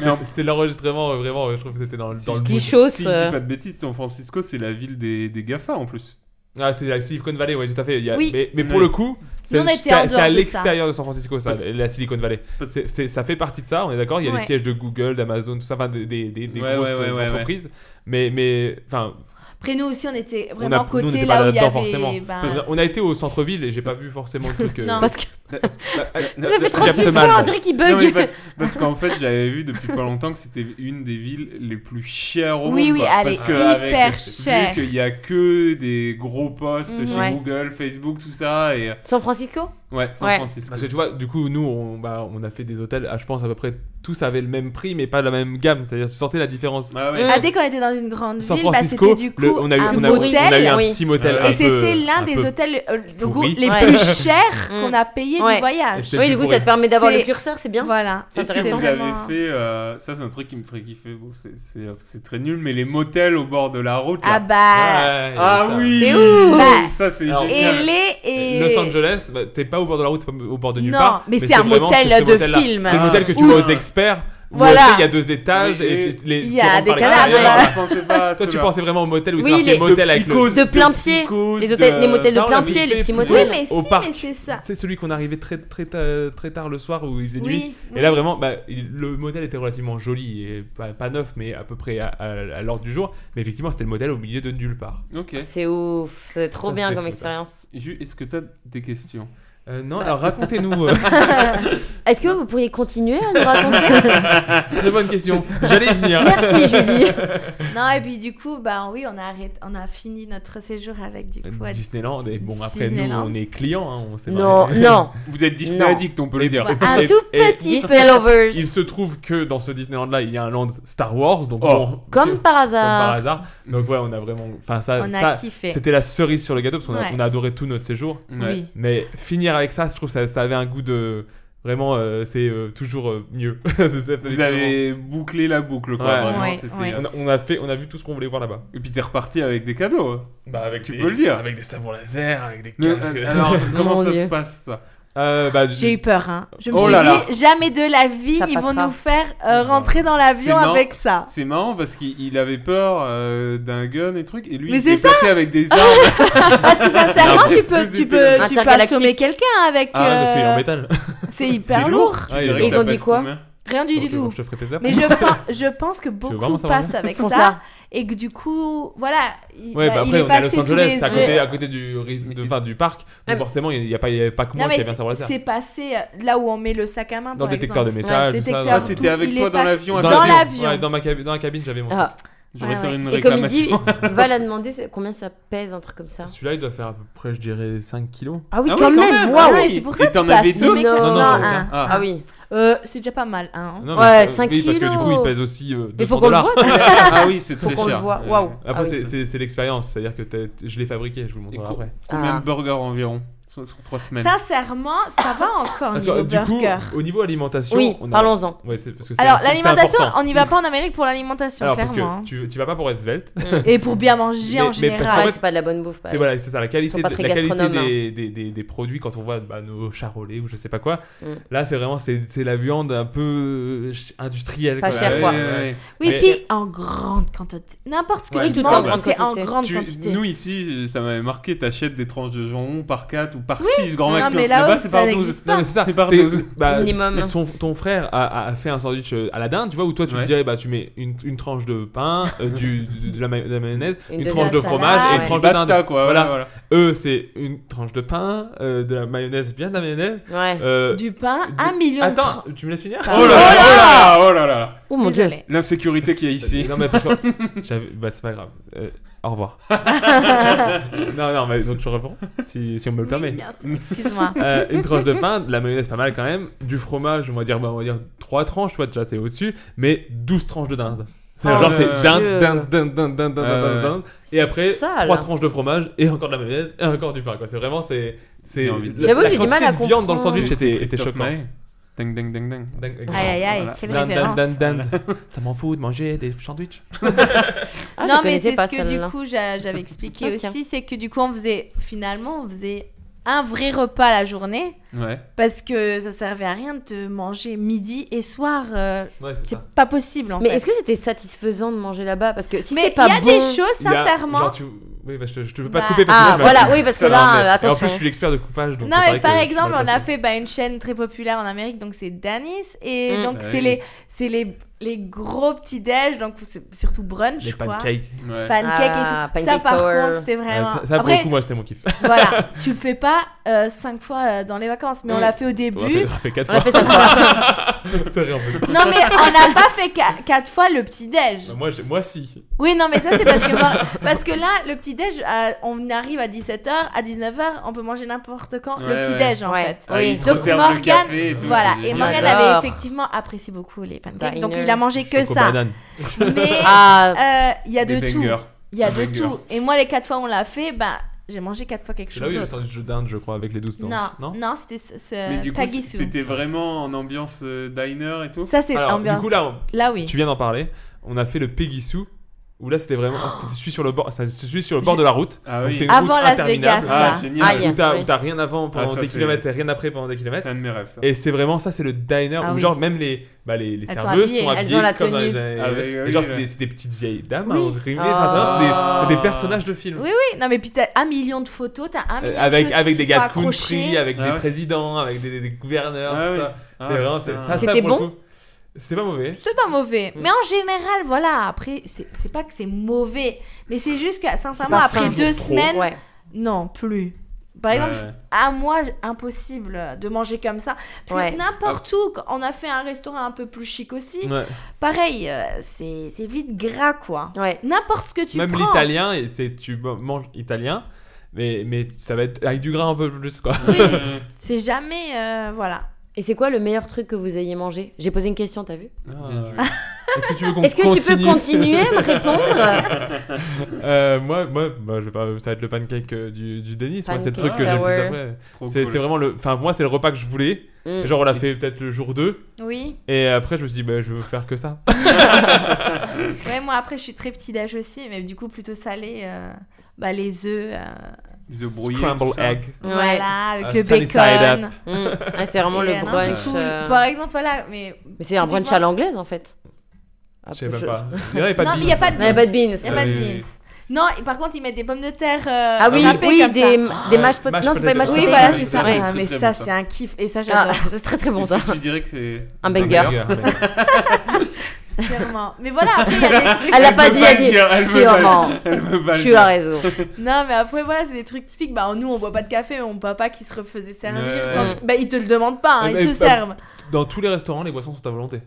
S5: Mais en-
S8: C'est l'enregistrement, euh, vraiment, euh, je trouve que c'était dans, le-
S5: Si
S8: dans le
S9: Qui
S8: mood.
S9: chausse.
S5: Si je
S9: euh,
S5: dis pas de bêtises, San Francisco, c'est la ville des, des GAFA en plus.
S8: Ah, c'est la Silicon Valley, ouais, tout à fait. il y a-
S10: Oui.
S8: Mais, mais pour
S5: Oui.
S8: le coup, c'est
S10: on était
S8: c'est
S10: en
S8: à c'est
S10: dehors
S8: à
S10: de
S8: l'extérieur de San Francisco, ça,
S5: Parce-
S8: la Silicon Valley.
S5: parce-
S8: C'est- c'est- ça fait partie de ça, on est d'accord. Il y a
S10: Ouais.
S8: les sièges de Google, d'Amazon, tout ça, enfin des, des, des- des
S5: Ouais,
S8: grosses
S5: ouais, ouais, ouais,
S8: entreprises. Mais, mais enfin,
S10: Après, nous aussi, on était
S8: on
S10: vraiment
S8: a, nous, on
S10: côté
S8: n'était
S10: là
S8: pas
S10: où il y
S8: là-dedans
S10: avait.
S8: forcément.
S10: ben,
S8: On a été au centre-ville et j'ai pas vu forcément le truc. euh,
S10: Non.
S9: Parce que
S5: Non,
S9: ça
S5: non,
S9: fait 38
S8: capte mal,
S9: fois,
S8: ouais.
S9: on dirait qu'il
S5: non, mais
S9: bug.
S5: parce, parce qu'en fait, j'avais vu depuis pas longtemps que c'était une des villes les plus chères au
S10: Oui,
S5: monde.
S10: oui,
S5: quoi.
S10: elle
S5: Parce
S10: est
S5: que
S10: hyper
S5: avec-
S10: chère.
S5: Vu qu'il y a que des gros postes
S10: Mhm.
S5: chez
S9: Ouais.
S5: Google, Facebook, tout ça. Et... euh,
S9: San Francisco
S5: Ouais, San
S9: Ouais.
S5: Francisco.
S8: Parce que tu vois, du coup, nous, on, bah, on a fait des hôtels, ah, je pense à peu près tous avaient le même prix, mais pas la même gamme. C'est-à-dire, tu sentais la différence.
S5: Ah ouais.
S10: Ah, dès qu'on était dans une grande
S8: San
S10: ville, bah,
S8: Francisco,
S10: c'était du coup
S8: le- on, a eu,
S10: un
S8: on, a, on a eu
S10: hôtel.
S8: un
S9: oui.
S8: petit motel.
S5: Et
S8: un peu-
S10: Et c'était l'un
S8: un
S10: des
S8: peu-
S10: hôtels euh, le gros-
S8: pourri.
S10: les
S9: Ouais.
S10: plus chers
S9: Mm.
S10: qu'on a payé
S9: Ouais.
S10: du
S8: Et
S10: voyage.
S8: c'était
S9: Oui, du
S8: tout
S9: coup,
S8: pourri.
S9: ça te permet d'avoir le
S10: C'est-
S9: curseur, c'est bien.
S10: Voilà.
S5: Et si
S9: intéressant.
S5: vous avez
S10: hein.
S5: fait, euh, ça c'est un truc qui me ferait kiffer, bon, c'est- c'est euh, c'est très nul, mais les motels au bord de la route. là.
S10: Ah bah.
S8: Ouais,
S5: Ah
S8: Eh, ça.
S5: oui
S10: C'est ouf. Bah,
S5: Ça c'est
S8: Alors,
S10: Et
S5: génial.
S10: les. Et...
S8: Euh, Los Angeles, bah, t'es pas au bord de la route, pas au bord de nulle
S10: Non,
S8: part.
S10: mais c'est un
S8: vraiment
S10: motel
S8: ce- ce
S10: de
S8: motel-là.
S10: film.
S8: C'est le
S5: Ah.
S8: motel que tu
S5: Ouh.
S8: vois aux experts. où,
S10: Voilà.
S8: tu sais, Il y a deux étages.
S5: Oui,
S8: et
S5: oui.
S8: tu- les-
S10: Il y
S8: tu
S10: a
S8: rentres
S10: des
S8: par les
S10: cadavres,
S5: Ah,
S8: cases,
S10: voilà.
S5: merde, je pensais pas à
S8: Toi, tu
S5: ceux-là.
S8: pensais vraiment au motel où
S9: Oui,
S8: c'est marqué
S9: les-
S8: motel avec le.
S5: Psychose,
S9: De plein pied.
S5: psychose,
S9: Les, hôtels, les
S5: de-
S9: motels
S8: ça,
S9: de
S8: on
S9: plein
S8: l'a
S9: pied,
S8: fait
S9: les
S8: plus
S9: petits
S10: Oui,
S9: motels.
S10: mais si,
S8: euh, Au parc.
S10: mais c'est ça.
S8: C'est celui qu'on arrivait très très ta- très tard le soir où il faisait nuit.
S10: Oui.
S8: Et là vraiment, bah, il- le motel était relativement joli et pas, pas neuf, mais à peu près à, à- à l'ordre du jour. Mais effectivement, c'était le motel au milieu de nulle part.
S5: Ok.
S9: C'est ouf, c'est trop
S8: Ça,
S9: bien
S8: c'était
S9: comme
S8: fou, ça.
S9: expérience.
S5: Ju, est-ce que t'as des questions
S8: Euh, non, alors racontez-nous. euh,
S9: Est-ce que vous pourriez continuer à nous raconter
S8: très bonne question. J'allais y venir.
S9: Merci Julie.
S10: Non, et puis du coup, bah oui, on a, arrêté, on a fini notre séjour avec du coup. à-
S8: Disneyland. Et bon, après
S10: Disneyland.
S8: nous, on est clients, hein, on s'est
S9: Non,
S8: mariés.
S9: non.
S5: Vous êtes Disney
S9: Non.
S5: addict, on peut le
S8: Et- bah,
S5: dire.
S8: et-
S10: Un
S8: et-
S10: tout
S8: et-
S10: petit.
S9: Disney lovers.
S8: Il se trouve que dans ce Disneyland-là, il y a un land Star Wars, donc
S5: Oh.
S8: bon, c'est-
S9: Comme par
S8: comme par
S9: hasard.
S8: hasard. Donc ouais, on a vraiment, enfin ça,
S10: On
S8: ça,
S10: a kiffé.
S8: c'était la cerise sur le gâteau parce qu'on a-
S10: Ouais.
S8: on a adoré tout notre séjour.
S5: Ouais.
S10: Oui.
S8: Mais finir avec ça, je trouve ça, ça avait un goût de Vraiment, euh, c'est euh, toujours euh, mieux. C'est ça,
S5: Vous avez bouclé la boucle, quoi.
S8: Ouais.
S5: vraiment,
S10: Ouais,
S5: c'était- euh,
S10: ouais.
S8: On a, on a fait, on a vu tout ce qu'on voulait voir là-bas.
S5: Et puis t'es reparti avec des cadeaux.
S8: Bah avec
S5: Tu
S8: des-
S5: peux le dire.
S8: Avec des savons laser, avec des
S5: Mais,
S8: casques.
S5: euh, alors, comment
S9: Mon
S5: ça
S9: Dieu.
S5: se passe, ça
S8: Euh, bah,
S10: J'ai eu peur, hein. Je me
S5: Oh
S10: suis
S5: là
S10: dit, jamais de la vie,
S9: Ça
S10: ils vont
S9: passera.
S10: nous faire euh, rentrer dans
S5: C'est
S10: l'avion
S5: marrant.
S10: avec ça.
S5: C'est marrant parce qu'il il avait peur euh, d'un gun et truc, et lui,
S10: Mais
S5: il
S10: c'est
S5: s'est passé avec
S9: Ah
S5: des armes.
S10: Parce que sincèrement, tu peux,
S5: Deux
S10: tu peux, tu peux
S9: Intergalactique.
S10: assommer quelqu'un avec.
S8: Ah, parce qu'il est en
S10: euh,
S8: métal.
S10: C'est
S5: C'est
S10: hyper
S5: lourd.
S10: lourd.
S5: Tu
S8: Ah, il
S5: dirais
S8: est
S5: que
S9: Ils
S5: ça
S9: ont dit
S5: passe
S9: quoi
S5: combien
S10: Rien du,
S8: Ok,
S10: tout.
S8: bon, Je te ferai plaisir.
S10: Mais je pense, je pense que beaucoup
S8: vraiment savoir
S10: passent Ah, avec
S9: Ils font
S10: ça,
S9: ça.
S10: et que du coup, voilà, il,
S8: Ouais,
S10: bah,
S8: bah après,
S10: il est
S8: on est à
S10: passé
S8: Los
S10: sous
S8: Angeles,
S10: les
S8: c'est à côté,
S10: yeux.
S8: à côté du, ris- de,
S5: Mais-
S8: enfin, du parc.
S9: Ah,
S8: Donc forcément, il n'y a, pas- il y avait pas que moi
S10: Non,
S8: qui
S10: mais
S8: avait un savoir laser.
S10: c'est passé euh, là où on met le sac à main.
S8: Dans
S10: par
S8: le détecteur de
S10: exemple.
S8: métal,
S10: Ouais,
S8: tout ça.
S10: détecteur.
S8: dans-
S5: Ah,
S10: tout,
S5: c'était avec
S10: il
S5: toi
S10: est
S5: dans
S10: passé-
S5: l'avion à
S10: Dans
S5: Paris.
S10: l'avion.
S8: Ouais, dans, ma cab- dans la cabine, j'avais mon.
S9: Ah,
S5: J'aurais
S10: Ouais,
S5: fait
S10: ouais.
S5: une
S9: Et comme il
S5: réclamation.
S9: dit, va la demander c'est- combien ça pèse, un truc comme ça.
S8: Celui-là, il doit faire à peu près, je dirais, 5 kilos.
S9: Ah oui,
S5: Ah oui,
S9: quand
S5: quand
S9: même,
S5: même,
S9: waouh
S5: ouais.
S10: Ouais, c'est pour ça
S5: Et
S10: que
S5: t'en
S10: tu passes
S5: avais deux
S10: mec.
S9: Non,
S8: non,
S10: Non,
S8: non,
S10: un.
S5: Ah.
S9: Ah oui.
S10: Euh, c'est déjà pas mal, hein.
S8: Non,
S9: Ouais,
S8: mais ça-
S9: 5
S8: oui, parce que du coup,
S9: kilos.
S8: il pèse aussi euh, 200
S9: Mais faut qu'on le
S8: dollars.
S9: voit.
S5: Ah oui, c'est
S9: Faut
S5: très
S9: qu'on le
S5: cher.
S9: voit.
S5: Euh,
S9: Waouh.
S8: Après,
S9: Ah
S8: c'est-
S9: oui.
S8: c'est c'est l'expérience, c'est-à-dire que t'as- t- je l'ai fabriqué, je vous le montrerai
S5: Et
S8: après.
S5: Combien
S9: Ah.
S5: de burgers environ sur, sur trois semaines
S10: Sincèrement, ça va encore
S8: Parce
S10: niveau
S8: que, euh, du coup,
S10: burger.
S8: au niveau alimentation,
S9: Oui,
S8: on a-
S9: parlons-en.
S8: Ouais, c'est- parce que c'est-
S10: Alors,
S8: c'est- c'est
S10: l'alimentation,
S8: important.
S10: on n'y va pas en Amérique pour l'alimentation,
S8: Alors, parce
S10: clairement. hein.
S8: que tu, tu vas pas pour être svelte.
S10: Et pour bien manger
S8: Mais-
S10: en
S8: mais
S10: général.
S8: parce qu'en
S9: Ah,
S8: fait,
S9: c'est pas de la bonne bouffe.
S8: C'est voilà, c'est ça, la
S9: sont
S8: qualité,
S9: pas
S8: de-
S9: très
S8: la qualité
S9: gastronomes, hein.
S8: des, des, des, des produits quand on voit bah, nos charolais ou je sais pas quoi.
S9: Mm.
S8: Là, c'est vraiment c'est c'est la viande un peu euh, industrielle.
S9: Pas
S8: quoi.
S9: cher,
S5: Ouais,
S9: quoi.
S5: ouais, ouais.
S10: Oui,
S8: Mais-
S10: puis en grande quantité. N'importe ce que
S5: Ouais,
S10: tu
S5: tout en
S10: manges,
S9: grande
S10: c'est en
S9: quantité.
S10: grande
S5: Tu-
S10: quantité.
S5: nous ici, ça m'avait marqué, t'achètes des tranches de jambon par 4 ou par 6 grand
S10: Non,
S5: maximum.
S10: mais là-haut,
S5: Là-bas, c'est
S10: ça
S5: par 12.
S10: n'existe
S8: Non, mais c'est ça.
S5: C'est par
S8: c'est-
S5: dose.
S8: bah,
S9: Minimum.
S8: Son, ton frère a, a fait un sandwich euh, à la dinde, tu vois, où toi tu
S5: Ouais.
S8: te dirais, bah tu mets une, une tranche de pain, euh, du, du- de, la ma- de la mayonnaise,
S9: Une
S8: une,
S9: demi
S8: tranche de
S9: salade,
S10: Ah
S8: fromage et une
S9: ouais.
S8: tranche de dinde.
S5: Basta, quoi.
S8: Voilà.
S5: ouais, voilà.
S8: Eux, c'est une tranche de pain, euh, de la mayonnaise, bien de la mayonnaise.
S9: Ouais.
S8: euh,
S10: Du pain,
S8: du-
S10: un million de
S8: Attends, tu me laisses finir
S5: Oh là là, oh là là, oh là là.
S9: Oh mon dieu.
S10: Désolée.
S5: L'insécurité qu'il y a ici.
S8: Non mais parce que j'avais- bah c'est pas grave. Euh, au revoir. non non mais donc je réponds si, si on me le
S10: Oui,
S8: permet.
S10: bien sûr, excuse-moi.
S8: Euh, une tranche de pain, de la mayonnaise pas mal quand même, du fromage on va dire bah, on va dire trois tranches, tu vois déjà c'est au-dessus, mais 12 tranches de dinde. C'est
S9: Oh
S8: genre
S5: mon
S8: c'est
S9: Dieu.
S8: dinde dinde dinde dinde dinde dinde
S5: Ouais,
S8: dinde
S5: ouais.
S8: dinde et après
S9: C'est sale.
S8: trois tranches de fromage et encore de la mayonnaise et encore du pain quoi. C'est vraiment c'est c'est
S5: J'ai envie de-
S8: la-
S9: J'avoue,
S8: la
S9: j'ai du mal
S8: quantité
S9: à
S8: de viande dans le
S9: comprendre.
S8: sandwich était, était
S5: Christophe
S8: choquant.
S5: Maé. Ding, ding, ding, ding.
S8: Dingue, dingue.
S10: Aïe aïe aïe,
S5: Voilà.
S10: quelle
S8: Dinde, dinde,
S10: référence.
S8: dinde, dinde. Ça m'en fout de manger des sandwichs.
S9: Ah, je
S10: non, mais
S9: connaissais
S10: c'est
S9: pas
S10: ce que du
S9: celle-là.
S10: coup j'a- j'avais expliqué
S9: Ok.
S10: aussi, c'est que du coup on faisait finalement on faisait un vrai repas la journée
S5: Ouais.
S10: parce que ça servait à rien de manger midi et soir, euh,
S8: Ouais, c'est
S10: c'est
S8: ça.
S10: pas possible en
S9: Mais
S10: fait.
S9: est-ce que c'était satisfaisant de manger là-bas Parce que si
S10: mais
S9: c'est
S10: il y
S9: pas
S10: a
S9: bon.
S10: des choses
S8: Il y a-
S10: sincèrement.
S8: genre, tu- Oui, bah, je, te, je te veux pas
S10: Bah,
S8: te couper parce que
S9: Ah,
S8: sinon, bah,
S9: voilà, oui, parce que
S8: Non, mais- et
S9: là, euh,
S8: En plus, je
S9: attention.
S8: suis l'expert de coupage. Donc
S10: Non
S8: c'est
S10: mais
S8: vrai
S10: par
S8: que-
S10: exemple
S8: c'est
S10: on a
S8: facile.
S10: fait bah, une chaîne très populaire en Amérique donc c'est Danis et
S9: Mm.
S10: donc
S5: Ah oui.
S10: c'est les c'est les les gros petits déj donc c'est surtout brunch
S8: Les
S10: quoi.
S8: pancakes.
S5: Ouais.
S10: Pancake
S9: Ah,
S10: et tout. ça
S9: pancake
S10: par
S9: tower.
S10: contre c'était
S8: Euh,
S10: vraiment.
S8: ça, ça, pour
S10: Après
S8: le coup, moi, c'était mon kiff.
S10: voilà, tu le fais pas euh, cinq fois euh, dans les vacances, mais on
S9: Mm.
S10: l'a fait au
S8: On l'a fait-
S10: début.
S8: on l'a fait 4
S9: On a
S8: fois.
S9: fait ça quoi
S8: C'est rien, en fait.
S10: Non mais on n'a pas fait qua- quatre fois le petit déj.
S8: Bah, Moi, j'ai- moi, si.
S10: Oui non mais ça c'est parce que moi- parce que là le petit déj euh, on arrive à 17h, à 19h, on peut manger n'importe quand le
S5: Ouais,
S10: petit
S5: ouais.
S10: déj en
S9: Ouais.
S10: fait.
S5: Ah, il
S9: Oui.
S5: te
S10: Donc,
S5: réserve le
S10: Morgane,
S5: café et tout,
S10: Voilà,
S5: c'est
S10: et
S5: génial.
S10: Morgan
S9: J'adore.
S10: avait effectivement apprécié beaucoup les pancakes.
S9: Diners.
S10: Donc il a mangé que
S8: Choco
S10: ça.
S8: banane.
S10: Mais
S9: Ah,
S10: euh, il y a de
S5: Des
S10: tout.
S5: bangers.
S10: Il y a de
S5: Des bangers.
S10: tout. Et moi les quatre fois où on l'a fait, bah j'ai mangé quatre fois quelque
S8: C'est là où
S10: chose
S8: il y a le
S10: d'autre.
S8: sandwich de dinde, je crois, avec les 12
S10: Non,
S8: temps.
S10: non, c'était ce, ce
S5: Mais du coup,
S10: Tagisu.
S5: c'était vraiment en ambiance euh, diner et tout.
S10: Ça, c'est
S8: Alors, du
S10: ambiance.
S8: coup,
S10: là,
S8: là, on-
S10: oui.
S8: tu viens d'en parler. On a fait le Pegisou. Où là, c'était vraiment. ah, C'était celui sur le bord. ça- celui sur le bord de la route.
S5: Ah
S8: Donc,
S5: oui.
S8: c'est une
S10: Avant
S8: route
S10: Las
S8: interminable.
S10: Vegas,
S5: Ah,
S10: là.
S5: génial.
S9: Aïe.
S8: Où t'as
S9: Ouais.
S8: où t'as rien avant pendant
S5: Ah, ça,
S8: des
S5: c'est-
S8: kilomètres et rien après pendant des kilomètres.
S5: C'est un de mes rêves, ça.
S8: Et c'est vraiment ça, c'est le diner
S10: Ah
S8: où
S10: oui.
S8: genre même les, bah, les, les
S10: Elles sont
S8: serveuses
S10: habillées,
S8: sont
S10: elles
S8: habillées
S9: ont la
S8: comme dans les
S9: tenue.
S8: années-
S5: Ah oui,
S8: et
S5: oui,
S8: genre
S5: oui.
S8: c'est des, c'est des petites vieilles dames,
S10: Oui.
S8: hein, rimées,
S9: Ah.
S8: enfin, c'est vraiment- c'est des, c'est des
S5: Ah.
S8: personnages de films.
S10: Oui, Ah oui. Non, mais puis t'as un million de photos, t'as un
S8: Euh,
S10: million de
S8: avec
S10: choses
S8: avec
S10: qui
S8: des gars de
S10: sont accrochées.
S8: country, avec
S5: Ah
S8: des
S5: ouais.
S8: présidents, avec des, des- des gouverneurs,
S5: Ah
S8: tout
S5: oui.
S8: ça.
S5: Ah,
S8: c'est vraiment c'est
S5: putain.
S8: ça, ça
S9: C'était
S8: pour le
S9: bon
S8: coup. C'était pas mauvais.
S10: C'est pas mauvais. Mais en général, voilà, après, c'est c'est pas que c'est mauvais. Mais c'est juste que, sincèrement,
S9: pas
S10: après
S9: fin.
S10: deux
S8: Trop.
S10: semaines,
S9: ouais.
S10: non, plus. Par exemple,
S8: euh,
S5: Ouais.
S10: à moi, j- impossible de manger comme ça. Parce
S9: Ouais.
S10: que n'importe où, quand on a fait un restaurant un peu plus chic aussi.
S8: Ouais.
S10: Pareil, euh, c'est c'est vite gras, quoi.
S9: Ouais.
S10: N'importe ce que tu
S8: Même
S10: prends.
S8: l'italien, et c'est tu manges italien, mais mais ça va être avec du gras un peu plus quoi.
S10: Oui,
S5: Euh,
S10: c'est jamais. euh, voilà.
S9: Et c'est quoi le meilleur truc que vous ayez mangé J'ai posé une question, t'as vu
S8: Ah.
S5: bien joué.
S8: Est-ce que tu veux qu'on
S9: Est-ce que tu peux
S8: continue
S9: continuer à me répondre
S8: Euh, moi, moi, moi, je vais pas, ça va être le pancake euh, du, du Denis. Moi, c'est le truc
S9: Pancake
S8: que j'ai le plus
S9: tower.
S8: après.
S5: Trop
S8: C'est
S5: cool.
S8: c'est vraiment le. Enfin, moi, c'est le repas que je voulais.
S9: Mm.
S8: Genre, on l'a fait peut-être le jour 2.
S10: Oui.
S8: Et après, je me suis dit, bah, je veux faire que ça.
S10: Ouais, moi après, je suis très petit d'âge aussi, mais du coup, plutôt salé. euh, bah, les œufs. euh,
S5: The brouillés, tout
S8: Scramble
S5: ça.
S8: egg.
S9: Ouais.
S10: Voilà, avec
S8: Euh,
S10: le
S8: sunny side up.
S10: bacon.
S9: Mm. Ah, c'est vraiment
S10: Et,
S9: le
S10: euh, non,
S9: brunch.
S10: c'est cool.
S9: euh,
S10: Par exemple, voilà, mais.
S9: Mais c'est un brunch à l'anglaise en fait. Ah,
S8: Je sais même
S9: Je-
S8: pas. Il n'y avait pas de
S10: Non, mais il
S8: beans.
S10: n'y a pas de
S9: Non, y a pas de
S10: Il n'y
S9: beans.
S10: a pas de
S8: Oui, oui,
S10: beans. Non, et par contre, ils mettent des pommes de terre. euh,
S9: Ah oui,
S10: râpées
S9: oui,
S10: comme ça.
S9: des, des mashed pot-
S8: mashed
S9: Non, c'est pas des mashed
S8: potatoes.
S5: Ça,
S10: Oui,
S9: potatoes.
S10: voilà,
S5: oui,
S10: c'est
S5: ça,
S10: ça.
S5: c'est
S10: Ah,
S5: très,
S10: mais
S5: très
S10: ça,
S5: bon,
S10: c'est
S5: ça.
S10: un kiff. Et ça,
S9: Ah,
S10: j'adore.
S9: c'est très très bon ça.
S5: Est-ce que tu dirais que c'est.
S9: Un banger.
S10: Sûrement. Mais voilà, après, il y a des trucs.
S9: Elle l'a pas
S5: veut
S9: dit,
S5: pas
S9: elle
S5: le
S9: dit.
S5: dire, elle veut pas le
S9: Sûrement.
S5: Elle veut pas le
S9: Tu
S5: dire.
S9: as raison.
S10: Non, mais après, voilà, c'est des trucs typiques. Bah, nous, on boit pas de café, mais mon papa qui se refaisait servir.
S5: Ouais.
S10: sans- Bah, ils te le demandent pas, hein,
S8: Ouais,
S10: ils te
S8: mais-
S10: servent.
S8: Dans tous les restaurants, les boissons sont à volonté.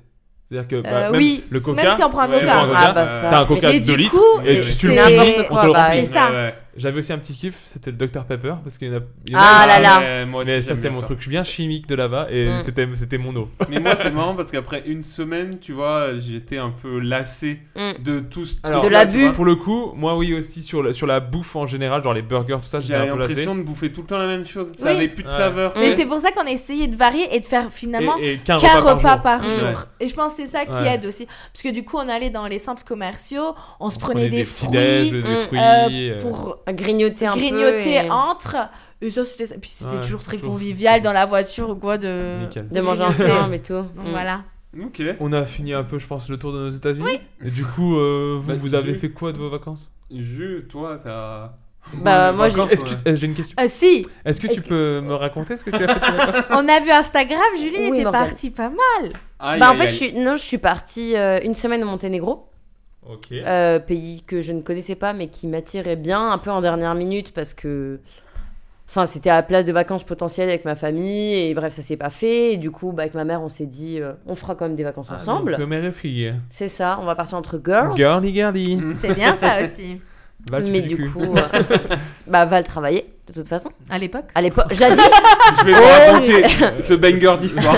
S8: C'est-à-dire que bah,
S10: Euh,
S8: même
S10: oui.
S8: le coca,
S10: Même si on prend un
S5: Ouais,
S8: tu
S10: coca.
S8: prends un coca,
S9: Ah bah ça.
S8: t'as un coca
S10: Mais
S8: de
S10: du
S8: 2 litres
S10: coup,
S8: et
S10: c'est-
S8: tu, tu le
S10: c'est
S8: prends,
S10: n'importe
S8: on te le
S9: quoi, bah,
S8: refile.
S10: C'est ça.
S5: Ouais,
S8: J'avais aussi un petit kiff, c'était le Dr Pepper, parce qu'il y en a... il y en a-
S9: Ah là là.
S5: ouais, moi aussi,
S8: Mais ça
S5: j'aime
S8: c'est
S5: bien
S8: mon truc bien chimique de là-bas et
S9: Mm.
S8: c'était c'était mon eau.
S5: Mais moi, c'est marrant parce qu'après une semaine, tu vois, j'étais un peu lassé
S9: Mm.
S5: de tout ce
S8: Alors,
S9: De
S5: truc-là,
S9: l'abus.
S5: tu vois.
S8: Pour le coup, moi oui aussi sur la, sur la bouffe en général, genre les burgers tout ça, j'étais
S5: J'avais
S8: un peu lassé.
S5: l'impression de bouffer tout le temps la même chose. Ça
S10: Oui.
S5: avait plus de
S8: Ouais.
S5: saveur.
S10: Mais
S9: Mm.
S10: c'est pour ça qu'on a essayé de varier et de faire finalement
S8: Et, et qu'un
S10: qu'un
S8: repas, par jour.
S10: par
S9: Mm.
S10: jour. Et je pense que c'est ça qui
S8: Ouais.
S10: aide aussi. Parce que du coup, on allait dans les centres commerciaux, on se
S8: On
S10: prenait, des, fruits
S8: petits-déj, des
S9: euh,
S8: fruits euh,
S10: euh, pour
S9: Grignoter un peu.
S10: grignoter
S9: et
S10: entre. Et ça, c'était ça. Puis c'était
S8: Ouais,
S10: toujours très
S8: toujours.
S10: convivial dans la voiture ou quoi de.
S8: nickel.
S9: De manger ensemble et tout.
S10: Donc
S9: Mm.
S10: voilà.
S5: Ok.
S8: On a fini un peu, je pense, le tour de nos États-Unis. Et du coup, euh, vous,
S5: Bah,
S8: vous avez
S5: j'ai-
S8: fait quoi de vos vacances
S5: Jus, toi, t'as.
S9: Bah, moi, j'ai-
S5: vacances,
S8: Est-ce
S5: ouais.
S8: que euh, j'ai une question
S10: Euh, si,
S8: Est-ce que tu peux me raconter ce que tu as fait
S10: on a vu Instagram, Julie
S9: Oui,
S10: était
S9: Morgane.
S10: partie pas mal.
S5: Aïe,
S9: Bah en
S5: aïe,
S9: fait,
S5: aïe.
S9: je suis... Non, je suis partie euh, une semaine au Monténégro,
S8: Ok.
S9: euh, pays que je ne connaissais pas mais qui m'attirait bien, un peu en dernière minute parce que... Enfin, c'était à la place de vacances potentielles avec ma famille et bref, ça s'est pas fait. Et du coup, bah, avec ma mère, on s'est dit, euh, on fera quand même des
S8: Ah,
S9: vacances ensemble.
S8: Comme elle est fille.
S9: C'est ça, on va partir entre girls.
S8: Girly girly.
S10: C'est bien ça aussi.
S8: Va le
S9: mais
S8: cul
S9: du coup, euh, bah, va le travailler de toute façon.
S10: À l'époque.
S9: À l'époque, jadis
S5: Je vais vous
S10: Oh
S5: raconter ce banger d'histoire.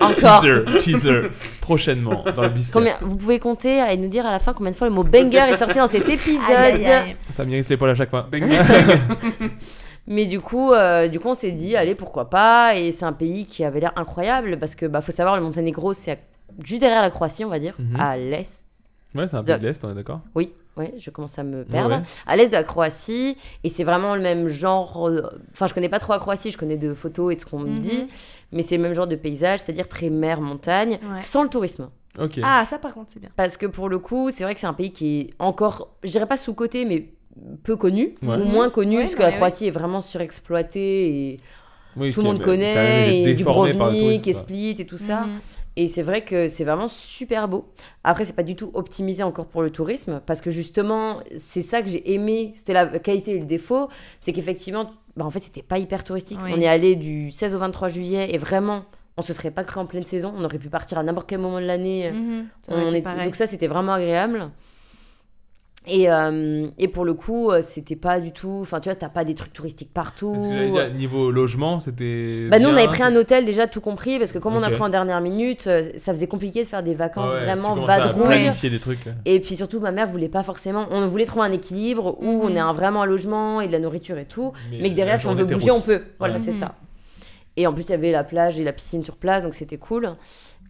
S9: encore.
S8: Teaser, teaser. Prochainement dans le biscuit.
S9: Combien, vous pouvez compter et nous dire à la fin combien de fois le mot banger est sorti dans cet épisode.
S10: Aïe, aïe, aïe.
S8: Ça me hérisse l'épaule à chaque fois.
S5: Banger.
S9: Mais du coup, euh, du coup, on s'est dit, allez, pourquoi pas Et c'est un pays qui avait l'air incroyable parce que, bah, faut savoir, le Monténégro, c'est à- juste derrière la Croatie, on va dire,
S8: Mhm.
S9: à l'est.
S8: Ouais, c'est un peu de l'Est, on est d'accord
S9: Oui, ouais, je commence à me perdre.
S8: ouais.
S9: À l'est de la Croatie, et c'est vraiment le même genre. euh, Enfin, je connais pas trop la Croatie, je connais de photos et de ce qu'on me
S10: Mhm.
S9: dit, mais c'est le même genre de paysage, c'est-à-dire très mer, montagne,
S10: Ouais.
S9: sans le tourisme.
S8: Ok.
S10: Ah, ça par contre, c'est bien.
S9: Parce que pour le coup, c'est vrai que c'est un pays qui est encore, je dirais pas sous-coté, mais peu connu,
S8: Ouais.
S9: ou moins connu,
S10: Ouais,
S9: parce que
S10: non,
S9: la
S10: mais
S9: Croatie est vraiment surexploitée et
S8: Oui,
S9: tout
S8: ok,
S9: le monde
S8: mais euh, ça a
S9: connaît,
S8: été
S9: et
S8: déformé par le
S9: Dubrovnik, et
S8: tourisme, quoi.
S9: Split et tout ça.
S10: Mhm.
S9: Et c'est vrai que c'est vraiment super beau. Après, c'est pas du tout optimisé encore pour le tourisme, parce que justement, c'est ça que j'ai aimé, c'était la qualité et le défaut, c'est qu'effectivement, bah, en fait, c'était pas hyper touristique.
S10: Oui.
S9: On est allé du 16 au 23 juillet, et vraiment, on se serait pas cru en pleine saison, on aurait pu partir à n'importe quel moment de l'année. euh,
S10: Mhm. Ça aurait
S9: On
S10: été
S9: était-
S10: pareil.
S9: donc ça, c'était vraiment agréable. Et, euh, et pour le coup, euh, c'était pas du tout. Enfin, tu vois, t'as pas des trucs touristiques partout.
S8: Parce que j'allais dire, niveau logement, c'était.
S9: Bah, nous, on
S8: bien,
S9: avait pris un hôtel déjà, tout compris, parce que comme on a
S8: Ok.
S9: pris en dernière minute, euh, ça faisait compliqué de faire des vacances
S8: Ah ouais,
S9: vraiment
S8: tu commences à
S9: vadrouilles.
S8: planifier des trucs. euh.
S9: Et puis surtout, ma mère voulait pas forcément. On voulait trouver un équilibre où
S10: Mhm.
S9: on ait un, vraiment un logement et de la nourriture et tout, mais que derrière,
S8: la
S9: si on
S8: journée,
S9: veut
S8: t'es
S9: bouger, on
S8: roots.
S9: peut. Voilà,
S10: Ouais.
S9: c'est
S10: Mhm.
S9: ça. Et en plus, il y avait la plage et la piscine sur place, donc c'était cool.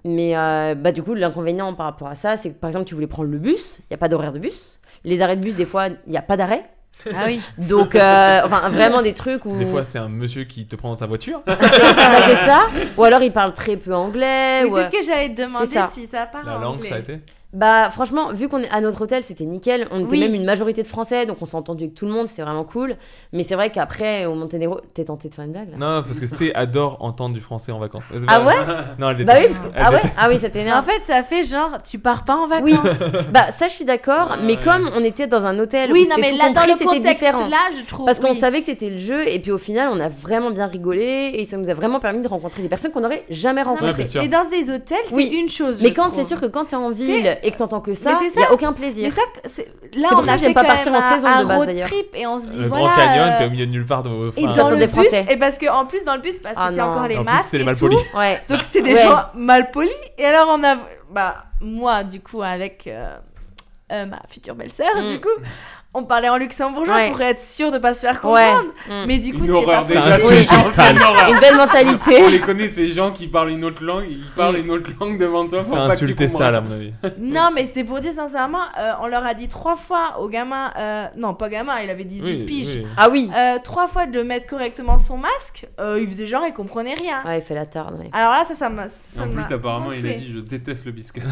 S9: Mais euh, bah, du coup, l'inconvénient par rapport à ça, c'est que par exemple, tu voulais prendre le bus, il n'y a pas d'horaire de bus. Les arrêts de bus, des fois, il n'y a pas d'arrêt.
S10: Ah oui.
S9: Donc, euh, enfin, vraiment des trucs où.
S8: Des fois, c'est un monsieur qui te prend dans sa voiture.
S10: Ah,
S9: Enfin, Bah, c'est ça. Ou alors, ils parlent très peu anglais.
S10: Oui,
S9: ou, euh,
S10: C'est ce que j'allais te demander
S9: C'est ça.
S10: si ça parle
S8: La
S10: en
S8: langue,
S10: anglais.
S8: ça a été.
S9: Bah, franchement, vu qu'on est à notre hôtel, c'était nickel. On était
S10: Oui.
S9: même une majorité de Français, donc on s'est entendu avec tout le monde, c'était vraiment cool. Mais c'est vrai qu'après, au Monténégro. T'es tenté de faire une blague là
S8: Non, parce que c'était adore entendre du français en vacances.
S9: Ah ouais
S8: Non, elle
S9: Bah oui,
S8: déteste.
S9: parce que-
S8: Elle
S9: ah, ouais
S8: déteste
S9: ah oui, ça
S10: Mais
S9: t'énerve.
S10: en fait, ça fait genre, tu pars pas en
S9: Oui,
S10: vacances.
S9: bah ça je suis d'accord, mais comme on était dans un hôtel,
S10: Oui,
S9: où
S10: non,
S9: c'était
S10: mais
S9: tout
S10: là, dans
S9: compris,
S10: le
S9: c'était
S10: contexte,
S9: différent.
S10: là, je trouve.
S9: Parce qu'on
S10: oui.
S9: savait que c'était le jeu, et puis au final, on a vraiment bien rigolé, et ça nous a vraiment permis de rencontrer des personnes qu'on n'aurait jamais
S10: Non, mais
S8: Ouais,
S9: rencontrées.
S8: bien
S10: c'est-
S8: sûr.
S10: mais dans des hôtels, c'est
S9: Oui.
S10: une chose.
S9: mais
S10: je
S9: quand
S10: trouve.
S9: c'est sûr que quand t'es en ville et que t'entends que ça,
S10: Mais c'est
S9: il
S10: ça.
S9: n'y a aucun plaisir.
S10: Mais ça, c'est...
S9: C'est
S10: là,
S9: pour
S10: on
S9: ça
S10: a
S9: que j'aime
S10: fait
S9: pas
S10: quand
S9: partir
S10: même
S9: en saison,
S10: un
S9: de base,
S10: road
S9: d'ailleurs.
S10: trip et on se dit
S8: Le
S10: voilà.
S8: Grand Canyon,
S10: euh,
S8: t'es au milieu de nulle part. de-
S10: Et
S8: enfin,
S10: dans
S9: T'entends des
S10: le bus,
S9: Français.
S10: et parce que en plus dans le bus, bah,
S9: Ah
S10: c'était
S9: non.
S10: encore les
S8: en plus,
S10: masques
S8: c'est les
S10: et
S8: malpolis.
S10: tout. Donc c'est des
S9: Ouais.
S10: gens mal polis. Et alors on a bah moi, du coup, avec euh, euh, ma future belle-sœur,
S9: Mm.
S10: du coup, on parlait en luxembourgeois
S9: Ouais.
S10: pour être sûr de pas se faire
S9: Ouais.
S10: comprendre.
S9: Mm.
S10: Mais du coup,
S5: Une
S10: c'était
S5: horreur
S10: pas
S5: des
S10: ça. Ah
S5: gens,
S9: Oui.
S5: ces
S8: Ah,
S5: gens, c'est une horreur.
S9: Une
S5: On
S9: belle
S5: les
S9: mentalité.
S5: connaît, ces gens qui parlent une autre langue, ils parlent une autre langue devant toi pour
S8: C'est
S5: pas que tu
S8: insulté ça,
S5: comprennes.
S8: là, à mon avis.
S10: Non, mais c'est pour dire sincèrement, euh, on leur a dit trois fois au gamin, euh, non, pas gamin, il avait 18
S8: Oui,
S10: piges.
S8: oui.
S9: Ah oui.
S10: Euh, trois fois de le mettre correctement son masque, euh, il faisait genre, il comprenait rien.
S9: Ouais, il fait la tarde. ouais.
S10: Alors là, ça, ça m'a.
S5: Et
S10: ça
S5: En
S10: m'a
S5: plus, apparemment, il a
S10: gonflé.
S5: dit Je déteste le biscuit.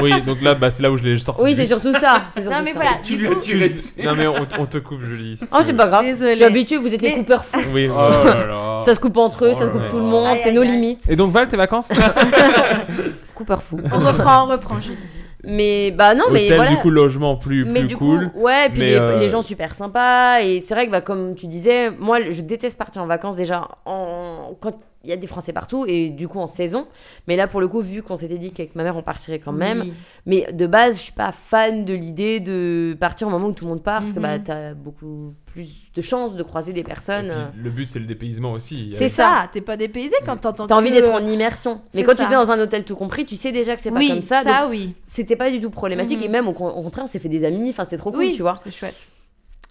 S8: Oui, donc là, bah, c'est là où je l'ai sorti.
S9: Oui,
S8: du
S9: c'est
S8: bus.
S9: surtout ça. c'est surtout
S10: Non, mais
S9: ça.
S10: voilà,
S5: tu
S10: du
S5: lui as
S10: coup,
S5: tiré dessus.
S8: Non, mais on, on te coupe, Julie. si tu
S9: Oh, c'est
S8: veux.
S9: pas grave. Je
S10: Désolée.
S9: suis habituée, vous êtes les
S10: Mais-
S9: coupeurs fous.
S8: Oui,
S5: Oh là là.
S9: Ça se coupe entre eux, ça se
S8: Oh là
S9: coupe tout le
S5: là.
S9: monde,
S10: Aïe,
S9: c'est
S10: aïe,
S9: nos
S10: aïe.
S9: limites.
S8: Et donc, Val, tes vacances
S9: Coupeurs fous.
S10: on reprend, on reprend. Julie.
S9: Mais bah non, mais
S8: Hôtel,
S9: voilà.
S8: du coup, logement plus,
S9: mais
S8: plus
S9: du
S8: cool.
S9: coup, ouais, et puis
S8: mais,
S9: les,
S8: euh,
S9: les gens super sympas. Et c'est vrai que, bah, comme tu disais, moi, je déteste partir en vacances déjà en... quand il y a des Français partout et du coup en saison. Mais là, pour le coup, vu qu'on s'était dit qu'avec ma mère, on partirait quand même.
S10: Oui.
S9: Mais de base, je suis pas fan de l'idée de partir au moment où tout le monde part parce que
S10: Mhm.
S9: bah, t'as beaucoup plus de chances de croiser des
S8: Et
S9: personnes.
S8: puis, le but, c'est le dépaysement aussi.
S9: euh, C'est
S10: C'est
S8: Avec-
S10: ça, t'es pas dépaysé quand t'entends.
S9: T'as envie
S10: que-
S9: d'être en immersion. Mais
S10: c'est
S9: quand
S10: ça.
S9: tu vas dans un hôtel tout compris, tu sais déjà que c'est pas
S10: oui,
S9: comme ça.
S10: ça
S9: donc
S10: oui.
S9: c'était pas du tout problématique.
S10: Mhm.
S9: Et même au, con- au contraire, on s'est fait des amis. Enfin, c'était trop cool,
S10: oui,
S9: tu vois.
S10: C'est chouette.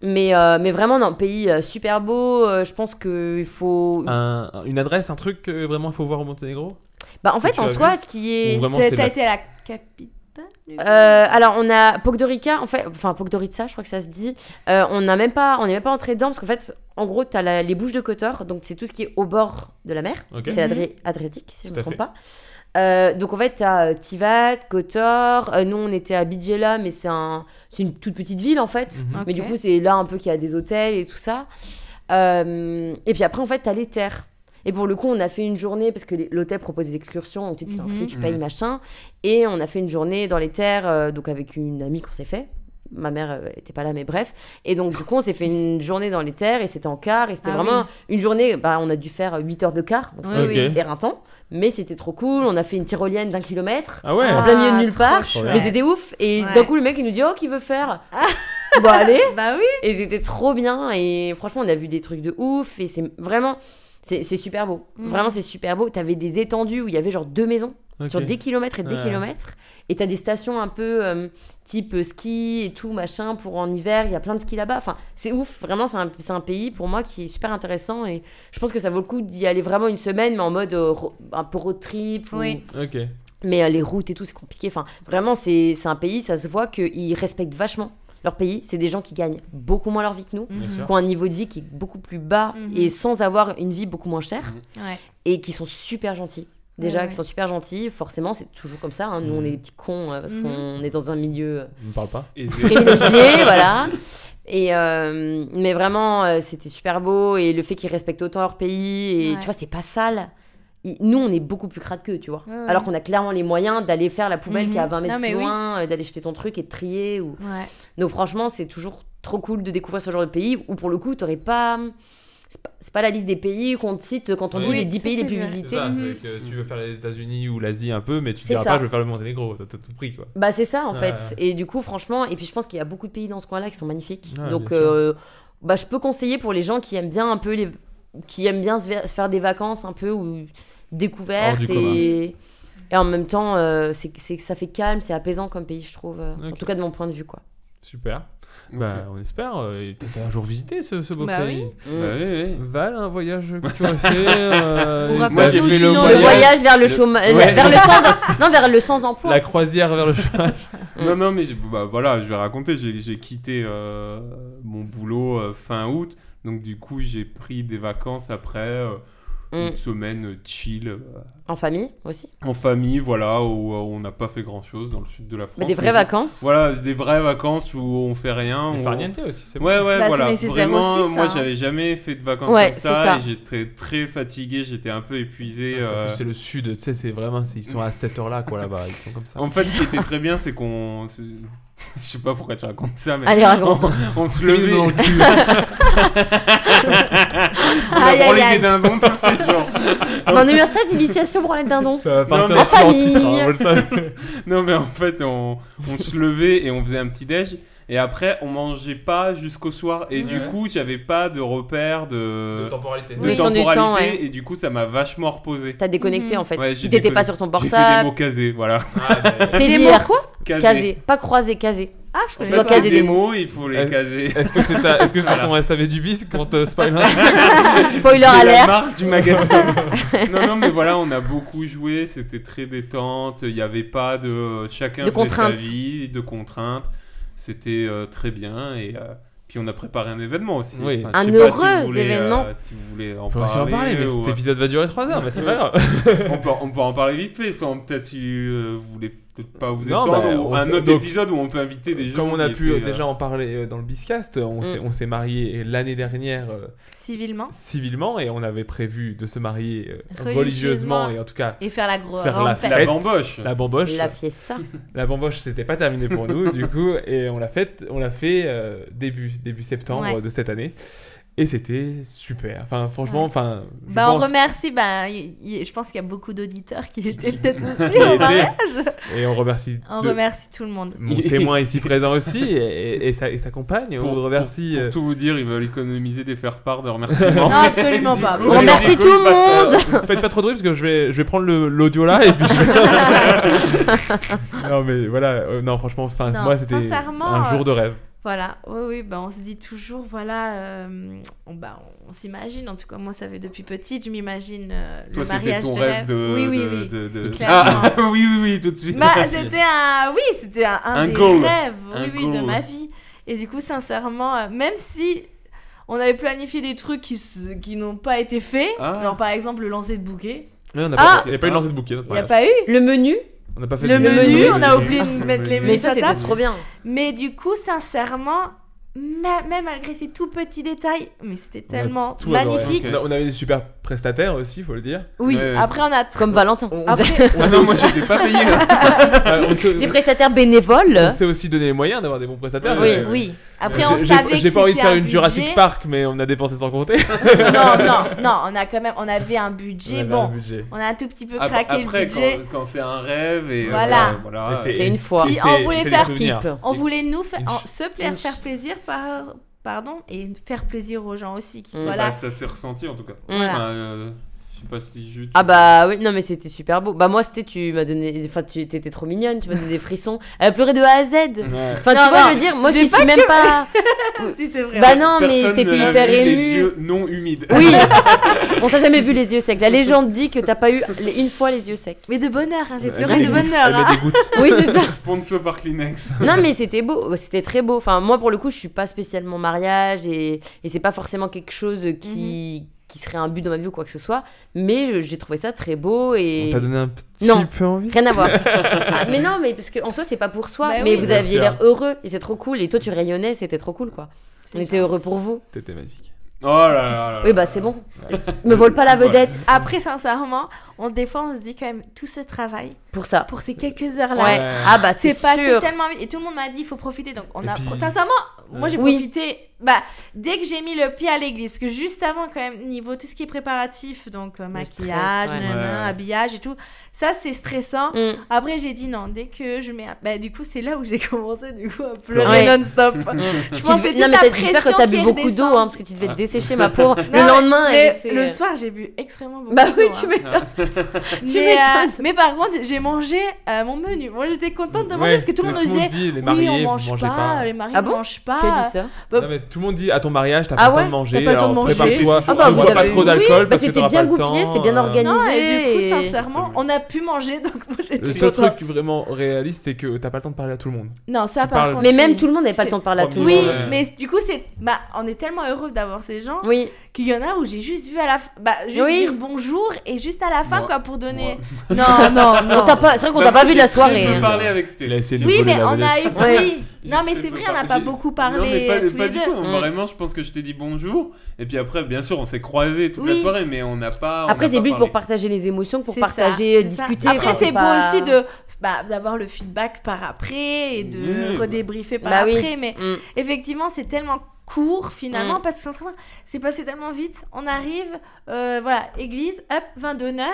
S9: Mais, euh, mais vraiment, non, pays euh, super beau. euh, je pense qu'il faut.
S8: Ah. Un- une adresse, un truc que vraiment il faut voir au Monténégro
S9: Bah, en fait,
S8: tu
S9: en
S8: as
S9: soi, ce qui
S8: Ou
S9: est.
S8: vraiment
S10: T'as
S8: c'est
S10: t'as
S8: la-
S10: été à la capitale du coup
S9: Euh, alors on a Pogdorica en fait enfin Pogdorica je crois que ça se dit Euh, on n'a même pas on n'est même pas entré dedans parce qu'en fait en gros t'as la- les bouches de Kotor donc c'est tout ce qui est au bord de la mer
S8: Ok.
S9: c'est l'Adri- Adriatique si je
S8: Tout
S9: ne me
S8: à
S9: trompe
S8: fait.
S9: pas Euh, donc en fait t'as euh, Tivat Kotor Euh, nous on était à Bidjela mais c'est un c'est une toute petite ville en fait
S8: Mhm.
S9: mais du
S10: Ok.
S9: coup c'est là un peu qu'il y a des hôtels et tout ça Euh, et puis après en fait t'as les terres et pour le coup, on a fait une journée parce que les- l'hôtel propose des excursions. On dit, tu t'inscris,
S10: Mhm.
S9: tu payes, machin. Et on a fait une journée dans les terres, euh, donc avec une amie qu'on s'est fait. Ma mère euh, était pas là, mais bref. Et donc, du coup, on s'est fait une journée dans les terres et c'était en car. Et c'était
S10: Ah
S9: vraiment une journée. Bah, on a dû faire 8 heures de car, donc c'était
S10: Oui, oui.
S8: Ok.
S9: éreintant. Mais c'était trop cool. On a fait une tyrolienne d'un kilomètre.
S8: Ah ouais
S9: En plein milieu de
S10: Ah,
S9: nulle
S10: trop
S9: part.
S10: chouette.
S9: Mais c'était ouf. Et
S10: Ouais.
S9: d'un coup, le mec, il nous dit Oh, qui veut faire Bon, allez
S10: Bah oui.
S9: et c'était trop bien. Et franchement, on a vu des trucs de ouf. Et c'est vraiment. C'est c'est super beau.
S10: Mhm.
S9: Vraiment, c'est super beau. T'avais des étendues où il y avait genre deux maisons
S8: Ok.
S9: sur des kilomètres et des
S8: Ouais.
S9: kilomètres. Et t'as des stations un peu euh, type ski et tout, machin, pour en hiver. Il y a plein de ski là-bas. Enfin, c'est ouf. Vraiment, c'est un, c'est un pays pour moi qui est super intéressant. Et je pense que ça vaut le coup d'y aller vraiment une semaine, mais en mode euh, ro- un peu road trip. ou-
S10: Oui.
S8: Ok.
S9: mais euh, les routes et tout, c'est compliqué. Enfin, vraiment, c'est c'est un pays, ça se voit qu'ils respectent vachement leur pays. C'est des gens qui gagnent beaucoup moins leur vie que nous,
S8: Bien
S10: Mhm.
S8: sûr.
S9: qui ont un niveau de vie qui est beaucoup plus bas
S10: Mhm.
S9: et sans avoir une vie beaucoup moins chère
S10: Ouais.
S9: et qui sont super gentils. Déjà,
S10: Ouais, ouais.
S9: qui sont super gentils, forcément, c'est toujours comme ça. hein. Nous, on est des petits cons euh, parce
S10: Mhm.
S9: qu'on est dans un milieu euh,
S8: On me parle pas.
S5: Et c'est-
S9: privilégié, voilà. Et euh, mais vraiment, euh, c'était super beau et le fait qu'ils respectent autant leur pays et
S10: Ouais.
S9: tu vois, c'est pas sale. Ils- nous, on est beaucoup plus crade qu'eux, tu vois.
S10: Ouais, ouais.
S9: Alors qu'on a clairement les moyens d'aller faire la poubelle
S10: Mhm.
S9: qui est à 20
S10: Non,
S9: mètres
S10: mais
S9: plus
S10: oui.
S9: loin, euh, d'aller jeter ton truc et de trier. Ou...
S10: Ouais.
S9: Donc franchement, c'est toujours trop cool de découvrir ce genre de pays où pour le coup, t'aurais pas. C'est pas, c'est pas la liste des pays qu'on te cite quand on
S8: Oui,
S9: dit les 10
S10: ça,
S9: pays les
S10: c'est
S9: plus
S10: vrai.
S9: visités.
S8: tu veux faire les États-Unis ou l'Asie un peu, mais tu
S9: C'est
S8: diras
S9: ça.
S8: pas, je veux faire le Monténégro. T'as t'as tout pris, quoi.
S9: Bah c'est ça en
S8: Ouais,
S9: fait. Et du coup franchement, et puis je pense qu'il y a beaucoup de pays dans ce coin-là qui sont magnifiques.
S8: Ouais,
S9: Donc
S8: bien sûr.
S9: euh, bah je peux conseiller pour les gens qui aiment bien un peu les qui aiment bien se, ver- se faire des vacances un peu ou
S8: Hors du
S9: découvertes
S8: commun.
S9: et et en même temps euh, c'est c'est ça fait calme, c'est apaisant comme pays je trouve euh, en
S8: Ok.
S9: tout cas de mon point de vue quoi.
S8: Super.
S5: Ok.
S8: Bah, on espère. euh, et Peut-être un jour visiter ce, ce beau
S10: Bah
S8: pays.
S9: Mm.
S5: Bah oui, oui.
S8: Val, un voyage que tu aurais fait. euh,
S10: Ou
S8: une-
S10: raconte-nous
S5: Moi, j'ai fait le
S10: sinon
S9: Le
S5: Voyage.
S9: voyage vers le
S5: Le-
S9: chômage
S5: Ouais.
S9: vers le sans non vers le sans emploi.
S8: La croisière vers le chemin.
S5: Non, non, mais j'ai- bah, voilà, je vais raconter. J'ai j'ai quitté euh, mon boulot euh, fin août. Donc, du coup, j'ai pris des vacances après euh,
S9: Mm.
S5: une semaine euh, chill euh,
S9: En famille aussi.
S5: en famille, voilà, où euh, on n'a pas fait grand chose dans le sud de la France.
S9: Mais des vraies vacances.
S5: Voilà, des vraies vacances où on fait rien. où on-
S8: Farniente aussi, c'est bon.
S5: Ouais, ouais,
S10: Bah, c'est
S5: voilà.
S10: nécessaire
S5: Vraiment,
S10: aussi, ça,
S5: moi,
S10: hein.
S5: j'avais jamais fait de vacances
S9: Ouais,
S5: comme
S9: c'est
S5: ça,
S9: ça.
S5: et j'étais très fatigué, j'étais un peu épuisé.
S8: En
S5: euh,
S8: plus, Ah, C'est le sud, tu sais, c'est vraiment, c'est- ils sont à cette heure-là, quoi, là-bas, ils sont comme ça.
S5: En fait, ce qui était très bien, c'est qu'on. c'est- Je sais pas pourquoi tu racontes ça, mais.
S9: Allez, raconte.
S5: On, on se
S8: s'est mis
S5: levait.
S8: dans le
S5: on a
S10: Aïe, aïe,
S5: branlé
S10: aïe.
S5: des dindons tous ces jours.
S9: On a eu un stage d'initiation pour les dindons.
S8: Ça va partir
S5: Non, mais-
S8: là-dessus en titre,
S9: famille.
S8: hein, on le savait.
S5: Non, mais en fait, on, on se levait et on faisait un petit déj. Et après, on mangeait pas jusqu'au soir. Et du
S8: Ouais.
S5: coup, j'avais pas de repère de,
S8: De temporalité.
S5: de
S9: Oui, sur du
S5: temporalité.
S9: temps, ouais.
S5: Et du coup, ça m'a vachement reposé.
S9: T'as déconnecté
S10: Mhm.
S9: en fait.
S5: Ouais, j'ai
S9: Il t'était pas
S5: déconné.
S9: sur ton
S5: J'ai fait des
S9: portable.
S5: mots casés, voilà.
S8: Ah, mais-
S9: C'est
S10: Des
S9: dire
S10: mots
S9: quoi Casé. Pas croisé, casé.
S10: Ah,
S5: En
S10: je
S9: Tu
S10: connais
S5: fait,
S9: dois
S10: pas.
S5: c'est
S9: caser
S5: des
S9: des
S5: mots, il faut les
S8: Euh,
S5: caser.
S8: Est-ce que c'est ta- est-ce que c'est
S5: Voilà.
S8: ton SAV du bisque quand te spoil un
S5: C'est
S9: Spoiler
S5: la
S9: alert.
S5: marque du magasin. non, non, mais voilà, on a beaucoup joué, c'était très détente, il n'y avait pas de. Chacun
S9: De
S5: faisait sa
S9: contraintes.
S5: vie, de contraintes. C'était euh, très bien et. euh, Puis on a préparé un événement aussi.
S8: Oui.
S9: Un
S5: je sais pas si vous
S9: heureux
S5: voulez,
S9: événement.
S5: euh, si vous voulez en
S8: On peut aussi en parler, mais
S5: ou,
S8: cet épisode va durer 3 heures, mais c'est pas grave.
S5: euh, on, peut, on peut en parler vite fait, sans peut-être si euh, vous voulez peut-être pas vous
S8: Non,
S5: étendre,
S8: bah, on
S5: ou un
S8: sait-
S5: autre
S8: donc,
S5: épisode où on peut inviter des gens.
S8: Comme on a
S5: qui
S8: pu euh,
S5: étaient, euh,
S8: déjà en parler euh, dans le Biscast, on
S9: Mm.
S8: s'est- on s'est marié l'année dernière euh,
S10: Civilement.
S8: civilement et on avait prévu de se marier euh,
S10: Religieusement.
S8: religieusement et en tout cas
S10: Et faire la grosse.
S8: Faire la
S5: la
S8: fête.
S5: bamboche.
S8: la bamboche.
S9: La fiesta.
S8: La bamboche c'était pas terminé pour nous du coup et on l'a faite, on l'a fait euh, début début septembre
S10: Ouais.
S8: de cette année et c'était super. Enfin franchement,
S10: Ouais.
S8: enfin je
S10: Bah, on
S8: pense-
S10: remercie. Bah, y- y- je pense qu'il y a beaucoup d'auditeurs qui étaient peut-être
S8: Qui
S10: aussi au
S8: étaient.
S10: mariage.
S8: et on remercie
S10: On
S8: de-
S10: remercie tout le monde.
S8: mon témoin ici présent aussi et, et- et sa, et sa compagne.
S5: Pour-
S8: on le remercie.
S5: Pour
S8: euh,
S5: tout vous dire, ils veulent économiser des faire-part de remerciements.
S10: Non, absolument pas.
S9: On remercie tout le monde.
S8: euh, faites pas trop de bruit parce que je vais, je vais prendre le- l'audio là et puis je- non mais voilà, euh, non franchement, enfin
S10: Non,
S8: moi c'était
S10: sincèrement,
S8: un
S10: euh,
S8: jour de rêve.
S10: Voilà, oui, oui, bah on se dit toujours, voilà, euh, on, bah, on s'imagine, en tout cas, moi, ça fait depuis petite, je m'imagine euh, le
S5: Toi, c'était
S10: mariage
S5: ton
S10: de
S5: rêve de.
S10: Oui, oui,
S5: de-
S10: oui.
S5: de- de-
S10: Clairement.
S5: Ah, oui, oui, oui, tout de suite.
S10: Bah, c'était un, oui, c'était un, un
S5: Un
S10: des
S5: goal.
S10: rêves,
S5: Un
S10: oui, oui, de
S5: goal.
S10: ma vie. Et du coup, sincèrement, euh, même si on avait planifié des trucs qui, se- qui n'ont pas été faits,
S5: Ah.
S10: genre par exemple le lancer de bouquet,
S8: Ouais, on a
S9: Ah
S8: pas, il n'y a pas eu de lancer de bouquet. notre
S10: il n'y a
S8: mariage.
S10: pas eu.
S9: Le menu.
S8: On n'a pas fait
S10: Le
S8: de-
S10: menu,
S8: de-
S10: on a oublié de mettre les
S9: Mais
S10: menus
S9: ça
S10: à
S9: c'était
S10: table.
S9: trop bien.
S10: Mais du coup, sincèrement, ma- même malgré ces tout petits détails, mais c'était
S8: On a
S10: tellement
S8: tout adoré.
S10: magnifique.
S8: On a- On avait des super prestataires aussi, faut le dire.
S10: Oui,
S5: Ouais, ouais.
S10: après on a très...
S9: Comme Valentin.
S8: On, on
S10: Après,
S5: Ah non, moi, j'étais pas payé. là.
S8: euh, on
S9: Des
S8: s'est-
S9: prestataires bénévoles.
S8: on s'est aussi donné les moyens d'avoir des bons prestataires.
S9: Oui,
S8: Euh,
S10: oui, après
S8: j'ai-
S10: on
S8: j'ai-
S10: savait que
S8: J'ai pas envie de
S10: c'était
S8: faire
S10: un
S8: une Jurassic
S10: budget.
S8: Park, mais on a dépensé sans compter.
S10: Non, non, non, on a quand même, on avait un
S8: On
S10: budget,
S8: avait un
S10: bon,
S8: budget.
S10: on a un tout petit peu
S5: Après,
S10: craqué
S5: après,
S10: le budget.
S5: quand, quand c'est un rêve et. euh,
S10: Voilà.
S5: voilà.
S8: Mais
S9: C'est une
S8: et
S9: fois.
S10: Si
S8: c'est-
S10: on voulait
S8: c'est des
S10: faire
S8: souvenirs.
S9: Ah, skip.
S10: On voulait nous faire,
S8: Une
S10: en-
S8: ch-
S10: se plaire,
S9: une
S10: faire
S9: ch-
S10: plaisir par, pardon, et faire plaisir aux gens aussi qui
S9: Mm.
S10: soient
S5: Bah,
S10: là.
S5: ça s'est ressenti en tout cas.
S9: Voilà.
S5: Enfin, euh, je sais pas si je.
S9: Ah bah oui, non mais c'était super beau. Bah moi c'était tu m'as donné enfin tu étais trop mignonne, tu m'as donné des frissons. Elle a pleuré de A à Z.
S5: Ouais.
S9: Enfin
S10: Non,
S9: tu vois,
S10: non,
S9: je veux dire, moi
S10: j'ai
S9: qui
S10: pas
S9: suis même pas
S10: si c'est vrai.
S9: Bah non, mais
S5: Personne
S9: t'étais
S5: ne l'a
S9: hyper
S5: vu, Les
S9: émue.
S5: yeux non humides.
S9: Oui. On t'a jamais vu les yeux secs. La légende dit que t'as pas eu les- une fois les yeux secs.
S10: Mais de bonheur, j'ai
S8: Elle
S10: pleuré
S8: met
S10: de hein.
S8: des-
S10: bonheur.
S8: bah, elle met des gouttes.
S9: Oui, c'est ça.
S5: Sponsor par Kleenex.
S9: Non mais c'était beau, c'était très beau. Enfin moi pour le coup, je suis pas spécialement mariage et, et c'est pas forcément quelque chose
S10: Mhm.
S9: qui qui serait un but dans ma vie ou quoi que ce soit, mais je- j'ai trouvé ça très beau et
S8: On t'a donné un petit
S9: Non.
S8: peu envie.
S9: Rien à voir. Ah, mais non, mais parce qu'en soi, c'est pas pour soi.
S10: Bah
S9: mais
S10: oui.
S9: vous
S8: Bien
S9: aviez
S8: sûr.
S9: l'air heureux et c'est trop cool. Et toi, tu rayonnais, c'était trop cool quoi. On était heureux pour vous.
S8: T'étais magnifique.
S5: Oh là là là.
S8: Euh,
S9: Oui, bah c'est bon. Me vole pas la vedette
S10: Après, sincèrement, on des fois, on se dit quand même tout ce travail
S9: pour ça.
S10: pour ces quelques heures
S9: Ouais.
S10: là.
S9: Ah bah c'est
S10: C'est passé
S9: sûr.
S10: tellement vite et tout le monde m'a dit il faut profiter donc on
S8: Et
S10: a
S8: puis-
S10: sincèrement
S8: Ah.
S10: moi j'ai
S9: Oui.
S10: profité bah dès que j'ai mis le pied à l'église parce que juste avant quand même niveau tout ce qui est préparatif donc euh, maquillage
S9: stress, ouais.
S10: nanana,
S5: Ouais.
S10: habillage et tout ça c'est stressant
S9: Mm.
S10: après j'ai dit non dès que je mets un- bah du coup c'est là où j'ai commencé du coup à pleurer
S9: Ouais.
S10: non-stop je
S9: Tu
S10: pense
S9: devais-
S10: que c'est toute
S9: mais
S10: la
S9: t'as-
S10: pression
S9: j'espère que t'as bu
S10: qui est
S9: beaucoup d'eau, hein,
S10: redescendue.
S9: parce que tu
S8: Ah.
S9: devais te dessécher, ma pauvre.
S10: Non,
S9: le lendemain,
S10: mais
S9: elle était- euh,
S10: le soir j'ai bu extrêmement beaucoup
S9: Bah oui,
S10: d'eau,
S9: tu
S10: hein.
S9: m'étonnes. Tu
S10: mais,
S9: m'étonnes.
S10: euh, mais par contre j'ai mangé euh, mon menu moi j'étais contente de manger
S8: Ouais,
S10: parce que tout le monde me disait
S8: dit, les mariés,
S10: oui, on
S8: vous
S10: mange
S8: mangez
S10: pas,
S8: pas.
S10: les maris
S9: Ah
S10: ne
S9: bon
S10: mangent pas.
S9: Qui a dit ça
S8: Non, mais tout le monde dit à ton mariage, t'as pas
S9: Ah
S8: le
S10: ouais
S8: temps de manger.
S10: T'as pas le temps de
S8: alors
S10: manger.
S8: Prépare-toi.
S5: Ah bah,
S8: ne
S5: vous
S8: bois pas
S5: avez-
S8: trop
S5: oui,
S8: d'alcool
S9: bah,
S8: parce que
S9: c'était
S8: t'auras
S9: bien
S8: pas le
S9: goupillé,
S8: temps.
S9: c'était bien
S8: euh,
S9: organisé.
S10: non, et du
S9: organisé
S10: coup,
S9: et-
S10: sincèrement, on a pu manger, donc moi
S8: Le
S10: j'étais
S8: seul
S10: contente.
S8: truc vraiment réaliste, c'est que t'as pas le temps de parler à tout le monde.
S10: Non, ça
S8: Tu
S10: par
S8: parles-
S10: contre.
S9: Mais même
S10: c'est-
S9: tout le monde n'avait pas le temps de parler à
S8: c'est-
S9: tout le
S10: Oui,
S9: monde.
S8: Ouais.
S10: mais du coup, c'est. Bah, on est tellement heureux d'avoir ces gens
S9: Oui.
S10: qu'il y en a où j'ai juste vu à la. f- Bah, juste
S9: Mm. Oui.
S10: dire bonjour et juste à la fin,
S5: Moi.
S10: quoi, pour donner.
S9: Non, non, non. T'as pas... C'est vrai qu'on t'a pas vu de la soirée.
S5: Je
S9: hein.
S5: parler avec Stéphane.
S8: Il a essayé de
S10: Oui,
S8: voler
S10: mais
S8: la
S10: on
S8: vedette.
S10: a eu.
S9: Ouais.
S10: Oui. Non, mais
S5: Je
S10: c'est
S5: peux
S10: vrai, on n'a pas beaucoup parlé
S5: Non, mais pas,
S10: euh, tous
S5: pas
S10: les
S5: du
S10: deux.
S5: tout.
S9: Mm.
S5: Vraiment, je pense que je t'ai dit bonjour. Et puis après, bien sûr, on s'est croisés toute la
S10: Oui.
S5: soirée, mais on n'a pas. on
S9: Après,
S5: n'a
S9: c'est
S5: pas
S9: juste pour
S5: parlé.
S9: partager les émotions, pour
S10: C'est ça,
S9: partager, euh,
S10: c'est ça.
S9: discuter.
S10: Après,
S9: enfin,
S10: c'est beau
S9: pas-
S10: aussi de bah, d'avoir le feedback par après et de
S5: Oui,
S10: redébriefer par
S9: Bah oui.
S10: après, mais
S9: Mm.
S10: effectivement, c'est tellement court finalement
S9: Mm.
S10: parce que sincèrement, c'est passé tellement vite. On arrive, euh, voilà, église, hop, vin d'honneur.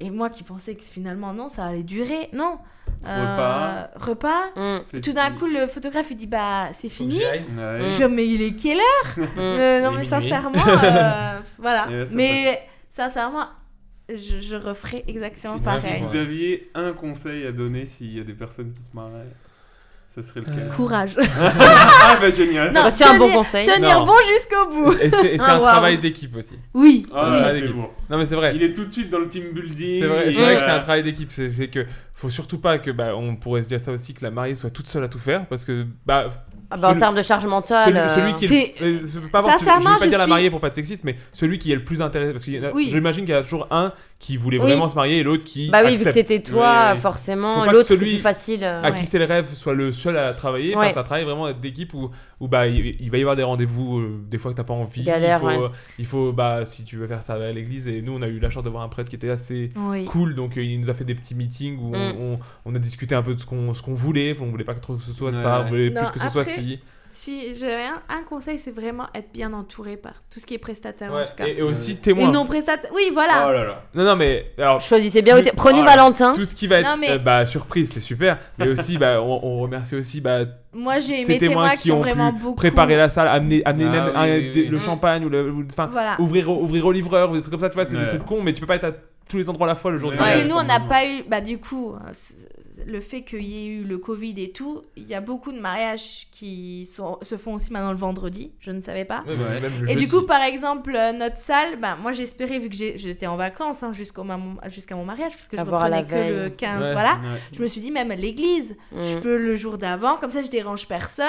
S10: Et moi qui pensais que finalement non, ça allait durer, non. Euh, repas.
S5: Fais-
S10: Tout d'un coup, le photographe il dit Bah, c'est fini.
S5: Ouais.
S8: Mmh.
S10: Je dis, mais il est quelle heure
S9: Mm.
S10: Euh, Non,
S8: Il est
S10: mais
S8: minuit.
S10: sincèrement, euh, voilà.
S5: Et là, ça
S10: mais sincèrement, je, je referais exactement
S5: Si,
S10: pareil.
S5: si vous aviez un conseil à donner s'il y a des personnes qui se marraient, ça serait lequel
S8: Euh.
S10: Courage.
S5: Ah bah génial
S10: Non,
S9: C'est un bon
S10: tenir-
S9: conseil.
S10: Tenir
S8: Non.
S10: bon jusqu'au bout.
S8: Et c'est et c'est
S9: Ah,
S8: un
S9: waouh.
S8: travail d'équipe aussi.
S10: Oui.
S5: Ah
S8: Oui.
S5: là,
S8: Oui.
S5: c'est lourd.
S8: Non mais c'est vrai.
S5: Il est tout de suite dans le team building.
S8: C'est vrai,
S5: il-
S8: c'est vrai que
S5: euh,
S8: c'est un travail d'équipe. C'est c'est que faut surtout pas que bah, on pourrait se dire ça aussi que la mariée soit toute seule à tout faire parce que bah
S9: Ah bah, en
S8: Celui-
S9: termes de charge mentale.
S8: celui, celui
S9: euh,
S8: qui est le- euh, je veux pas avoir- je veux
S10: Sincèrement,
S8: pas
S10: je
S8: dire la
S10: suis-
S8: mariée pour pas de sexiste mais celui qui est le plus intéressé parce que euh,
S10: Oui.
S8: j'imagine qu'il y a toujours un qui voulait
S9: Oui.
S8: vraiment se marier et l'autre qui
S9: Bah oui, vu que
S8: accepte.
S9: c'était
S5: Oui,
S9: toi,
S5: oui.
S8: Faut
S9: forcément,
S8: pas que
S9: l'autre c'est
S8: celui-
S9: plus facile. euh.
S8: à
S10: Ouais.
S8: qui c'est le rêve soit le seul à travailler. Enfin,
S9: Ouais.
S8: c'est un travail vraiment d'équipe où, où bah, il, il va y avoir des rendez-vous euh, des fois que t'as pas envie.
S9: Galère,
S8: il faut, euh,
S9: ouais.
S8: il faut, bah, si tu veux faire ça à l'église, et nous on a eu la chance d'avoir un prêtre qui était assez
S10: Oui.
S8: cool, donc euh, il nous a fait des petits meetings où on,
S9: Mm.
S8: on- on a discuté un peu de ce qu'on ce qu'on voulait. Enfin, On voulait pas que trop que ce soit
S5: Ouais,
S8: ça,
S5: ouais.
S8: on voulait
S10: Non,
S8: plus que ce soit
S10: après,
S8: si.
S10: Si j'avais un, un conseil, c'est vraiment être bien entouré par tout ce qui est prestataire en tout cas.
S8: Et, et
S5: Ouais.
S8: aussi
S10: Et
S8: témoin.
S10: non prestataire. Oui, voilà.
S5: Oh là là.
S8: Non, non, mais alors
S9: Choisissez bien. où t'es- Prenez
S8: Ah,
S9: Valentin.
S8: tout ce qui va être
S10: Hein Non, mais-
S8: euh, bah, surprise, c'est super. Mais aussi, bah, on, on remercie aussi bah,
S10: Moi, j'ai
S8: ces
S10: aimé
S8: témoins qui ont
S10: vraiment
S8: pu
S10: beaucoup
S8: préparer la salle, amener, amener
S5: Ah
S8: même
S5: oui,
S8: un-
S5: oui, oui,
S8: des-
S5: oui.
S8: le
S10: Mm.
S8: champagne ou le, ou- enfin,
S10: Voilà.
S8: ouvrir, au, ouvrir au livreur ou des trucs comme ça, tu vois, c'est
S5: Ouais.
S8: des trucs cons, mais tu peux pas être à tous les endroits à la fois le jour
S5: Ouais.
S8: de
S10: Parce
S5: Ouais.
S10: que nous, on n'a
S5: complètement.
S10: pas eu. Bah, du coup, euh, c- le fait qu'il y ait eu le Covid et tout, il y a beaucoup de mariages qui sont- se font aussi maintenant le vendredi. Je ne savais pas.
S8: Ouais, mais même le
S10: Et
S8: jeudi.
S10: du coup, par exemple, euh, notre salle, bah, moi j'espérais, vu que j'ai- j'étais en vacances hein, jusqu'au ma- mon- jusqu'à mon mariage, parce que je
S9: La voir à la
S10: reprenais que le
S9: veille.
S10: 15,
S8: Ouais.
S10: voilà,
S5: Ouais.
S10: je me suis dit, même à l'église, je
S9: Mm.
S10: peux le jour d'avant, comme ça je dérange personne,